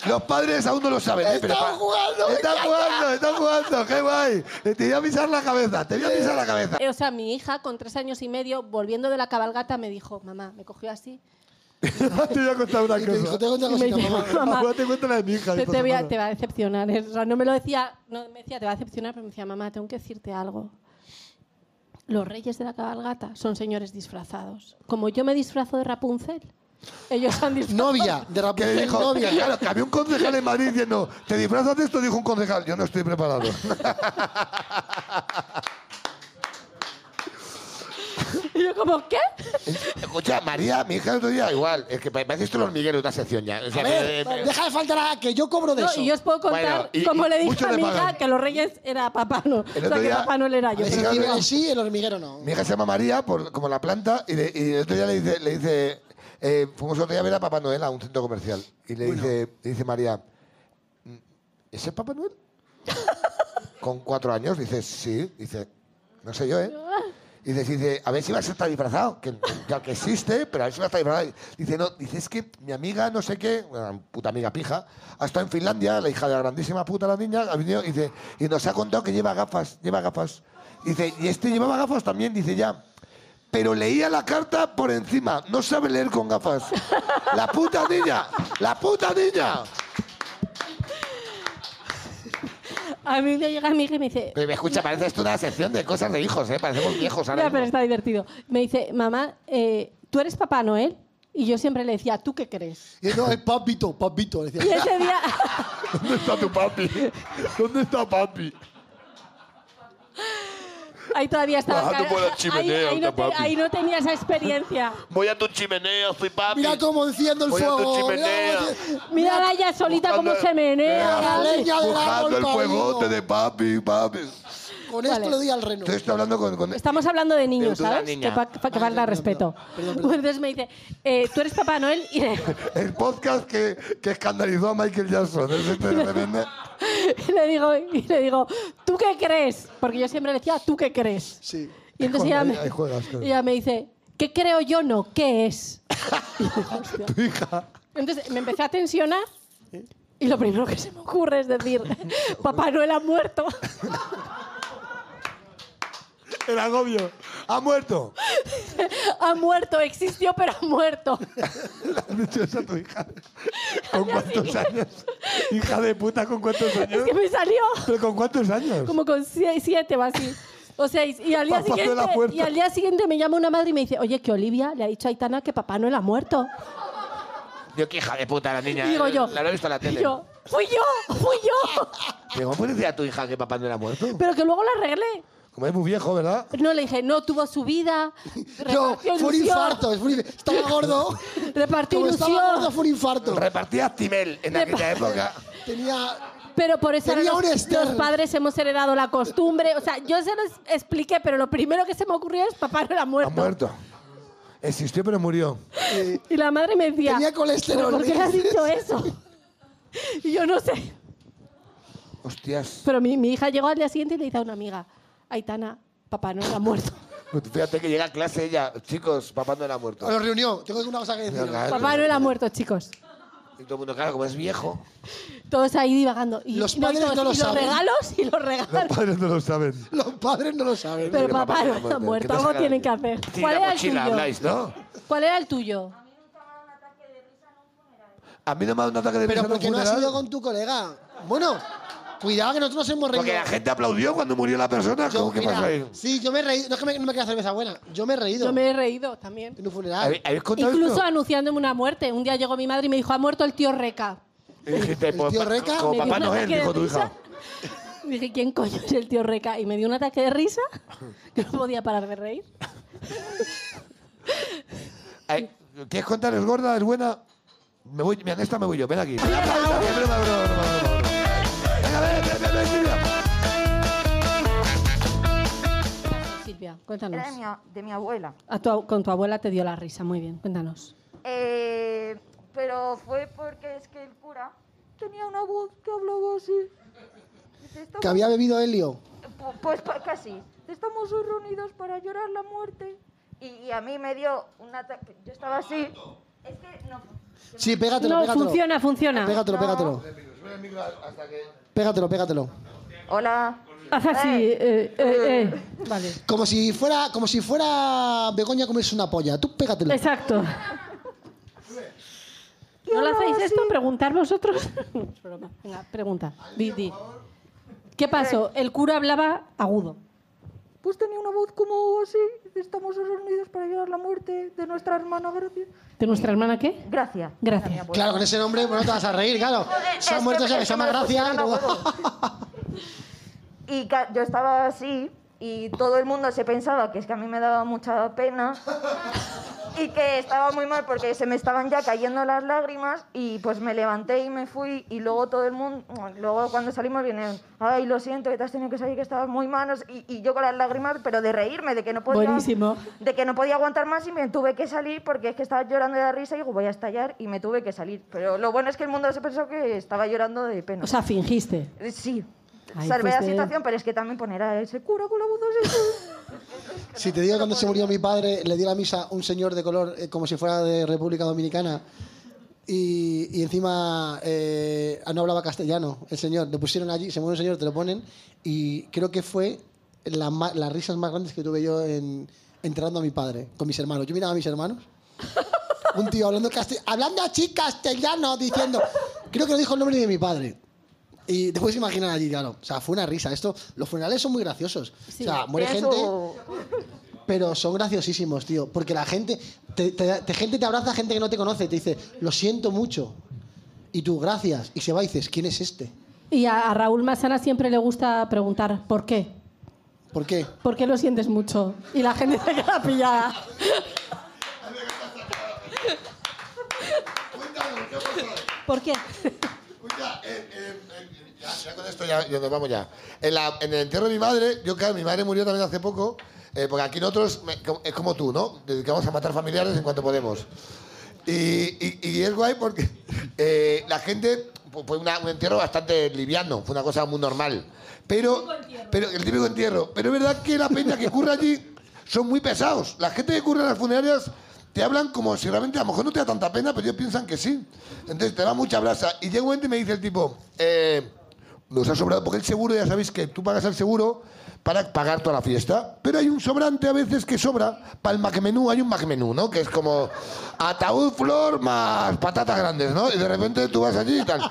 J: Los padres aún no lo saben, ¿eh? Pero
B: ¡Están
J: pa-
B: jugando!
J: Están jugando, están jugando, qué guay. Eh, Te voy a pisar la cabeza, te voy a pisar la cabeza.
D: Eh, O sea, mi hija con tres años y medio, volviendo de la cabalgata, me dijo, mamá, me cogió así.
J: te voy a contar una
B: Y te dijo,
J: cosa.
B: te cuento una
D: Y me
B: cosita,
D: dice,
B: mamá.
D: mamá,
J: Ahora te cuento la de mi hija.
D: te,
J: hijo
D: te
J: de
D: voy a,
J: mano.
D: te va a decepcionar. ¿eh? O sea, no me lo decía, no me decía, te va a decepcionar, pero me decía, mamá, tengo que decirte algo. Los reyes de la cabalgata son señores disfrazados. Como yo me disfrazo de Rapunzel, ellos han disfrazado.
B: Novia, de
J: Que
B: Rapunzel,
J: le dijo,
B: novia.
J: claro, que había un concejal en Madrid diciendo, ¿te disfrazas de esto? Dijo un concejal, yo no estoy preparado.
D: Y yo como, ¿qué?
J: Escucha, María, mi hija el otro día, igual, es que pa- parece esto el hormiguero de una sección ya. O sea, eh,
B: A ver,
J: me- me-
B: deja de faltar a que yo cobro de
D: No,
B: eso.
D: y yo os puedo
J: Bueno,
D: contar
J: y-
D: cómo
J: y
D: le dije
J: mucho
D: a
J: le
D: mi hija
J: pagan.
D: que los reyes era papá Noel. O sea,
J: otro
D: que
J: día-
D: papá Noel era yo.
B: El
D: pero
B: sensible
J: no.
B: sí, el hormiguero no.
J: Mi hija se llama María, por- como la planta, y, le- y el otro día le dice, le dice eh, fuimos otro día a ver a Papá Noel a un centro comercial. Y le, dice, le dice María, "Mm, ¿ese es Papá Noel? Con cuatro años, dice, sí, dice, no sé yo, ¿eh? Y dice, dice, a ver si vas a estar disfrazado, que, que, que existe, pero a ver si vas a estar disfrazado. Dice, no, dice, es que mi amiga, no sé qué, una puta amiga pija, ha estado en Finlandia, la hija de la grandísima puta, la niña, ha venido, dice, y nos ha contado que lleva gafas, lleva gafas. Dice, y este llevaba gafas también, dice, ya. Pero leía la carta por encima, no sabe leer con gafas. La puta niña, la puta niña.
D: A mí me llega mi hija y me dice,
J: Pero escucha, parece esto una sección de cosas de hijos, ¿eh? Parecemos viejos ahora.
D: Ya, pero
J: mismo.
D: está divertido. Me dice, mamá, eh, ¿tú eres Papá Noel? Y yo siempre le decía, ¿tú qué crees?
B: Y no, es papito, papito. le
D: Y
B: decía.
D: ese día,
J: ¿Dónde está tu papi? ¿Dónde está papi?
D: ahí todavía estaba...
J: Bajando por la chimenea,
D: ahí, ahí no te-
J: papi.
D: ahí no tenía esa experiencia.
J: Voy a tu chimenea, soy papi.
B: Mira cómo enciendo el
J: Voy a tu
B: fuego. mira
J: chimenea.
B: cómo enciendo-
D: Mírala ya solita
J: Buscando-
D: como se menea.
B: La leña del árbol
J: Buscando el
B: caído.
J: fuegote de papi, papi.
B: Con esto
D: Vale.
B: le doy al reno.
J: Entonces estoy hablando con... con-
D: Estamos hablando de niños,
J: Pero tú la
D: ¿sabes?
J: niña.
D: Que, pa- pa- que falta de respeto.
B: perdón, perdón.
D: Pues Entonces me dice, eh, ¿tú eres Papá Noel? Y le,
J: El podcast que, que escandalizó a Michael Jackson. Es este de repente-
D: y le digo, y le digo, ¿tú qué crees? Porque yo siempre le decía, ¿tú qué crees?
B: Sí.
D: Y Y entonces ella me,
J: Ahí juegas, claro.
D: ella me dice, ¿qué creo yo no? ¿Qué es? Y yo, hostia.
J: Tu hija.
D: Entonces me empecé a tensionar y lo primero que se me ocurre es decir, Papá Noel ha muerto.
J: El agobio. Ha muerto.
D: ha muerto, existió pero ha muerto.
J: Le has dicho eso a tu hija. ¿Con cuántos años? Hija de puta, ¿con cuántos años?
D: que me salió.
J: ¿Pero con cuántos años?
D: Como con sie- siete o así. O seis. Y al, día
J: Papá Noel ha
D: siguiente,
J: muerto.
D: y al día siguiente me llama una madre y me dice, oye, que Olivia le ha dicho a Aitana que papá Noel ha muerto.
J: Yo, qué hija de puta la niña.
D: Digo yo.
J: La lo he visto en la
D: Y
J: tele.
D: yo, fui yo, fui yo.
J: Digo, ¿Cómo puedes decir a tu hija que papá no era muerto?
D: Pero que luego la arreglé.
J: Como es muy viejo, ¿verdad?
D: No, le dije, no, tuvo su vida.
B: No,
D: repartió
B: fue un
D: ilusión.
B: infarto. fue un inf- Estaba gordo.
D: Repartió
B: Como estaba
D: ilusión.
B: gordo, fue un infarto.
J: Repartía Actimel en
D: Repa-
J: aquella época.
B: Tenía...
D: Pero por eso ahora
B: Tenía
D: los,
B: un Esther.
D: los padres hemos heredado la costumbre. O sea, yo se los expliqué, pero lo primero que se me ocurrió es papá Noel ha
J: Ha
D: muerto.
J: muerto. Existió, pero murió.
D: Y la madre me decía,
B: Tenía colesterol,
D: ¿por qué
B: ¿me
D: le has
B: dices?
D: dicho eso? Y yo no sé.
J: Hostias.
D: Pero mi, mi hija llegó al día siguiente y le dice a una amiga, Aitana, papá no ha muerto.
J: Fíjate que llega a clase ella. Chicos, papá no era muerto.
B: Os lo reunió. Tengo una cosa que decir.
J: Claro.
D: papá no ha muerto, chicos.
J: Y todo el mundo, claro, como es viejo.
D: Todos ahí divagando. Y,
B: Los
D: y
B: padres
D: todos,
B: no lo
D: y
B: saben.
D: los regalos y los regalos.
J: padres no lo saben.
B: Los padres no lo saben.
D: Pero
J: que papá
D: papá
J: no
D: no
J: ha
D: ha
J: muerto,
D: muerto,
J: que no
D: algo
J: se
D: tienen que
J: hagan-
D: hacer.
J: Sí,
D: ¿Cuál
J: la
D: era el
J: mochila habláis,
D: tuyo?
J: ¿no?
D: ¿Cuál era el tuyo?
J: A mí no me ha dado un ataque de
B: Pero
J: risa en un
B: porque no has
J: funeral,
B: ido con tu colega. Bueno, cuidado que nosotros nos hemos reído.
J: Porque la gente aplaudió cuando murió la persona.
B: Yo,
J: ¿Cómo, ¿Qué
B: mira,
J: pasa ahí?
B: Sí, yo me he reído. No es que me, no me queda cerveza buena. Yo me he reído.
D: Yo me he reído también.
B: En un funeral.
J: ¿Habéis habéis contado
D: Incluso
J: esto?
D: anunciándome una muerte. Un día llegó mi madre y me dijo, ha muerto el tío Reca.
J: Y dijiste,
B: el
J: pues,
B: tío
J: pa-
B: Reca
J: como
D: me dio
J: papá
D: un
J: Noel,
D: ataque de
J: dijo tu
D: risa.
J: hija.
D: Dije, ¿quién coño es el tío Reca? Y me dio un ataque de risa que no podía parar de reír.
J: Ay, Eh, ¿Quieres contar? ¿Es gorda? ¿Es buena? Me voy, mira, en esta me voy yo, ven aquí. Venga, broma, broma, broma, broma, broma. Venga, ven, ven, ven, ven, Silvia.
D: Silvia,
G: Era de
D: cuéntanos.
G: mi, a- de mi abuela.
D: A tu ab- con tu abuela te dio la risa, muy bien, cuéntanos.
G: Eh, pero fue porque es que el cura tenía una voz que hablaba así. Dice, "Estamos-
B: Que había bebido helio.
G: pu- Pues pa- casi. Estamos hoy reunidos para llorar la muerte. Y, y a mí me dio un ataque. Yo estaba así. Es que no.
B: Sí, pégatelo,
D: no,
B: pégatelo.
D: funciona, funciona.
B: Pégatelo, pégatelo. Pégatelo, pégatelo.
G: Hola.
D: Haz así, eh, eh, eh. Vale.
B: Como si fuera, como si fuera Begoña comerse una polla. Tú pégatelo.
D: Exacto. ¿No lo hacéis esto? ¿Preguntar vosotros? No, es broma. Venga, pregunta. Di, di. ¿Qué pasó? El cura hablaba agudo.
G: Pues tenía una voz como así. Dice, Estamos hoy reunidos para llorar la muerte de nuestra hermana Gracia.
D: ¿De nuestra hermana qué?
G: Gracia.
D: Gracias.
B: Claro, con ese nombre bueno, te vas a reír, claro. Se ha muerto, esa que se llama Gracia. y te va-
G: Y ca- yo estaba así y todo el mundo se pensaba que es que a mí me daba mucha pena y que estaba muy mal porque se me estaban ya cayendo las lágrimas y pues me levanté y me fui y luego todo el mundo, luego cuando salimos vienen, ay, lo siento que te has tenido que salir, que estabas muy manos y, y yo con las lágrimas, pero de reírme, de que no podía,
D: Buenísimo.
G: de que no podía aguantar más y me tuve que salir porque es que estaba llorando de la risa y digo, voy a estallar y me tuve que salir. Pero lo bueno es que el mundo se pensó que estaba llorando de pena.
D: O sea, fingiste.
G: Eh, Sí.
D: Ahí
G: Salvé la
D: fuiste-
G: situación, pero es que también poner a ese cura con la voz así.
B: Si te digo cuando se murió mi padre, le dio la misa un señor de color eh, como si fuera de República Dominicana. Y, y encima eh, no hablaba castellano el señor. Le pusieron allí, se muere un señor, te lo ponen. Y creo que fue la ma- las risas más grandes que tuve yo en, enterrando a mi padre con mis hermanos. Yo miraba a mis hermanos. Un tío hablando, castell- hablando así castellano, diciendo. Creo que no dijo el nombre ni de mi padre. Y te puedes imaginar allí, claro. O sea, fue una risa. Esto, los funerales son muy graciosos.
D: Sí.
B: o sea, muere
G: Eso-
B: gente. Pero son graciosísimos, tío. Porque la gente te, te- te- gente te abraza, gente que no te conoce. Te dice, lo siento mucho. Y tú, gracias. Y se va y dices, ¿quién es este?
D: Y a, a Raúl Masana siempre le gusta preguntar ¿por qué?
B: ¿Por qué?
D: ¿Por qué lo sientes mucho? Y la gente se queda pillada. ¿Por qué?
J: eh, Ya con esto ya, ya nos vamos ya. En, la- en el entierro de mi madre, yo claro, mi madre murió también hace poco, eh, porque aquí nosotros, me- com- es como tú, ¿no? Dedicamos a matar familiares en cuanto podemos. Y, y- y es guay porque eh, la gente, pu- fue una- un entierro bastante liviano, fue una cosa muy normal. Pero, pero el típico entierro, pero es verdad que la peña que curra allí
E: son muy pesados. La gente que curra en las funerarias te hablan como si realmente a lo mejor no te da tanta pena, pero ellos piensan que sí. Entonces te da mucha brasa. Y llega un momento y me dice el tipo, eh, nos ha sobrado, porque el seguro, ya sabéis que tú pagas el seguro para pagar toda la fiesta, pero hay un sobrante a veces que sobra para el macmenú, hay un macmenú, ¿no? Que es como ataúd, flor, más patatas grandes, ¿no? Y de repente tú vas allí y tal.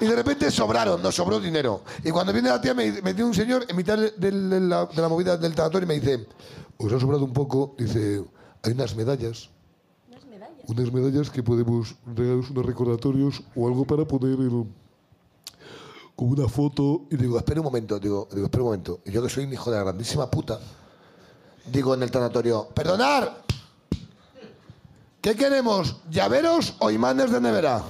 E: Y de repente sobraron, nos sobró dinero. Y cuando viene la tía, me, me tiene un señor en mitad de, de la, de la movida del tanatorio y me dice, os ha sobrado un poco, dice, hay unas medallas. Unas medallas que podemos regalaros unos recordatorios o algo para poner en, como una foto. Y digo, espera un momento, digo, digo, espera un momento. Y yo que soy un hijo de la grandísima puta, digo en el tanatorio, perdonar, ¿qué queremos? ¿Llaveros o imanes de nevera?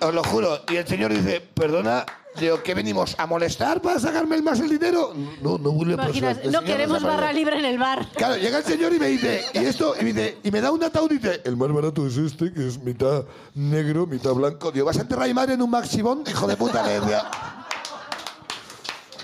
E: Os lo juro. Y el señor dice, perdona, digo, ¿qué venimos? ¿A molestar para sacarme más el dinero? No, no, no,
D: Imaginas, no queremos barra libre en el bar.
E: Claro, llega el señor y me dice, y esto, y me, dice, y me da un ataúd y dice, el más barato es este, que es mitad negro, mitad blanco. Digo, ¿vas a enterrar a mi madre en un maximón? Hijo de puta, le decía.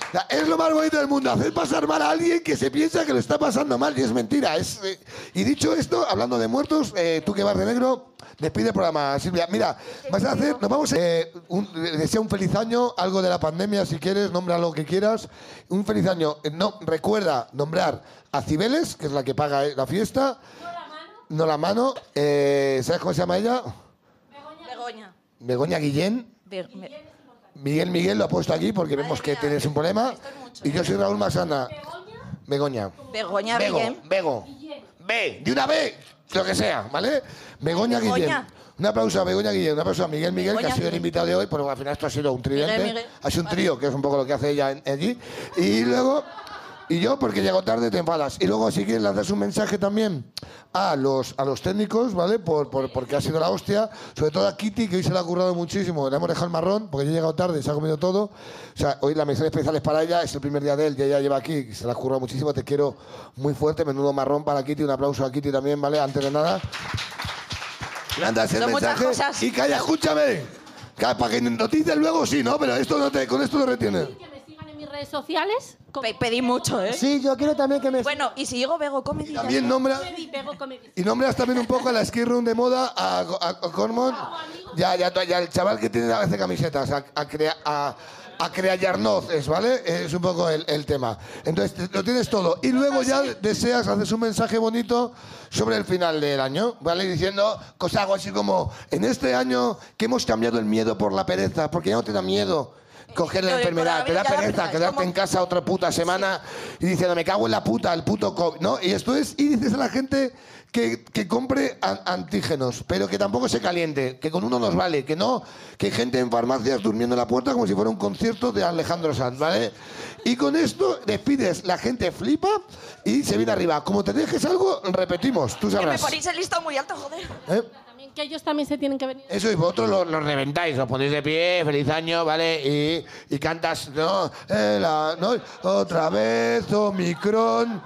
E: O sea, Es lo más bonito del mundo, hacer pasar mal a alguien que se piensa que lo está pasando mal y es mentira. Es, eh, y dicho esto, hablando de muertos, eh, tú que vas de negro, despide el programa, Silvia. Mira, vas a hacer, nos vamos a... eh, un, eh, desea un feliz año, algo de la pandemia si quieres, nombra lo que quieras. Un feliz año. Eh, No, recuerda nombrar a Cibeles, que es la que paga eh, la fiesta. No la mano. Eh, ¿Sabes cómo se llama ella?
G: Begoña.
E: Begoña Guillén. Miguel Miguel lo ha puesto aquí porque vemos que tienes un problema. Y yo soy Raúl Masana. Begoña.
G: Begoña
E: Bego,
G: Guillén.
E: Bego. B, de una B, lo que sea, ¿vale? Begoña
G: Begoña.
E: Guillén. Un aplauso a Begoña Guillén, un aplauso a Miguel Miguel, que
G: Begoña
E: ha sido el
G: Guillén.
E: invitado de hoy, porque al final esto ha sido un tridente.
G: Miguel, Miguel.
E: Ha sido un trío, que es un poco lo que hace ella en- allí. Y luego, y yo, porque llego tarde, te enfadas. Y luego, si quieres, lanzas un mensaje también a los, a los técnicos, ¿vale? Por, por- porque ha sido la hostia. Sobre todo a Kitty, que hoy se la ha currado muchísimo. Le hemos dejado el marrón, porque yo he llegado tarde, se ha comido todo. O sea, hoy la misión especial es para ella, es el primer día de él, ya ella lleva aquí, y se la ha currado muchísimo. Te quiero muy fuerte, menudo marrón para Kitty. Un aplauso a Kitty también, ¿vale? Antes de nada. Lanzas el
G: Son muchas
E: mensaje.
G: cosas.
E: Y calla, escúchame. Ca- Para que noticias luego sí, ¿no? Pero esto no te, con esto no retienes.
D: En mis redes sociales.
G: pedí mucho, ¿eh?
J: Sí, yo quiero también que me...
G: Bueno, y si digo Bego Comedy... ya
E: también
G: está.
E: nombra- Y nombras también un poco a la ski room de moda, a, a, a Cormont, ya, ya, ya el chaval que tiene a veces camisetas, a, a, crea, a, a Crea Yarnoz, es, ¿vale? Es un poco el, el tema. Entonces, te- lo tienes todo. Y luego ya deseas, haces un mensaje bonito sobre el final del año, ¿vale? Diciendo cosas algo así como, en este año que hemos cambiado el miedo por la pereza, porque ya no te da miedo. Coger
G: Lo
E: la
G: del
E: enfermedad, te da
G: coronavirus ya da
E: pereza,
G: pereza,
E: quedarte en casa otra puta semana y diciendo, me cago en la puta, el puto COVID, ¿no? Y esto es, y dices a la gente que, que compre an- antígenos, pero que tampoco se caliente, que con uno nos vale, que no, que hay gente en farmacias durmiendo en la puerta como si fuera un concierto de Alejandro Sanz, ¿vale? Y con esto despides, la gente flipa y se viene arriba. Como te dejes algo, repetimos, tú
G: Que me
E: sabrás.
G: ponéis el listón muy alto, joder.
E: ¿eh?
D: También, que ellos también se tienen que venir.
E: Eso y vosotros lo, lo reventáis, os ponéis de pie, feliz año, ¿vale? Y, y cantas, ¿no? Eh, la- ¿no? Otra vez, Omicron,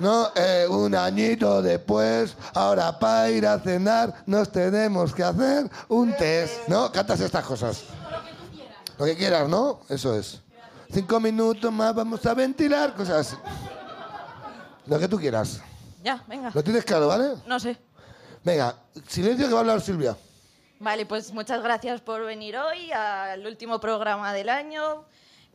E: ¿no? Eh, un añito después, ahora para ir a cenar nos tenemos que hacer un test, ¿no? Cantas estas cosas. Lo que quieras, ¿no? Eso es. Cinco minutos más, vamos a ventilar, cosas así. Lo que tú quieras.
G: Ya, venga.
E: Lo tienes claro, ¿vale?
G: No sé.
E: Venga, silencio que va a hablar Silvia.
G: Vale, pues muchas gracias por venir hoy al último programa del año.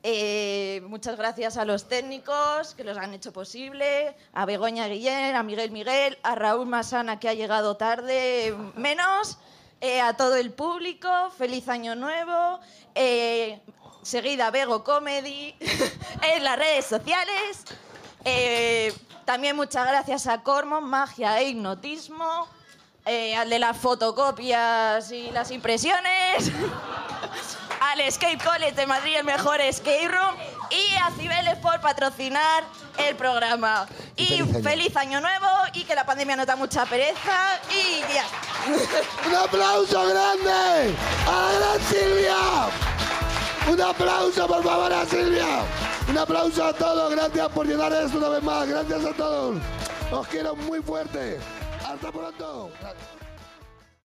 G: Eh, muchas gracias a los técnicos que los han hecho posible, a Begoña Guillén, a Miguel Miguel, a Raúl Masana que ha llegado tarde, eh, menos, eh, a todo el público, feliz año nuevo, eh, seguida Bego Comedy en las redes sociales. Eh, también muchas gracias a Cormon, Magia e Hipnotismo, eh, al de las fotocopias y las impresiones, al Skate College de Madrid, el mejor skate room, y a Cibeles por patrocinar el programa. Y,
E: feliz año.
G: feliz año nuevo y que la pandemia no da mucha pereza y ya.
E: ¡Un aplauso grande a la gran Silvia! ¡Un aplauso, por favor, a Silvia! ¡Un aplauso a todos! Gracias por llenar esto una vez más. Gracias a todos. Os quiero muy fuerte. ¡Hasta pronto!